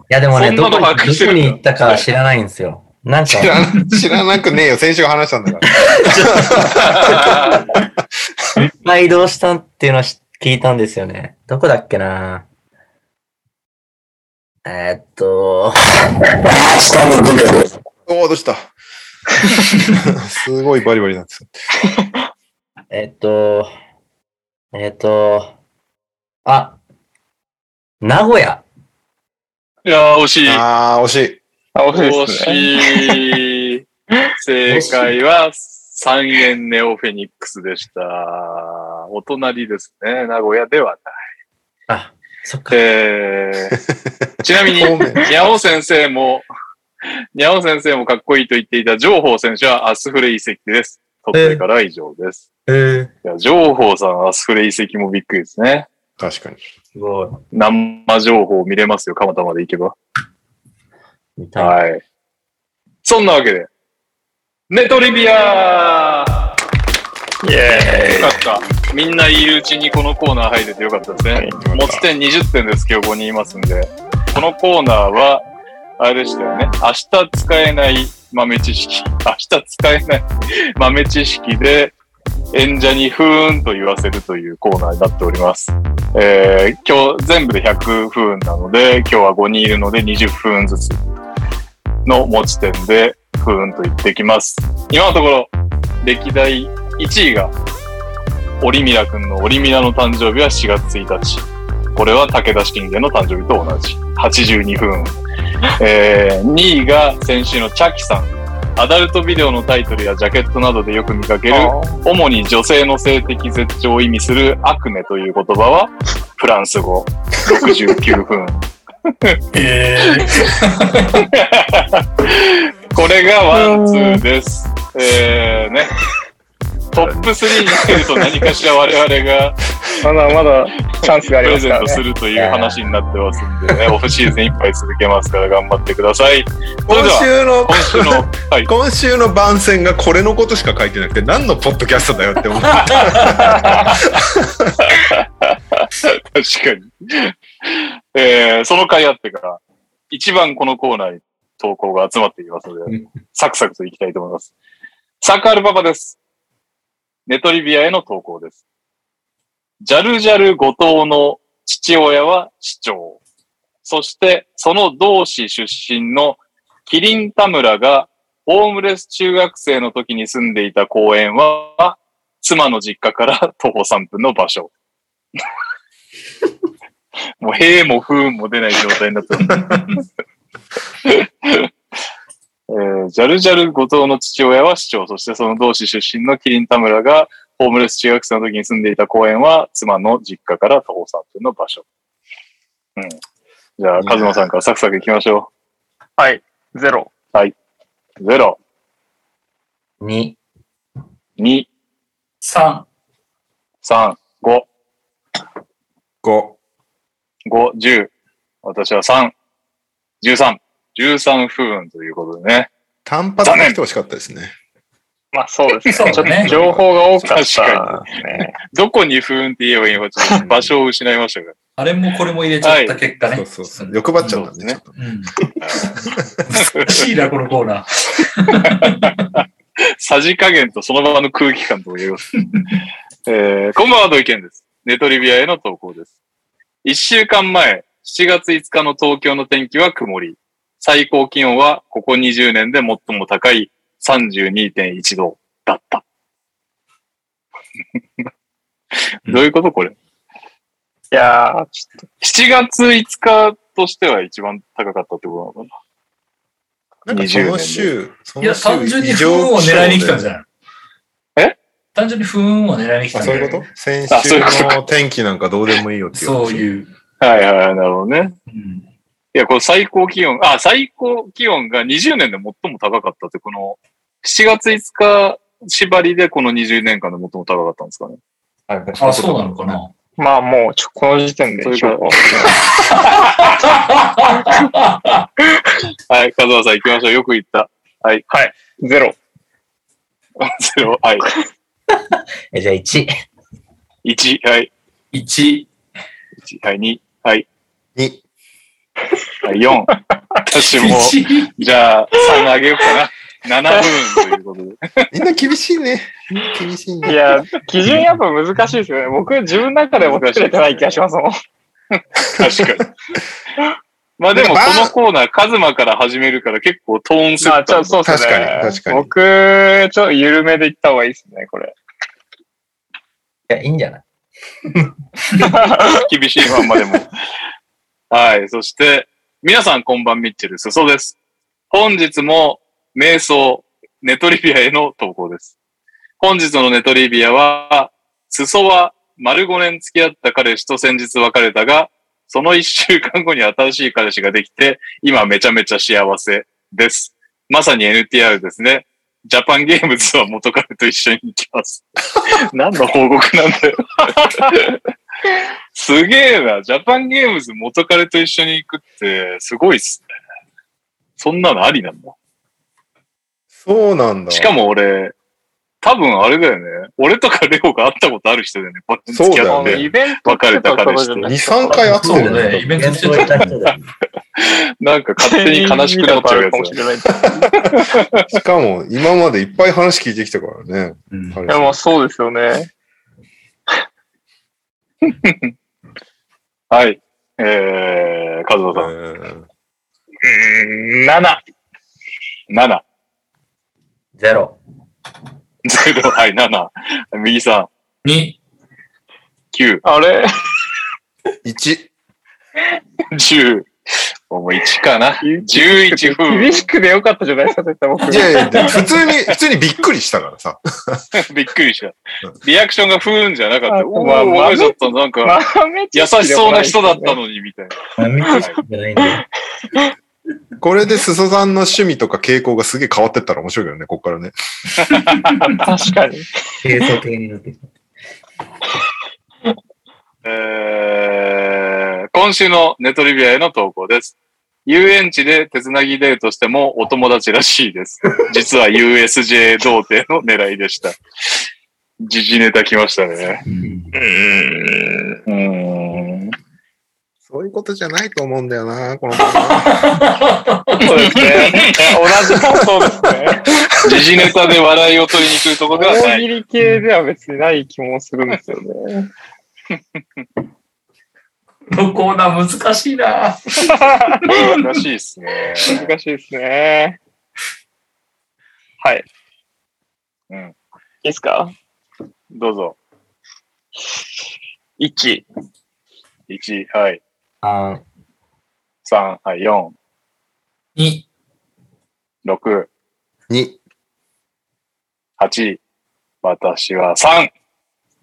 Speaker 5: や、でもね、
Speaker 2: そんな
Speaker 5: ど
Speaker 2: の
Speaker 5: こに
Speaker 2: 把握して
Speaker 5: どこ
Speaker 2: るんだ
Speaker 5: に行ったかは知らないんですよ。なんか
Speaker 1: 知、らな知らなくねえよ。先週話したんだから。
Speaker 5: いっぱい移動したっていうのは知聞いたんですよね。どこだっけなえーっと、
Speaker 1: おお、どうしたすごいバリバリなんですよ。
Speaker 5: えーっと、えーっと、あ、名古屋。
Speaker 2: いやー、惜しい。
Speaker 1: ああ、惜しい。
Speaker 4: あ、惜し
Speaker 2: 惜
Speaker 4: いですね。
Speaker 2: しい。正解は、三円ネオフェニックスでした。お隣ですね。名古屋ではない。
Speaker 5: あ、そっか。
Speaker 2: えーちなみに、
Speaker 1: ごめん
Speaker 2: にゃお先生も、にゃお先生もかっこいいと言っていた情報選手はアスフレ遺跡です。鳥取からは以上です。
Speaker 5: えー、
Speaker 2: いや、情報さん、アスフレ遺跡もびっくりですね。
Speaker 1: 確かに。
Speaker 5: すごい。
Speaker 2: 生情報見れますよ、蒲田まで行けば。
Speaker 5: みたいな。
Speaker 2: はい。そんなわけで、ネトリビアイエーイよかった。みんないいうちにこのコーナー入れてよかったですね。持ち点20点です、今日5人いますんで。このコーナーは、あれでしたよね。明日使えない豆知識。明日使えない 豆知識で、演者にふーんと言わせるというコーナーになっております。えー、今日全部で100分なので、今日は5人いるので20分ずつの持ち点で、ふーんと言ってきます。今のところ、歴代1位が、オリミラ君のオリミラの誕生日は4月1日。これは武田信玄の誕生日と同じ。82分。えー、2位が先週のチャキさん。アダルトビデオのタイトルやジャケットなどでよく見かける、主に女性の性的絶頂を意味するアクネという言葉は、フランス語。69分。
Speaker 3: え
Speaker 2: これがワンツーです。えー、ね。トップ3につけると何かしら我々が
Speaker 4: まだまだチャンスがあ
Speaker 2: プ
Speaker 4: りま
Speaker 2: レ
Speaker 4: す
Speaker 2: ゼ
Speaker 4: か
Speaker 2: ン
Speaker 4: ら
Speaker 2: トす
Speaker 4: ね。
Speaker 2: るという話になってますんでね、オフシーズンいっぱい続けますから頑張ってください。それ
Speaker 1: 今
Speaker 2: では、
Speaker 1: 週の
Speaker 2: 今週の、はい。
Speaker 1: 今週の番宣がこれのことしか書いてなくて何のポッドキャストだよって 思った
Speaker 2: 確かに。えー、その回あってから、一番このコーナーに投稿が集まっていますので、サクサクといきたいと思います。サッカールパパです。ネトリビアへの投稿です。ジャルジャル後藤の父親は市長。そして、その同市出身のキリン田村が、ホームレス中学生の時に住んでいた公園は、妻の実家から 徒歩3分の場所。 もう、へえもふーんも出ない状態になってる。 えージャルジャル後藤の父親は市長、そしてその同市出身のキリン田村が、ホームレス中学生の時に住んでいた公園は、妻の実家から徒歩3分の場所。うん。じゃあ、カズマさんからサクサク行きましょ
Speaker 4: はい。ゼロ。
Speaker 2: う。0、
Speaker 5: 2、
Speaker 2: 2、
Speaker 3: 3、
Speaker 2: 3、5、
Speaker 1: 5
Speaker 2: 5、10。私は3、13。13分ということでね。
Speaker 1: 単発で来てほしかったですね
Speaker 4: まあそうですね。ち
Speaker 3: そ
Speaker 4: ょ
Speaker 3: う
Speaker 4: っ
Speaker 3: ね
Speaker 4: と情報が多かったですね。
Speaker 2: どこにふーんって言えばいいのか、ちょっと場所を失いましたが。
Speaker 3: あれもこれも入れちゃった結果ね。
Speaker 1: そうそうそう欲張っちゃったんで
Speaker 2: そうですね
Speaker 1: ちょっと
Speaker 3: うん。難しいな、このコーナー。
Speaker 2: さじ加減とその場の空気感と言います。 えー、こんばんは、土井健です。ネトリビアへの投稿です。一週間前、7月5日の東京の天気は曇り。最高気温はここ20年で最も高い32.1度だった。 どういうことこれ。
Speaker 4: いやー、ち
Speaker 2: 7月5日としては一番高かったってことなのか
Speaker 1: なんかその週そ
Speaker 3: いや、
Speaker 1: の週
Speaker 3: 単純に不運を狙いに来たんじゃないの
Speaker 2: え
Speaker 3: 単純に不運を狙いに来た
Speaker 1: あ
Speaker 3: ん
Speaker 1: そ
Speaker 3: じ
Speaker 1: う
Speaker 3: ゃないい う
Speaker 1: こと先
Speaker 2: あそう
Speaker 1: 週
Speaker 2: いうこと
Speaker 1: の天気なんかどうでもいいよっていう話
Speaker 3: そういう。
Speaker 2: なはいはいはい、なるほどね。
Speaker 3: うん
Speaker 2: いや、これ最高気温、あ、最高気温が20年で最も高かったって、この7月5日縛りでこの20年間で最も高かったんですかね。
Speaker 3: あ、そうなのかな
Speaker 4: ょまあもう、ちょこの時点で
Speaker 2: そういう
Speaker 4: 評
Speaker 2: こ
Speaker 4: 価
Speaker 2: はい、カズワさん行きましょう。よく言った。
Speaker 4: ゼロ。
Speaker 2: ゼロ、はい。
Speaker 5: え、じゃあ1。
Speaker 2: 1、はい。
Speaker 3: ?1。
Speaker 2: 一はい、2、はい。
Speaker 1: に
Speaker 2: はい、4。私も、
Speaker 3: 1
Speaker 2: じゃあ3あげようかな。7分ということ で。
Speaker 1: みんな厳しいねみんな厳しい
Speaker 4: い
Speaker 1: ね
Speaker 4: や、基準やっぱ難しいですよね。僕、自分の中でも作れてない気がしま すもん。
Speaker 2: 確かに。まあでもこのコーナー、カズマから始めるから結構トーンセ
Speaker 4: ま
Speaker 2: ッ
Speaker 4: あ、ち
Speaker 2: ト
Speaker 4: ょっとそうですね。
Speaker 1: 確かに確かに
Speaker 4: 僕、ちょっと緩めでいった方がいいですね、これ。
Speaker 5: いや、いいんじゃない
Speaker 2: 厳しいまんまでも。はい。そして、皆さんこんばんミッチェル、すそです。本日も、瞑想、ネトリビアへの投稿です。本日のネトリビアは、裾は丸5年付き合った彼氏と先日別れたが、その1週間後に新しい彼氏ができて、今めちゃめちゃ幸せです。まさに NTR ですね。ジャパンゲームズは元彼と一緒に行きます。何の報告なんだよ。すげえな。ジャパンゲームズ元彼と一緒に行くって、すごいっすね。そんなのありなんだ。
Speaker 1: そうなんだ
Speaker 2: しかも俺、多分あれだよね。俺とかレオが会ったことある人だよね。こうやって付き合って
Speaker 1: そうだよね
Speaker 4: イベント
Speaker 2: 別れた彼氏
Speaker 4: と
Speaker 2: と。
Speaker 1: 23回会って
Speaker 3: そう
Speaker 1: るんだ
Speaker 3: ね、イベントして
Speaker 5: い
Speaker 3: た。
Speaker 5: た人だよね
Speaker 2: なんか勝手に悲しくなっちゃうや つ
Speaker 4: かも
Speaker 2: だ
Speaker 4: し
Speaker 2: よ
Speaker 4: れない。い
Speaker 1: しかも今までいっぱい話聞いてきたからね
Speaker 3: うん
Speaker 1: 彼氏
Speaker 4: や、もうそうですよね。
Speaker 2: はい。えー、カズマさん。
Speaker 1: うん
Speaker 4: うーん、7。
Speaker 2: 7。
Speaker 5: ゼロ。
Speaker 2: 0、はい、7。右さん。
Speaker 3: 2。
Speaker 2: 9、
Speaker 4: あれ
Speaker 1: 1。
Speaker 2: 10。もう1かな。11
Speaker 4: 厳
Speaker 2: 分。
Speaker 4: しくでよかったじゃないですか、絶対僕。
Speaker 1: いやいや、で普通に、普通にびっくりしたからさ。
Speaker 2: びっくりした。リアクションが不運じゃなかった。
Speaker 4: あ
Speaker 2: お
Speaker 4: まあ
Speaker 2: ー、まあ、ちょっとなんか、
Speaker 4: 豆知
Speaker 2: 優
Speaker 4: 識
Speaker 2: し
Speaker 4: でも
Speaker 2: そう
Speaker 4: い
Speaker 2: な
Speaker 4: です
Speaker 2: 人
Speaker 4: よね
Speaker 2: だったのに、みたいな。
Speaker 5: 豆知識じゃないんで。
Speaker 1: これで裾さんの趣味とか傾向がすげえ変わってったら面白いけどね、こっからね。
Speaker 4: 確かに。
Speaker 5: 清楚系になってきた。
Speaker 2: えー今週のネトリビアへの投稿です。遊園地で手つなぎデートしてもお友達らしいです。実は USJ 童貞の狙いでした。時事ネタ来ましたね。
Speaker 5: うん
Speaker 2: うーん。
Speaker 1: そういうことじゃないと思うんだよな、この
Speaker 4: そうですね。同じ感想ですね。
Speaker 2: 時事ネタで笑いを取りに来るところではな
Speaker 4: 大
Speaker 2: い。
Speaker 4: 喜利系では別にない気もするんですよね。
Speaker 3: このコーナー難しいな。
Speaker 2: らしいですね。
Speaker 4: 難しいですね。はい。
Speaker 2: うん
Speaker 4: いいですか
Speaker 2: どうぞ。
Speaker 4: ?1。
Speaker 2: 1、はい。
Speaker 5: あー
Speaker 2: 3、はい。4、
Speaker 3: 2、
Speaker 2: 6、
Speaker 1: 2。
Speaker 2: 8、私は3、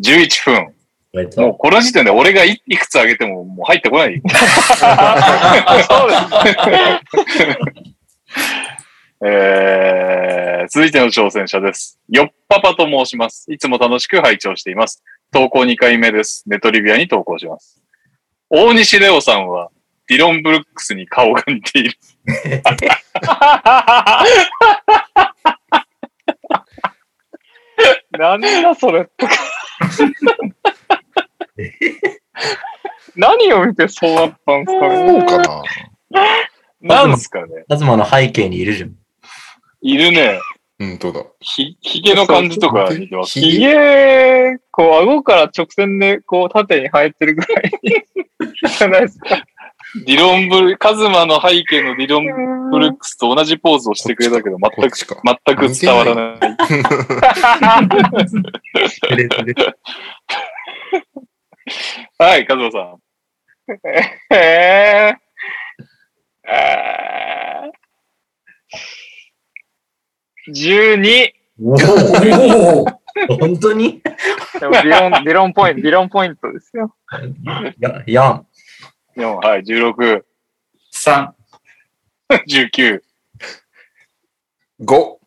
Speaker 2: 11分。
Speaker 5: おめでと
Speaker 2: もう
Speaker 5: う。
Speaker 2: この時点で俺がいいくつあげてももう入ってこ ない。
Speaker 4: そうです。
Speaker 2: えー、続いての挑戦者です。よっぱぱと申します。いつも楽しく拝聴しています。投稿2回目です。ネトリビアに投稿します。大西レオさんはディロン・ブルックスに顔が似 ている。
Speaker 4: なんだそれとか。何を見てそうなったんですか
Speaker 1: そう
Speaker 4: ね。
Speaker 1: かな。
Speaker 2: なんすかね
Speaker 5: カズマの背景にいるじゃん。
Speaker 2: いるね。
Speaker 1: うん、どうだ。
Speaker 2: ひ、ひげの感じとか似てます。
Speaker 1: ひ
Speaker 4: ひ
Speaker 1: げ
Speaker 4: げ、こう、顎から直線で、こう、縦に生えてるぐらいじゃないですか。
Speaker 2: ディロン・ブル、カズマの背景のディロン・ブルックスと同じポーズをしてくれたけど、
Speaker 1: こ
Speaker 2: 全
Speaker 1: っ
Speaker 2: く、
Speaker 1: ちか。
Speaker 2: 全く伝わらない。はい、カズマさん。
Speaker 4: へーえー。12!
Speaker 5: お
Speaker 3: おー
Speaker 5: お本当に
Speaker 4: でも、理論、理論ポイント、理論ポイントですよ。
Speaker 5: や、やん。
Speaker 2: 4、はい、16、
Speaker 3: 3、
Speaker 2: 19、
Speaker 1: 5。
Speaker 2: お、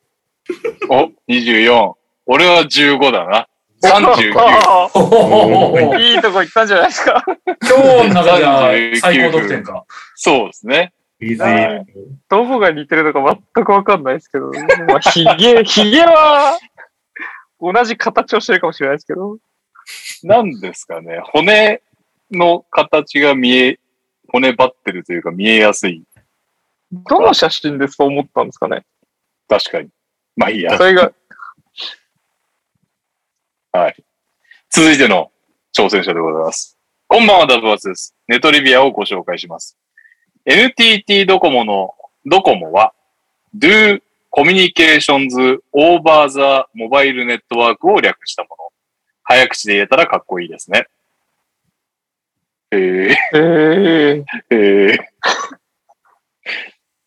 Speaker 2: 24。俺は15だな。39。
Speaker 4: あ
Speaker 3: おお
Speaker 4: あいいとこ行ったんじゃないですか。
Speaker 3: 今 日の中では最高得点か。
Speaker 2: そうですね。
Speaker 5: ビズ
Speaker 2: はい
Speaker 4: どこが似てるのか全くわかんないですけど、まあ、ひ げ、ひげは、同じ形をしてるかもしれないですけど、
Speaker 2: なんですかね。骨の形が見え、骨ばってるというか見えやすい。
Speaker 4: どの写真でそう思ったんですかね
Speaker 2: 確かに。まあいいや
Speaker 4: そ。れが、
Speaker 2: 続いての挑戦者でございます。こんばんは、ダブバツです。ネトリビアをご紹介します。NTT ドコモの、ドコモは、Do Communications Over the Mobile Network を略したもの。早口で言えたらかっこいいですね。えー、
Speaker 4: ええ
Speaker 2: えー、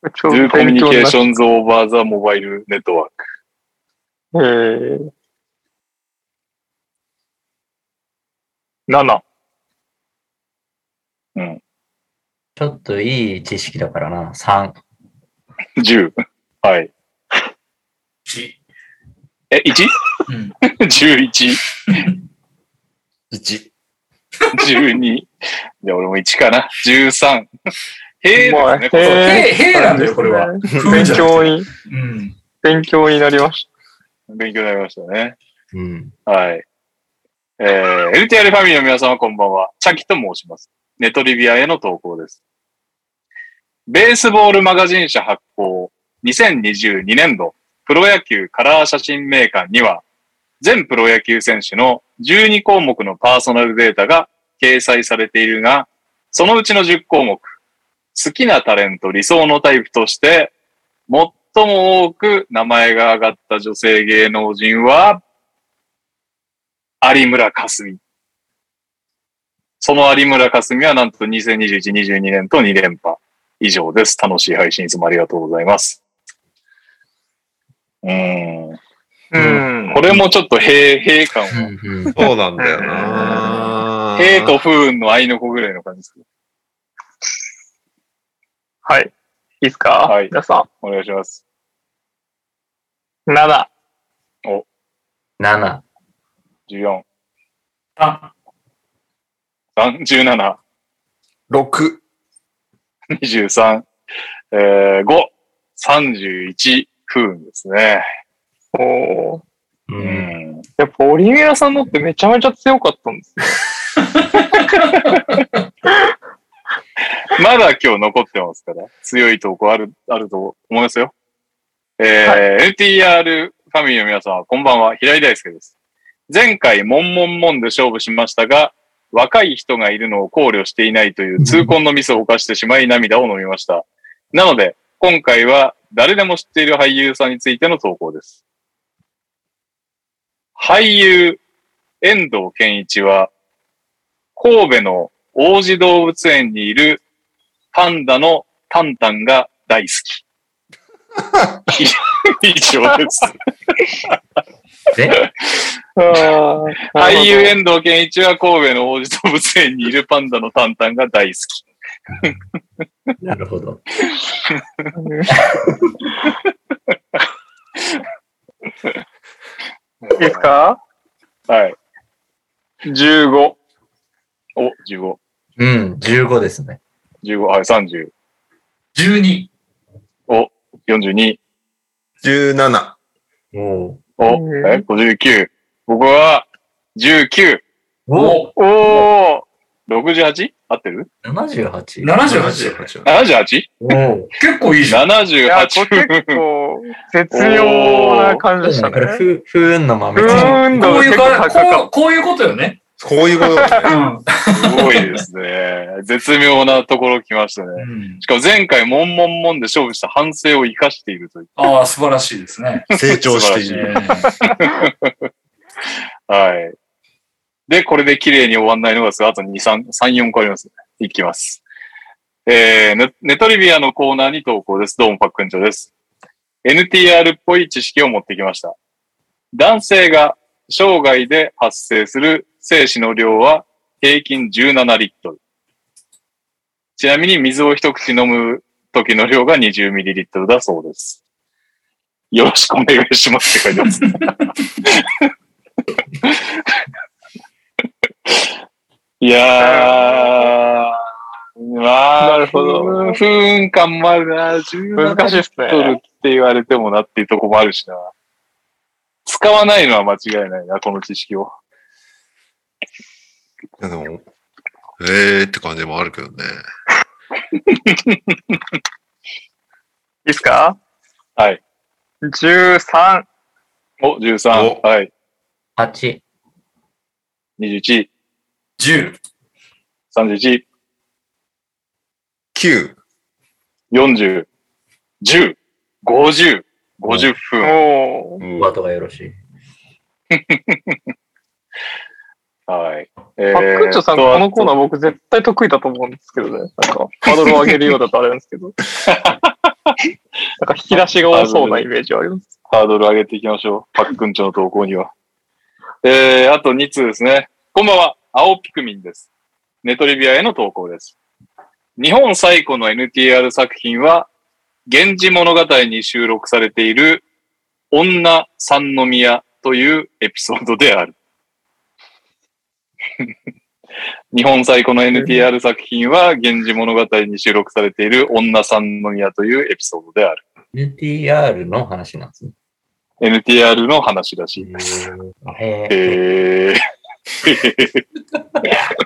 Speaker 4: ー、ちょ
Speaker 2: Do
Speaker 4: っと 勉強になっ
Speaker 2: Communications Over the Mobile Network。
Speaker 4: えー、7。
Speaker 5: ちょっといい知識だからな。3。
Speaker 2: 10。はい。
Speaker 3: 1、
Speaker 2: え、1?11。
Speaker 3: うん、
Speaker 2: 11
Speaker 1: 1。
Speaker 2: 12。じゃあ俺も1かな。13。へえ
Speaker 4: うま
Speaker 2: ですね、
Speaker 4: い
Speaker 2: これ
Speaker 4: へー
Speaker 3: へえ、へえなんだよ、これは。
Speaker 4: 勉強に、
Speaker 3: うん。
Speaker 4: 勉強になりまし
Speaker 2: 勉強になりましたね。
Speaker 5: うん。
Speaker 2: はい。えー、LTR ファミリーの皆様こんばんは。チャキと申します。ネトリビアへの投稿です。ベースボールマガジン社発行2022年度プロ野球カラー写真メーカーには全プロ野球選手の12項目のパーソナルデータが掲載されているが、そのうちの10項目、好きなタレント、理想のタイプとして、最も多く名前が挙がった女性芸能人は、有村架純。その有村架純はなんと2021、22年と2連覇以上です。楽しい配信いつもありがとうございます。うーん。
Speaker 4: うん
Speaker 2: こ。れもちょっと平、平感を。
Speaker 5: うんうん
Speaker 6: そうなんだよな
Speaker 2: 平と不運の愛の子ぐらいの感じです。
Speaker 4: はい。いいっすか
Speaker 2: はい
Speaker 4: 皆さ
Speaker 2: お願いします。
Speaker 4: ん。7。
Speaker 5: 7。
Speaker 2: 14、
Speaker 3: あ、
Speaker 2: 3 17、
Speaker 1: 6。
Speaker 2: 23、えー、5、31、不運ですね。
Speaker 4: おー
Speaker 5: う。
Speaker 2: うんん。
Speaker 4: やっぱオリミラさんのってめちゃめちゃ強かったんです ね
Speaker 2: まだ今日残ってますから、強い投稿ある、あると思いますよ。えー NTR ファミリーの皆さん、こんばんは、平井大輔です。前回、モンモンモンで勝負しましたが、若い人がいるのを考慮していないという痛恨のミスを犯してしまい涙を飲みました。なので、今回は誰でも知っている俳優さんについての投稿です。俳優、遠藤健一は、神戸の王子動物園にいるパンダのタンタンが大好き。 以上 です。
Speaker 5: で、
Speaker 4: あー。
Speaker 2: 俳優遠藤健一は神戸の王子動物園にいるパンダのタンタンが大好き。
Speaker 5: なるほど。
Speaker 4: いいですか
Speaker 2: はい。
Speaker 4: ?15。
Speaker 2: お、15。
Speaker 5: うん、15ですね。
Speaker 2: 15、はい、30。
Speaker 3: 12。
Speaker 2: お、42。
Speaker 1: 17。
Speaker 5: お
Speaker 2: お、
Speaker 4: うん
Speaker 2: え、59。ここは、19。
Speaker 5: お
Speaker 3: お
Speaker 4: おー。
Speaker 2: 68? 合ってる
Speaker 5: !78?
Speaker 3: 78。
Speaker 2: ?78?78?
Speaker 5: おお。
Speaker 3: 結構いいじゃん。
Speaker 4: いや、これ結構、絶妙な感じでした
Speaker 5: これ、
Speaker 4: ね。
Speaker 5: ふ、不運の豆。
Speaker 4: うん、
Speaker 3: こういう
Speaker 4: 結構
Speaker 3: か
Speaker 4: 高か
Speaker 3: こう、こういうことよね。
Speaker 1: こういうことだね。
Speaker 3: う
Speaker 2: すごいですね。絶妙なところ来ましたね。
Speaker 3: ん。
Speaker 2: しかも前回、モンモンモンで勝負した反省を生かしているという。
Speaker 3: ああ、素晴らしいですね。
Speaker 1: 成長してい
Speaker 2: 素晴らしい
Speaker 1: る。
Speaker 2: はい。で、これで綺麗に終わんないのがですが、あと2、3、3、4個ありますね。いきます。えー、ネネトリビアのコーナーに投稿です。どうも、パックンチョです。NTR っぽい知識を持ってきました。男性が生涯で発生する精子の量は平均17リットル。ちなみに水を一口飲む時の量が20ミリリットルだそうです。よろしくお願いしますって書いてます。いやー、まあ、
Speaker 4: なるほど
Speaker 2: 不運感もあるな。17
Speaker 4: 難しいですね。
Speaker 2: 取るって言われてもなっていうとこもあるしな。使わないのは間違いないな、この知識を。
Speaker 6: いやでも、えーって感じもあるけどね。
Speaker 4: いいですか
Speaker 2: はい。
Speaker 4: 13。
Speaker 2: お、13。
Speaker 6: お
Speaker 2: はい。
Speaker 5: 8。
Speaker 2: 21、
Speaker 3: 10。
Speaker 2: 31、
Speaker 1: 9。
Speaker 2: 40、10、50、50分。
Speaker 4: おー。
Speaker 5: バトがよろしい。
Speaker 2: はい。え
Speaker 4: パックンチョさん、
Speaker 2: えっと
Speaker 4: このコーナー僕絶対得意だと思うんですけどね。なんか、ハードルを上げるようだとあれなんですけど。 なんか引き出しが多そうなイメージはあります。
Speaker 2: ハードル上げていきましょう。パックンチョの投稿には。えー、あと2通ですね。こんばんは、青ピクミンです。ネトリビアへの投稿です。日本最古の NTR 作品は、源氏物語に収録されている女三宮というエピソードである。 日本最古の NTR 作品は、源氏物語に収録されている女三宮というエピソードである。
Speaker 5: NTR の話なんですね。
Speaker 2: NTR の話らしいです。
Speaker 5: へえ。
Speaker 2: えー、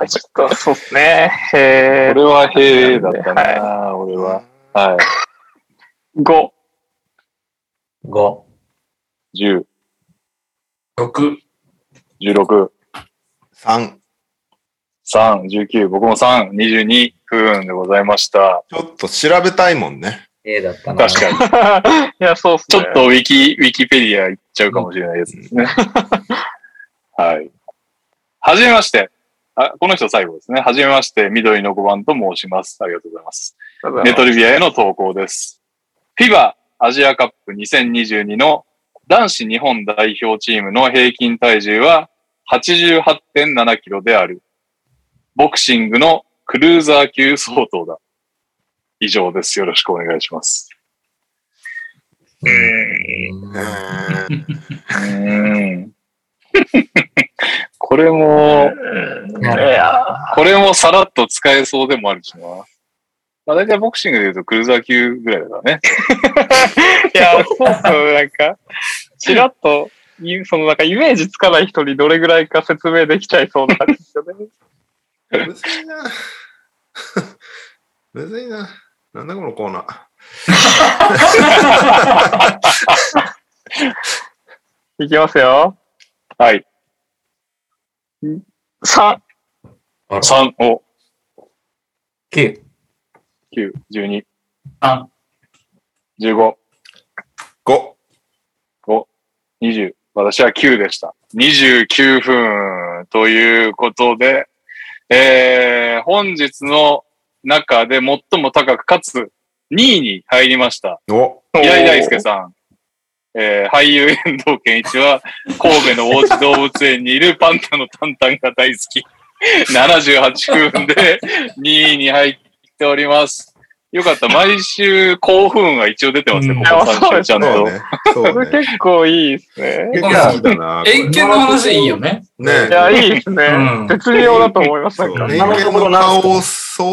Speaker 4: ちょっと、そうですね。え
Speaker 2: 俺はへえだったな、俺は。は
Speaker 4: ー、5。
Speaker 5: 5。
Speaker 2: い。10、
Speaker 3: 6。
Speaker 2: 16、
Speaker 1: 3。
Speaker 2: 3、19、僕も3、22分でございました。
Speaker 1: ちょっと調べたいもんね。
Speaker 5: ええだったな。
Speaker 2: 確かに。
Speaker 4: いや、そうっす
Speaker 2: ちょ
Speaker 4: ね。
Speaker 2: っとウィキ、ウィキペディア 行っちゃうかもしれないやつですね。はい。はじめまして。あ、この人最後ですね。はじめまして、緑の5番と申します。ありがとうございます。
Speaker 4: ありがとうござい
Speaker 2: ネ
Speaker 4: ます
Speaker 2: トリビアへの投稿です。FIBA アジアカップ2022の男子日本代表チームの平均体重は88.7キロである。ボクシングのクルーザー級相当だ。以上です。よろしくお願いします。 うん。これも、
Speaker 5: ない
Speaker 4: や
Speaker 2: これもさらっと使えそうでもあるしな。まあ大体ボクシングで言うとクルーザー級ぐらいだからね。
Speaker 4: ー、いや、そうそう、なんか、ちらっと、いそのなんかイメージつかない人にどれぐらいか説明できちゃいそうなんですよね。
Speaker 1: むずいな。 むずいな。なんだこのコーナー。
Speaker 4: いきますよ。
Speaker 2: はい。
Speaker 4: 3、
Speaker 2: 3、お、
Speaker 5: 9。
Speaker 2: 9、12、
Speaker 3: 3、
Speaker 2: 15、
Speaker 1: 5。
Speaker 2: 20。私は9でした。29分ということで、えー、本日の中で最も高く、かつ2位に入りました。
Speaker 1: お
Speaker 2: 平井大輔さん。えー、俳優遠藤健一は、神戸の王子動物園にいるパンダのタンタンが大好き。78分で2位に入っております。よかった。毎週興奮が一応出てますね、
Speaker 3: うん
Speaker 2: ここ3週ちゃん
Speaker 1: そう
Speaker 2: と。
Speaker 1: ね。そう
Speaker 4: これ
Speaker 1: ね。
Speaker 4: 結構いいですね。
Speaker 1: 結構好きだな。
Speaker 3: 遠見の話いいよね。
Speaker 1: ね
Speaker 4: いや、いいですね。
Speaker 3: うん
Speaker 4: 絶妙だと思います。なん
Speaker 1: 偏
Speaker 4: か
Speaker 5: 今のところ
Speaker 1: 見の
Speaker 5: なんすか
Speaker 1: 顔を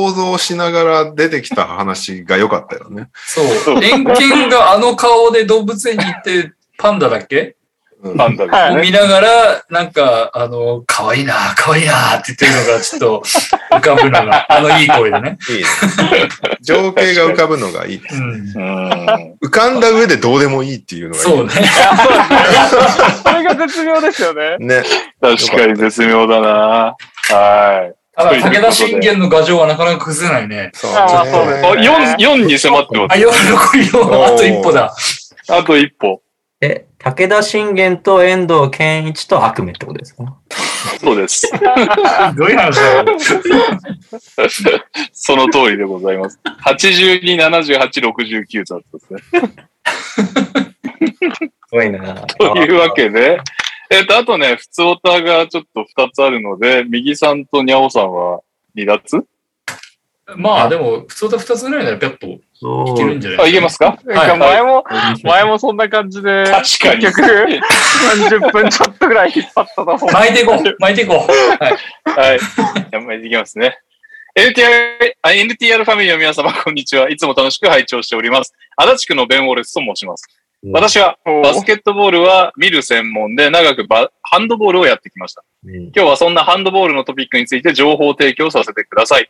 Speaker 1: 想像しながら出てきた話が良かったよね。
Speaker 3: そう。遠見があの顔で動物園に行って、パンダだっけ
Speaker 1: うん
Speaker 2: パンダです
Speaker 4: は
Speaker 3: を見
Speaker 4: い
Speaker 3: ながら、なんか、あの、可愛いな、可愛いなって言ってるのが、ちょっと浮かぶのが、あのいい声でね。
Speaker 1: いいね。情景が浮かぶのがいい。
Speaker 3: うん。
Speaker 2: うん。
Speaker 1: 浮かんだ上でどうでもいいっていうのがいい。
Speaker 3: そうね。
Speaker 4: それが絶妙ですよね。
Speaker 1: ね。
Speaker 2: 確かに絶妙だなはい。
Speaker 3: ただ、武田信玄の牙城はなかなか崩せないね。
Speaker 1: そう
Speaker 4: ああそう
Speaker 2: あ、
Speaker 4: ね
Speaker 2: 4、四に迫ってま
Speaker 3: あ、
Speaker 2: す。
Speaker 3: よ、残り4、あと一歩だ。
Speaker 2: あと一歩。
Speaker 5: え、武田信玄と遠藤健一と悪夢ってことですか
Speaker 2: そうです。
Speaker 3: どういう話だよ。
Speaker 2: その通りでございます。82、78、69だったですね。
Speaker 5: すごいな。
Speaker 2: というわけで、えっ、と、あとね、普通オタがちょっと2つあるので、右さんとにゃおさんは離脱
Speaker 3: まあ、でも、普通と2つぐらいなら、ぴゃっとい
Speaker 5: そう
Speaker 3: けるんじゃない
Speaker 2: あ、いけますか
Speaker 4: なんか
Speaker 2: はい
Speaker 4: 前も、前もそんな感じで、
Speaker 2: 確かに
Speaker 4: 結局、30分ちょっとぐらい引っ張ったと思う。
Speaker 3: 巻いていこう。巻いていこう。
Speaker 2: はい。やめていきますね。NTR、あ NTR ファミリーの皆様、こんにちは。いつも楽しく拝聴しております。足立区のベン・ウォレスと申します。私は
Speaker 4: お
Speaker 2: バスケットボールは見る専門で、長くバハンドボールをやってきました。
Speaker 5: うん
Speaker 2: 今日はそんなハンドボールのトピックについて情報提供させてください。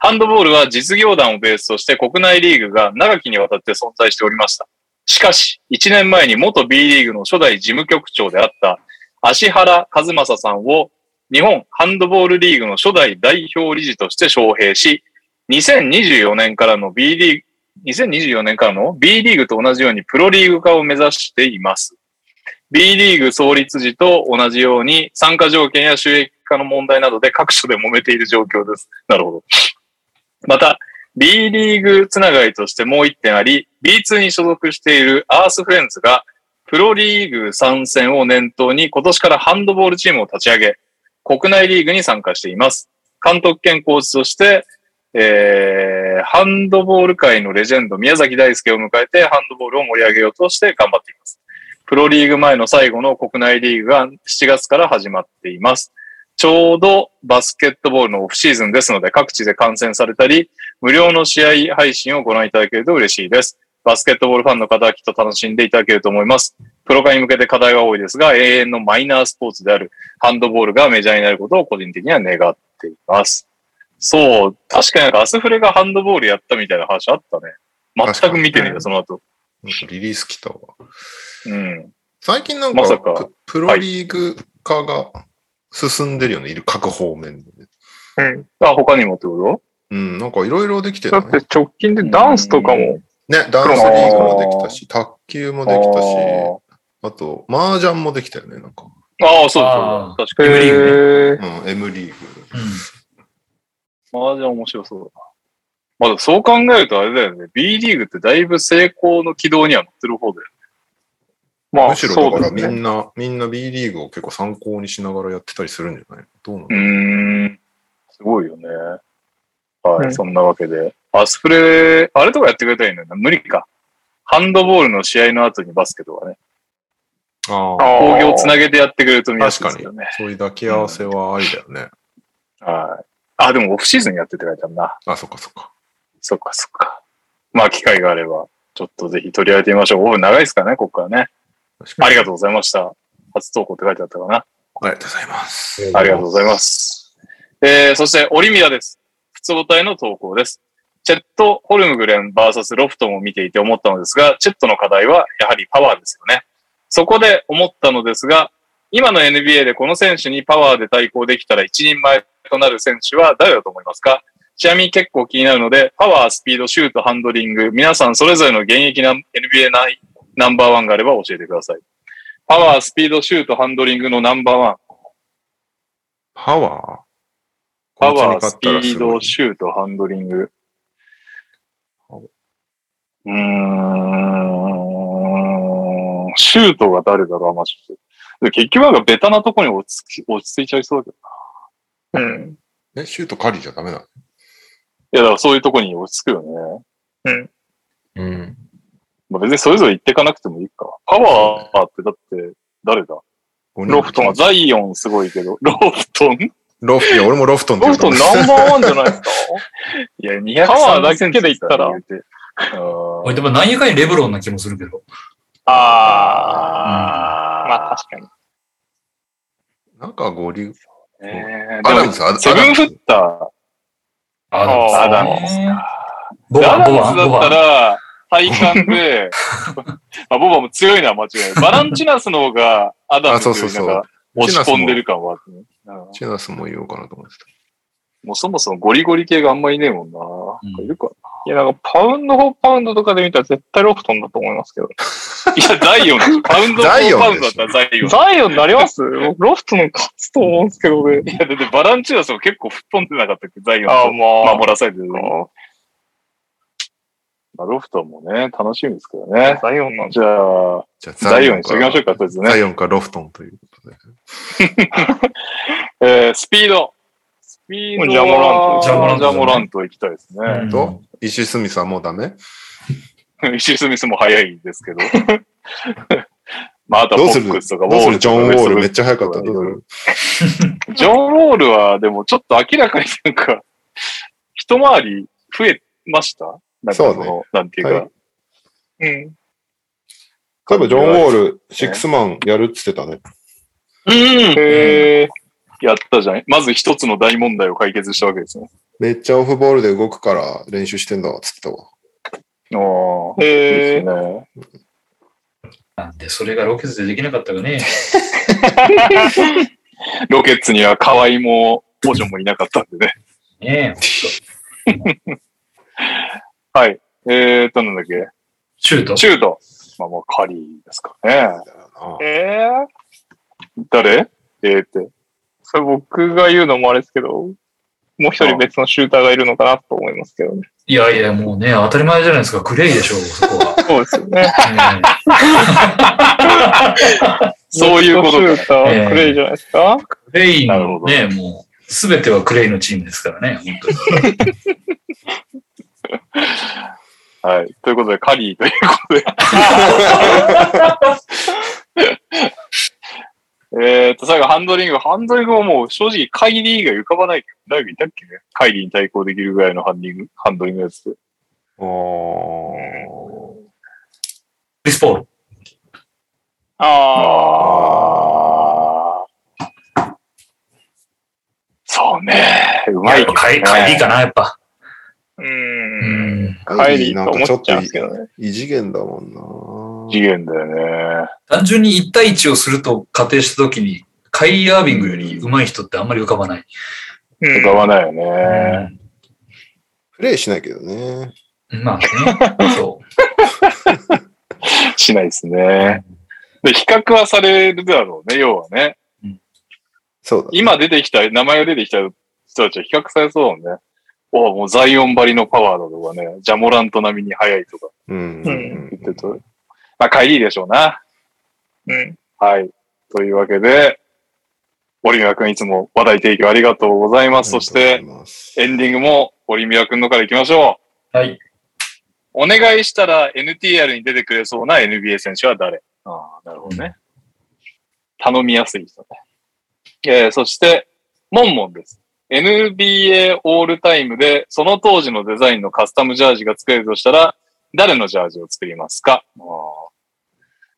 Speaker 2: ハンドボールは実業団をベースとして国内リーグが長きにわたって存在しておりました。しかし、1年前に元 B リーグの初代事務局長であった芦原和正さんを日本ハンドボールリーグの初代代表理事として招聘し、2024年からの B リーグ、2024年からの B リーグと同じようにプロリーグ化を目指しています。B リーグ創立時と同じように参加条件や収益化の問題などで各所で揉めている状況です。なるほど。また、B リーグつながりとしてもう一点あり、B2 に所属しているアースフレンズがプロリーグ参戦を念頭に今年からハンドボールチームを立ち上げ、国内リーグに参加しています。監督兼コーチとして、えー、ハンドボール界のレジェンド宮崎大輔を迎えてハンドボールを盛り上げようとして頑張っています。プロリーグ前の最後の国内リーグが7月から始まっています。ちょうどバスケットボールのオフシーズンですので各地で観戦されたり、無料の試合配信をご覧いただけると嬉しいです。バスケットボールファンの方はきっと楽しんでいただけると思います。プロ化に向けて課題は多いですが、永遠のマイナースポーツであるハンドボールがメジャーになることを個人的には願っています。そう、確かになんかアスフレがハンドボールやったみたいな話あったね。全く見てねえよ、その後。
Speaker 1: リリース来たわ。
Speaker 2: うん。
Speaker 1: 最近なん
Speaker 2: ま
Speaker 1: か
Speaker 2: さか
Speaker 1: ププロリーグ化が進んでるよね、いる各方面でね。
Speaker 4: うん。
Speaker 2: あ、他にもってこ
Speaker 1: うん、なんかいろいろできて
Speaker 4: だ
Speaker 1: る
Speaker 4: って直近でダンスとかも、
Speaker 1: ね。ダンスリーグもできたし、卓球も
Speaker 2: と
Speaker 1: できたし、
Speaker 2: あ
Speaker 1: あと、麻雀もできたよね、なんか。
Speaker 2: ーあー、そうそう。確か
Speaker 4: へ
Speaker 2: に。
Speaker 3: リー
Speaker 4: ー
Speaker 1: うん、M リーグ。
Speaker 2: マージャン面白そうだな。まだそう考えるとあれだよね。B リーグってだいぶ成功の軌道には乗ってる方だよね。
Speaker 4: まあ、
Speaker 1: むしろだ
Speaker 4: そう
Speaker 1: か
Speaker 4: で
Speaker 1: ら
Speaker 4: す
Speaker 1: み
Speaker 4: ね。
Speaker 1: んな、みんな B リーグを結構参考にしながらやってたりするんじゃないどうなの、
Speaker 2: うーん。すごいよね。はい、
Speaker 4: うん
Speaker 2: そんなわけで。アスプレ、あれとかやってくれたらいいのにな。無理か。ハンドボールの試合の後にバスケとかね。
Speaker 1: ああ、
Speaker 2: 工業
Speaker 4: 業
Speaker 2: つなげてやってくれると見やす
Speaker 1: 確
Speaker 2: いで
Speaker 1: か
Speaker 2: す
Speaker 1: に
Speaker 2: よね。。
Speaker 1: そういう抱き合わせはありだよね。
Speaker 2: はい。あ、でもオフシーズンやってって書いてあるな。
Speaker 1: あ、そっかそっか。
Speaker 2: そっかそっか。まあ、機会があれば、ちょっとぜひ取り上げてみましょう。おー長いですからね、ここからね。
Speaker 1: 確かに
Speaker 2: ありがとうございました。初投稿って書いてあったかな。
Speaker 1: ありがとうございます。
Speaker 2: ありがとうございます。えー、そして、オリミダです。普通体の投稿です。チェット・ホルムグレン VS ロフトンを見ていて思ったのですが、チェットの課題はやはりパワーですよね。そこで思ったのですが、今の NBA でこの選手にパワーで対抗できたら一人前となる選手は誰だと思いますかちなみに結構気になるので、パワー、スピード、シュート、ハンドリング、皆さんそれぞれの現役な NBA ナイナンバーワンがあれば教えてください。パワー、スピード、シュート、ハンドリングのナンバーワン。
Speaker 1: パワー
Speaker 2: パワー、スピー
Speaker 1: ご
Speaker 2: ド、
Speaker 1: い
Speaker 2: シュート、ハンドリング。うーん、シュートが誰だろう、マジで。結局なんかベタなとこに落ち着き落ち着いちゃいそうだけど。
Speaker 4: うん。
Speaker 1: え、シュート狩りじゃダメなの
Speaker 2: いや、だからそういうとこに落ち着くよね。
Speaker 5: うん。
Speaker 2: まあ、別にそれぞれ行ってかなくてもいいか。パワーってだって、誰だ
Speaker 1: 五人
Speaker 2: ロフトン、ザイオンすごいけど、ロフトン
Speaker 1: ロフトン、いや、俺もロフトンって
Speaker 2: ロ
Speaker 1: 言
Speaker 2: フ
Speaker 1: うと
Speaker 2: トン
Speaker 1: 思う
Speaker 2: ナンバーワンじゃない ですかいや、200
Speaker 4: パワーだけで言ったら。
Speaker 3: 俺でも何やかにレブロンな気もするけど。
Speaker 2: あー。
Speaker 4: まあ、確かに。
Speaker 1: なんか五流。
Speaker 2: えー
Speaker 1: ア
Speaker 2: で
Speaker 1: ダ
Speaker 2: も
Speaker 1: ムズ、アダムズ
Speaker 2: セブンフッタ
Speaker 3: ア
Speaker 2: ー、アダム
Speaker 3: ム
Speaker 2: ズ
Speaker 3: ズね。
Speaker 2: か。
Speaker 3: ボ
Speaker 2: ア
Speaker 3: バン、
Speaker 2: ダ
Speaker 3: ボ
Speaker 2: ム
Speaker 3: バン、
Speaker 2: ズだ
Speaker 3: ボ
Speaker 2: った
Speaker 3: バン。
Speaker 2: ら、体感で、まあ、ボバも強いのは間違いない。バランチナスの方が、アダム
Speaker 1: あ、そう
Speaker 2: ズ
Speaker 1: そ
Speaker 2: よ
Speaker 1: う
Speaker 2: りな
Speaker 1: そう
Speaker 2: んか、。押し込んでる感はあるね、うん
Speaker 1: チェナスも言おうかなと思ってた。
Speaker 2: もうそもそもゴリゴリ系があんまいねえもんな。
Speaker 3: うん
Speaker 2: いるか
Speaker 4: いや、なんか、パウンド・フォー・パウンドとかで見たら絶対ロフトンだと思いますけど。
Speaker 2: いや、ザイオンで しょ。パウンド
Speaker 1: ザイオンでしょ
Speaker 2: パウンドだったらザイオン。
Speaker 4: ザイオンになります僕ロフトン勝つと思うんですけどね。
Speaker 2: い や、だってバランチナスも結構吹っ飛んでなかったっけザイオン
Speaker 4: ああ、
Speaker 2: と
Speaker 4: まあ。
Speaker 2: 守らされてる。まあ、ロフトもね、楽しみですけどね。
Speaker 4: ザイオンなん
Speaker 2: じ
Speaker 4: じ
Speaker 2: ゃあ、
Speaker 1: じゃあ、
Speaker 2: ザイオンにしときましょうか、とりあえずね
Speaker 1: ザ。イオンかロフトンということで。
Speaker 2: えー、スピード。スピードは。
Speaker 4: ジャモラン
Speaker 3: トジャモラント
Speaker 2: ジャモラント行きたいです
Speaker 3: う
Speaker 2: ね
Speaker 3: ん。
Speaker 1: と、石井スミスはもうダメ
Speaker 2: 石井スミスも早いですけど。 まあ、あとは
Speaker 1: どう
Speaker 2: フ
Speaker 1: す
Speaker 2: ォ
Speaker 1: る
Speaker 2: ックスとか、
Speaker 1: どうするジョン・ウォールめっ
Speaker 2: ち
Speaker 1: ちゃ早かった。どうする
Speaker 2: ゃ。ジョン・ウォールは、でもちょっと明らかになんか、一回り増えましたなんかの
Speaker 1: そうね
Speaker 2: なんていうか。
Speaker 1: はい
Speaker 4: うん。
Speaker 1: 例えばジョン・ウォール、シックスマンやるって言ってたね。
Speaker 2: うん
Speaker 4: へえ。
Speaker 2: やったじゃん。まず一つの大問題を解決したわけですね。
Speaker 1: めっちゃオフボールで動くから練習してんだっつってたわ。
Speaker 2: おー。いい
Speaker 4: へ
Speaker 2: で
Speaker 4: え
Speaker 2: す。ね。
Speaker 3: なんで、それがロケッツでできなかったかね。
Speaker 2: ロケッツには河合も、王女もいなかったんでね。
Speaker 3: ねえ。
Speaker 2: はい。えーっと、なんだっけ。
Speaker 3: シュート。
Speaker 2: シュート。まあもうカリーですかね。
Speaker 1: あ
Speaker 4: えー、
Speaker 2: 誰えーって。
Speaker 4: それ僕が言うのもあれですけど、もう一人別のシューターがいるのかなと思いますけどね。
Speaker 3: いやいや、もうね、当たり前じゃないですか。クレイでしょう、そこは。
Speaker 4: そうですよね。
Speaker 3: ねえ
Speaker 2: そういうこと
Speaker 4: シュ
Speaker 2: か。
Speaker 4: ーターはクレイじゃないですか、
Speaker 3: クレイ
Speaker 2: なるほ
Speaker 3: の
Speaker 2: ど
Speaker 3: ね、もう、すべてはクレイのチームですからね、本当に。
Speaker 2: はい。ということで、カ リーということで。えーっと、最後、ハンドリング。ハンドリングはもう正直、カイリーが浮かばない。誰がいたっけねカイリーに対抗できるぐらいのハンディング、ハンドリングやつで。
Speaker 1: あー。
Speaker 3: クリス・ポール。
Speaker 4: ああ。
Speaker 2: あーそうね。うまいけど、ね。
Speaker 3: カイカイリーかな、やっぱ。
Speaker 4: う。
Speaker 3: うんん。
Speaker 4: カイリー
Speaker 1: なん
Speaker 4: と
Speaker 1: かち
Speaker 4: 思
Speaker 1: ょ
Speaker 4: っ
Speaker 1: っ
Speaker 4: ちゃうん
Speaker 1: と
Speaker 4: ですけどね。
Speaker 1: 異次元だもんな
Speaker 2: 次元だよね。
Speaker 3: 単純に1対1をすると仮定したときに、カイリー・アービングより上手い人ってあんまり浮かばない。
Speaker 4: うん
Speaker 2: 浮かばないよね。
Speaker 1: プレイしないけどね。
Speaker 3: うんま あね、そ
Speaker 2: しないですね。で、比較はされるだろうね、要はね。
Speaker 1: そうだ。
Speaker 2: 今出てきた、名前が出てきた人たちは比較されそうだもんね。おうもうザイオン張りのパワーだとかね、ジャモラント並みに速いとか
Speaker 1: うん。
Speaker 4: う
Speaker 2: 言ってと。まあ、帰りでしょうな。
Speaker 4: うん。
Speaker 2: はい。というわけで、森宮くんいつも話題提供ありがとうございます。そし
Speaker 1: あ
Speaker 2: て
Speaker 1: り、がとうございます、
Speaker 2: エンディングも森宮くんのから行きましょう。
Speaker 3: はい。
Speaker 2: お願いしたら NTR に出てくれそうな NBA 選手は誰ああ、なるほどね。頼みやすい人ね。えー、そして、モンモンです。NBA オールタイムで、その当時のデザインのカスタムジャージが作れるとしたら、誰のジャージを作りますかあ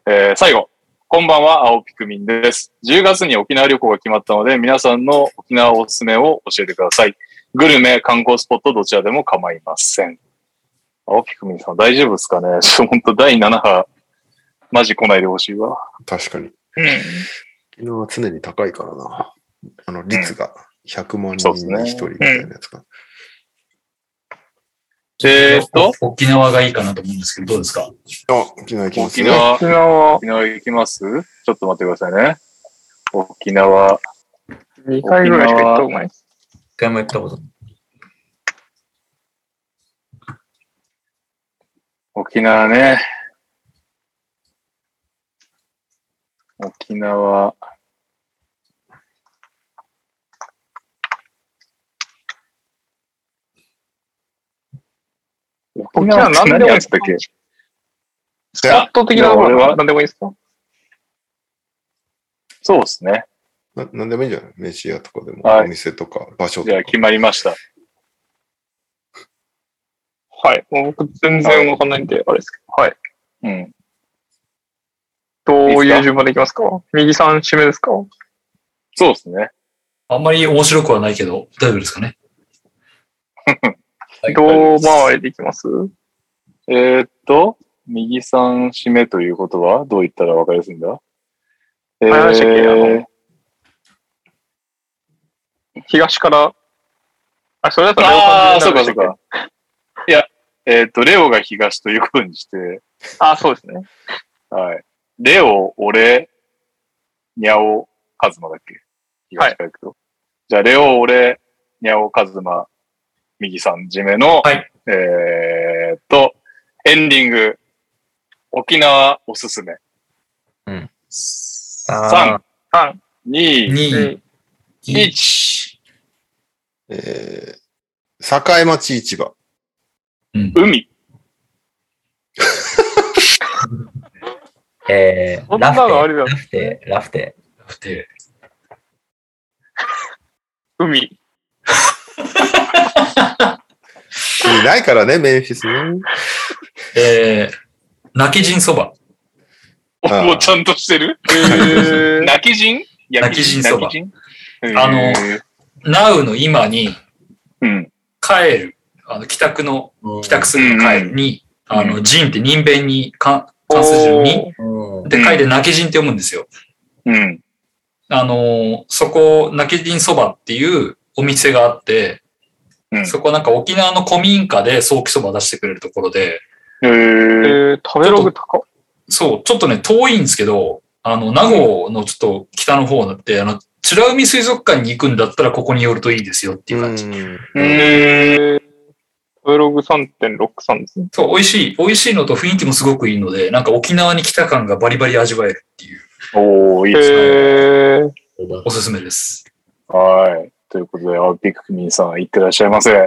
Speaker 2: ーえー、最後。こんばんは、青ピクミンです。10月に沖縄旅行が決まったので、皆さんの沖縄おすすめを教えてください。グルメ、観光スポット、どちらでも構いません。青木くみさん大丈夫ですかね ちょっと本当第7波、マジ来ないでほしいわ。
Speaker 1: 確かに。
Speaker 4: うん。
Speaker 1: 昨日は常に高いからな。あの、率が100万人に1人みたいなやつか。
Speaker 2: えーっと、
Speaker 3: 沖縄がいいかなと思うんですけど、どうですか
Speaker 1: あ、沖縄行きます
Speaker 2: 沖
Speaker 1: ね。
Speaker 2: 縄、
Speaker 4: 沖縄、
Speaker 2: 沖縄行きますちょっと待ってくださいね。沖縄、
Speaker 4: 2回ぐらいしか行ったことないです。
Speaker 5: 一回も行ったことない。
Speaker 2: 沖縄ね。沖縄。沖縄何でもいいんだっけ
Speaker 4: スポット的なところは何でもいいですか
Speaker 2: そうですね。
Speaker 1: ななんでもいいんじゃない飯屋とかでも、
Speaker 2: はい
Speaker 1: お店とか、場所と
Speaker 2: じゃあ
Speaker 1: か。
Speaker 2: 決まりました。
Speaker 4: はい。もう僕全然わかんないんで、あれですけど。はい。
Speaker 2: うん。
Speaker 4: どういう順番でいきますか右3締めですか
Speaker 2: そうですね。
Speaker 3: あんまり面白くはないけど、大丈夫です かね
Speaker 4: どう回りでいきます
Speaker 2: えーっと、右3締めということは、どう言ったら分かりやすいんだえ
Speaker 4: 何でしたっけあ
Speaker 2: ー
Speaker 4: の、東から。あ、それだったら
Speaker 2: ああ、
Speaker 4: レ
Speaker 2: そう
Speaker 4: オ
Speaker 2: か
Speaker 4: さん
Speaker 2: そ
Speaker 4: で
Speaker 2: うか。いや、えーっと、レオが東ということにして、
Speaker 4: あ、そうですね。
Speaker 2: はい。レオ、俺、ニャオ、カズマだっけ東から行くと。じゃあ、レオ、俺、ニャオ、カズマ、右3締めの、
Speaker 3: はい
Speaker 2: えーっと、エンディング、沖縄おすすめ。
Speaker 5: うん。
Speaker 2: 3、
Speaker 4: 3、
Speaker 2: 2、
Speaker 3: 2
Speaker 4: 2、
Speaker 3: 位、
Speaker 2: 1、
Speaker 1: えー、栄町市場。
Speaker 2: 海。
Speaker 5: え
Speaker 4: そ
Speaker 5: ー、
Speaker 4: んな
Speaker 5: ラフ
Speaker 4: のありだ
Speaker 5: テー、ラフテ
Speaker 3: 不定。
Speaker 4: 海。
Speaker 1: いないからね、メンフィスね。
Speaker 3: えー、泣き人そば。
Speaker 1: あー
Speaker 2: もうちゃんとしてる
Speaker 4: えー、
Speaker 2: 泣き人焼き
Speaker 3: 泣き人そば
Speaker 2: 泣き人えー
Speaker 3: あのナウの今に
Speaker 2: うん。
Speaker 3: 帰る、あの、帰宅の、
Speaker 5: ー。
Speaker 3: 帰宅するの帰るに、
Speaker 2: うん
Speaker 3: あの、人って人弁に、か関数字のに、
Speaker 5: うん。
Speaker 3: で書いて泣き人って読むんですよ。
Speaker 2: うん。
Speaker 3: あのーそこ、泣き人そばっていうお店があって、
Speaker 2: うん
Speaker 3: そこなんか沖縄の古民家で早期そば出してくれるところで、
Speaker 2: え
Speaker 4: え
Speaker 2: ー
Speaker 4: ー、食べログ高っ。
Speaker 3: そう、ちょっとね、遠いんですけど、あの、名護のちょっと北の方だって、あの、美ら海水族館に行くんだったらここに寄るといいですよっていう感じ。
Speaker 4: えー、食べログ3.63ですね。
Speaker 3: そう、美味しい。美味しいのと雰囲気もすごくいいので、なんか沖縄に来た感がバリバリ味わえるっていう、
Speaker 2: おー、いいですね。
Speaker 4: えー、
Speaker 3: おすすめです。
Speaker 2: はい。ということで、青ピクミンさん、いってらっしゃいませ。
Speaker 5: いら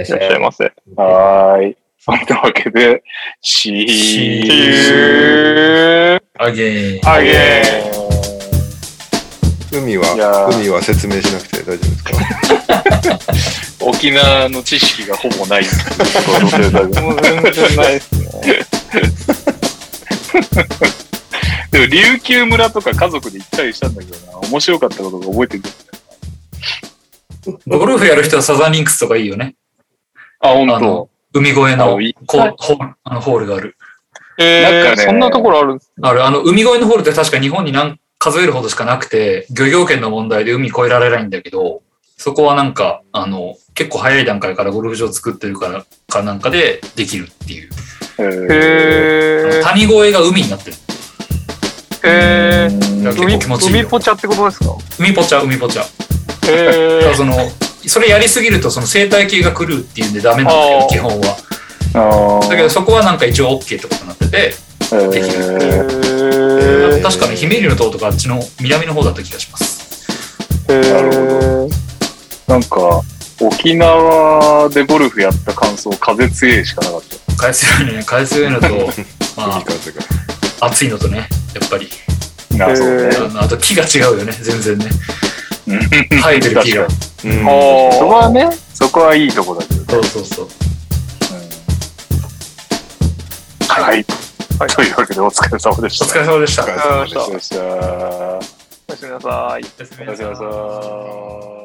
Speaker 5: っ
Speaker 4: い
Speaker 5: し
Speaker 4: ら
Speaker 5: ゃ
Speaker 4: っしゃい
Speaker 5: い。
Speaker 4: ませ。
Speaker 2: はーい。そんなわけで、シ
Speaker 3: シ
Speaker 2: ー
Speaker 4: えー、
Speaker 3: あげー。
Speaker 4: あげー。
Speaker 2: ー。
Speaker 1: 海
Speaker 2: いや
Speaker 1: は、
Speaker 2: ー
Speaker 1: 海は説明しなくて大丈夫ですか
Speaker 2: 沖縄の知識がほぼない。で
Speaker 4: もう全然ないですね。
Speaker 2: も琉球村とか家族で行ったりしたんだけどな、面白かったことが覚えてる。
Speaker 3: ゴルフやる人はサザンリンクスとかいいよね。
Speaker 2: あ、本
Speaker 3: あの、海越えの
Speaker 2: あいい
Speaker 3: こうホールあのホールがある。
Speaker 4: え
Speaker 2: なん
Speaker 4: ー、
Speaker 2: かね
Speaker 4: そんなところあるんです
Speaker 3: ある、あの、海越えのホールって確か日本に何数えるほどしかなくて、漁業権の問題で海越えられないんだけど、そこはなんか、あの、結構早い段階からゴルフ場作ってるから、かなんかでできるっていう。
Speaker 2: え
Speaker 4: えー、
Speaker 3: 谷越えが海になってる。
Speaker 4: えー、
Speaker 3: 結
Speaker 2: ー
Speaker 3: 構
Speaker 4: 海
Speaker 3: 気持ちいいよ
Speaker 4: 海ポチャってことですか
Speaker 3: 海ぽちゃ、海ぽちゃ。
Speaker 4: え
Speaker 3: その、それやりすぎるとその生態系が狂うっていうんでダメなんだ
Speaker 4: あー
Speaker 3: けど、基本は。
Speaker 2: ああ。
Speaker 3: だけど、そこはなんか一応 OK ってことになってて、
Speaker 2: えー
Speaker 4: へ
Speaker 3: 確かにヒメリの塔とかあっちの南の方だった気がします。
Speaker 2: なる
Speaker 4: え。
Speaker 2: なんか、沖縄でゴルフやった感想、風強いしかなかっ
Speaker 3: 返すようにね、返すようにと、 ま
Speaker 6: い風が。
Speaker 3: あ、暑いのとね、やっぱり。
Speaker 2: た。なあ、そうね。
Speaker 3: あのあと木が違うよね、全然ね。生えてる木が。
Speaker 6: うん。
Speaker 4: あ
Speaker 2: そこ
Speaker 4: あ。
Speaker 2: はね、そこはいいとこだけど。
Speaker 3: そうそうそう。
Speaker 2: はい。というわけで、お疲れ様でし
Speaker 3: お
Speaker 2: た。
Speaker 3: 疲れ様でした。
Speaker 6: お疲れ様でした
Speaker 2: お疲れ様でした。
Speaker 4: おやすみなさい。
Speaker 3: おやす
Speaker 2: お疲れ様でした。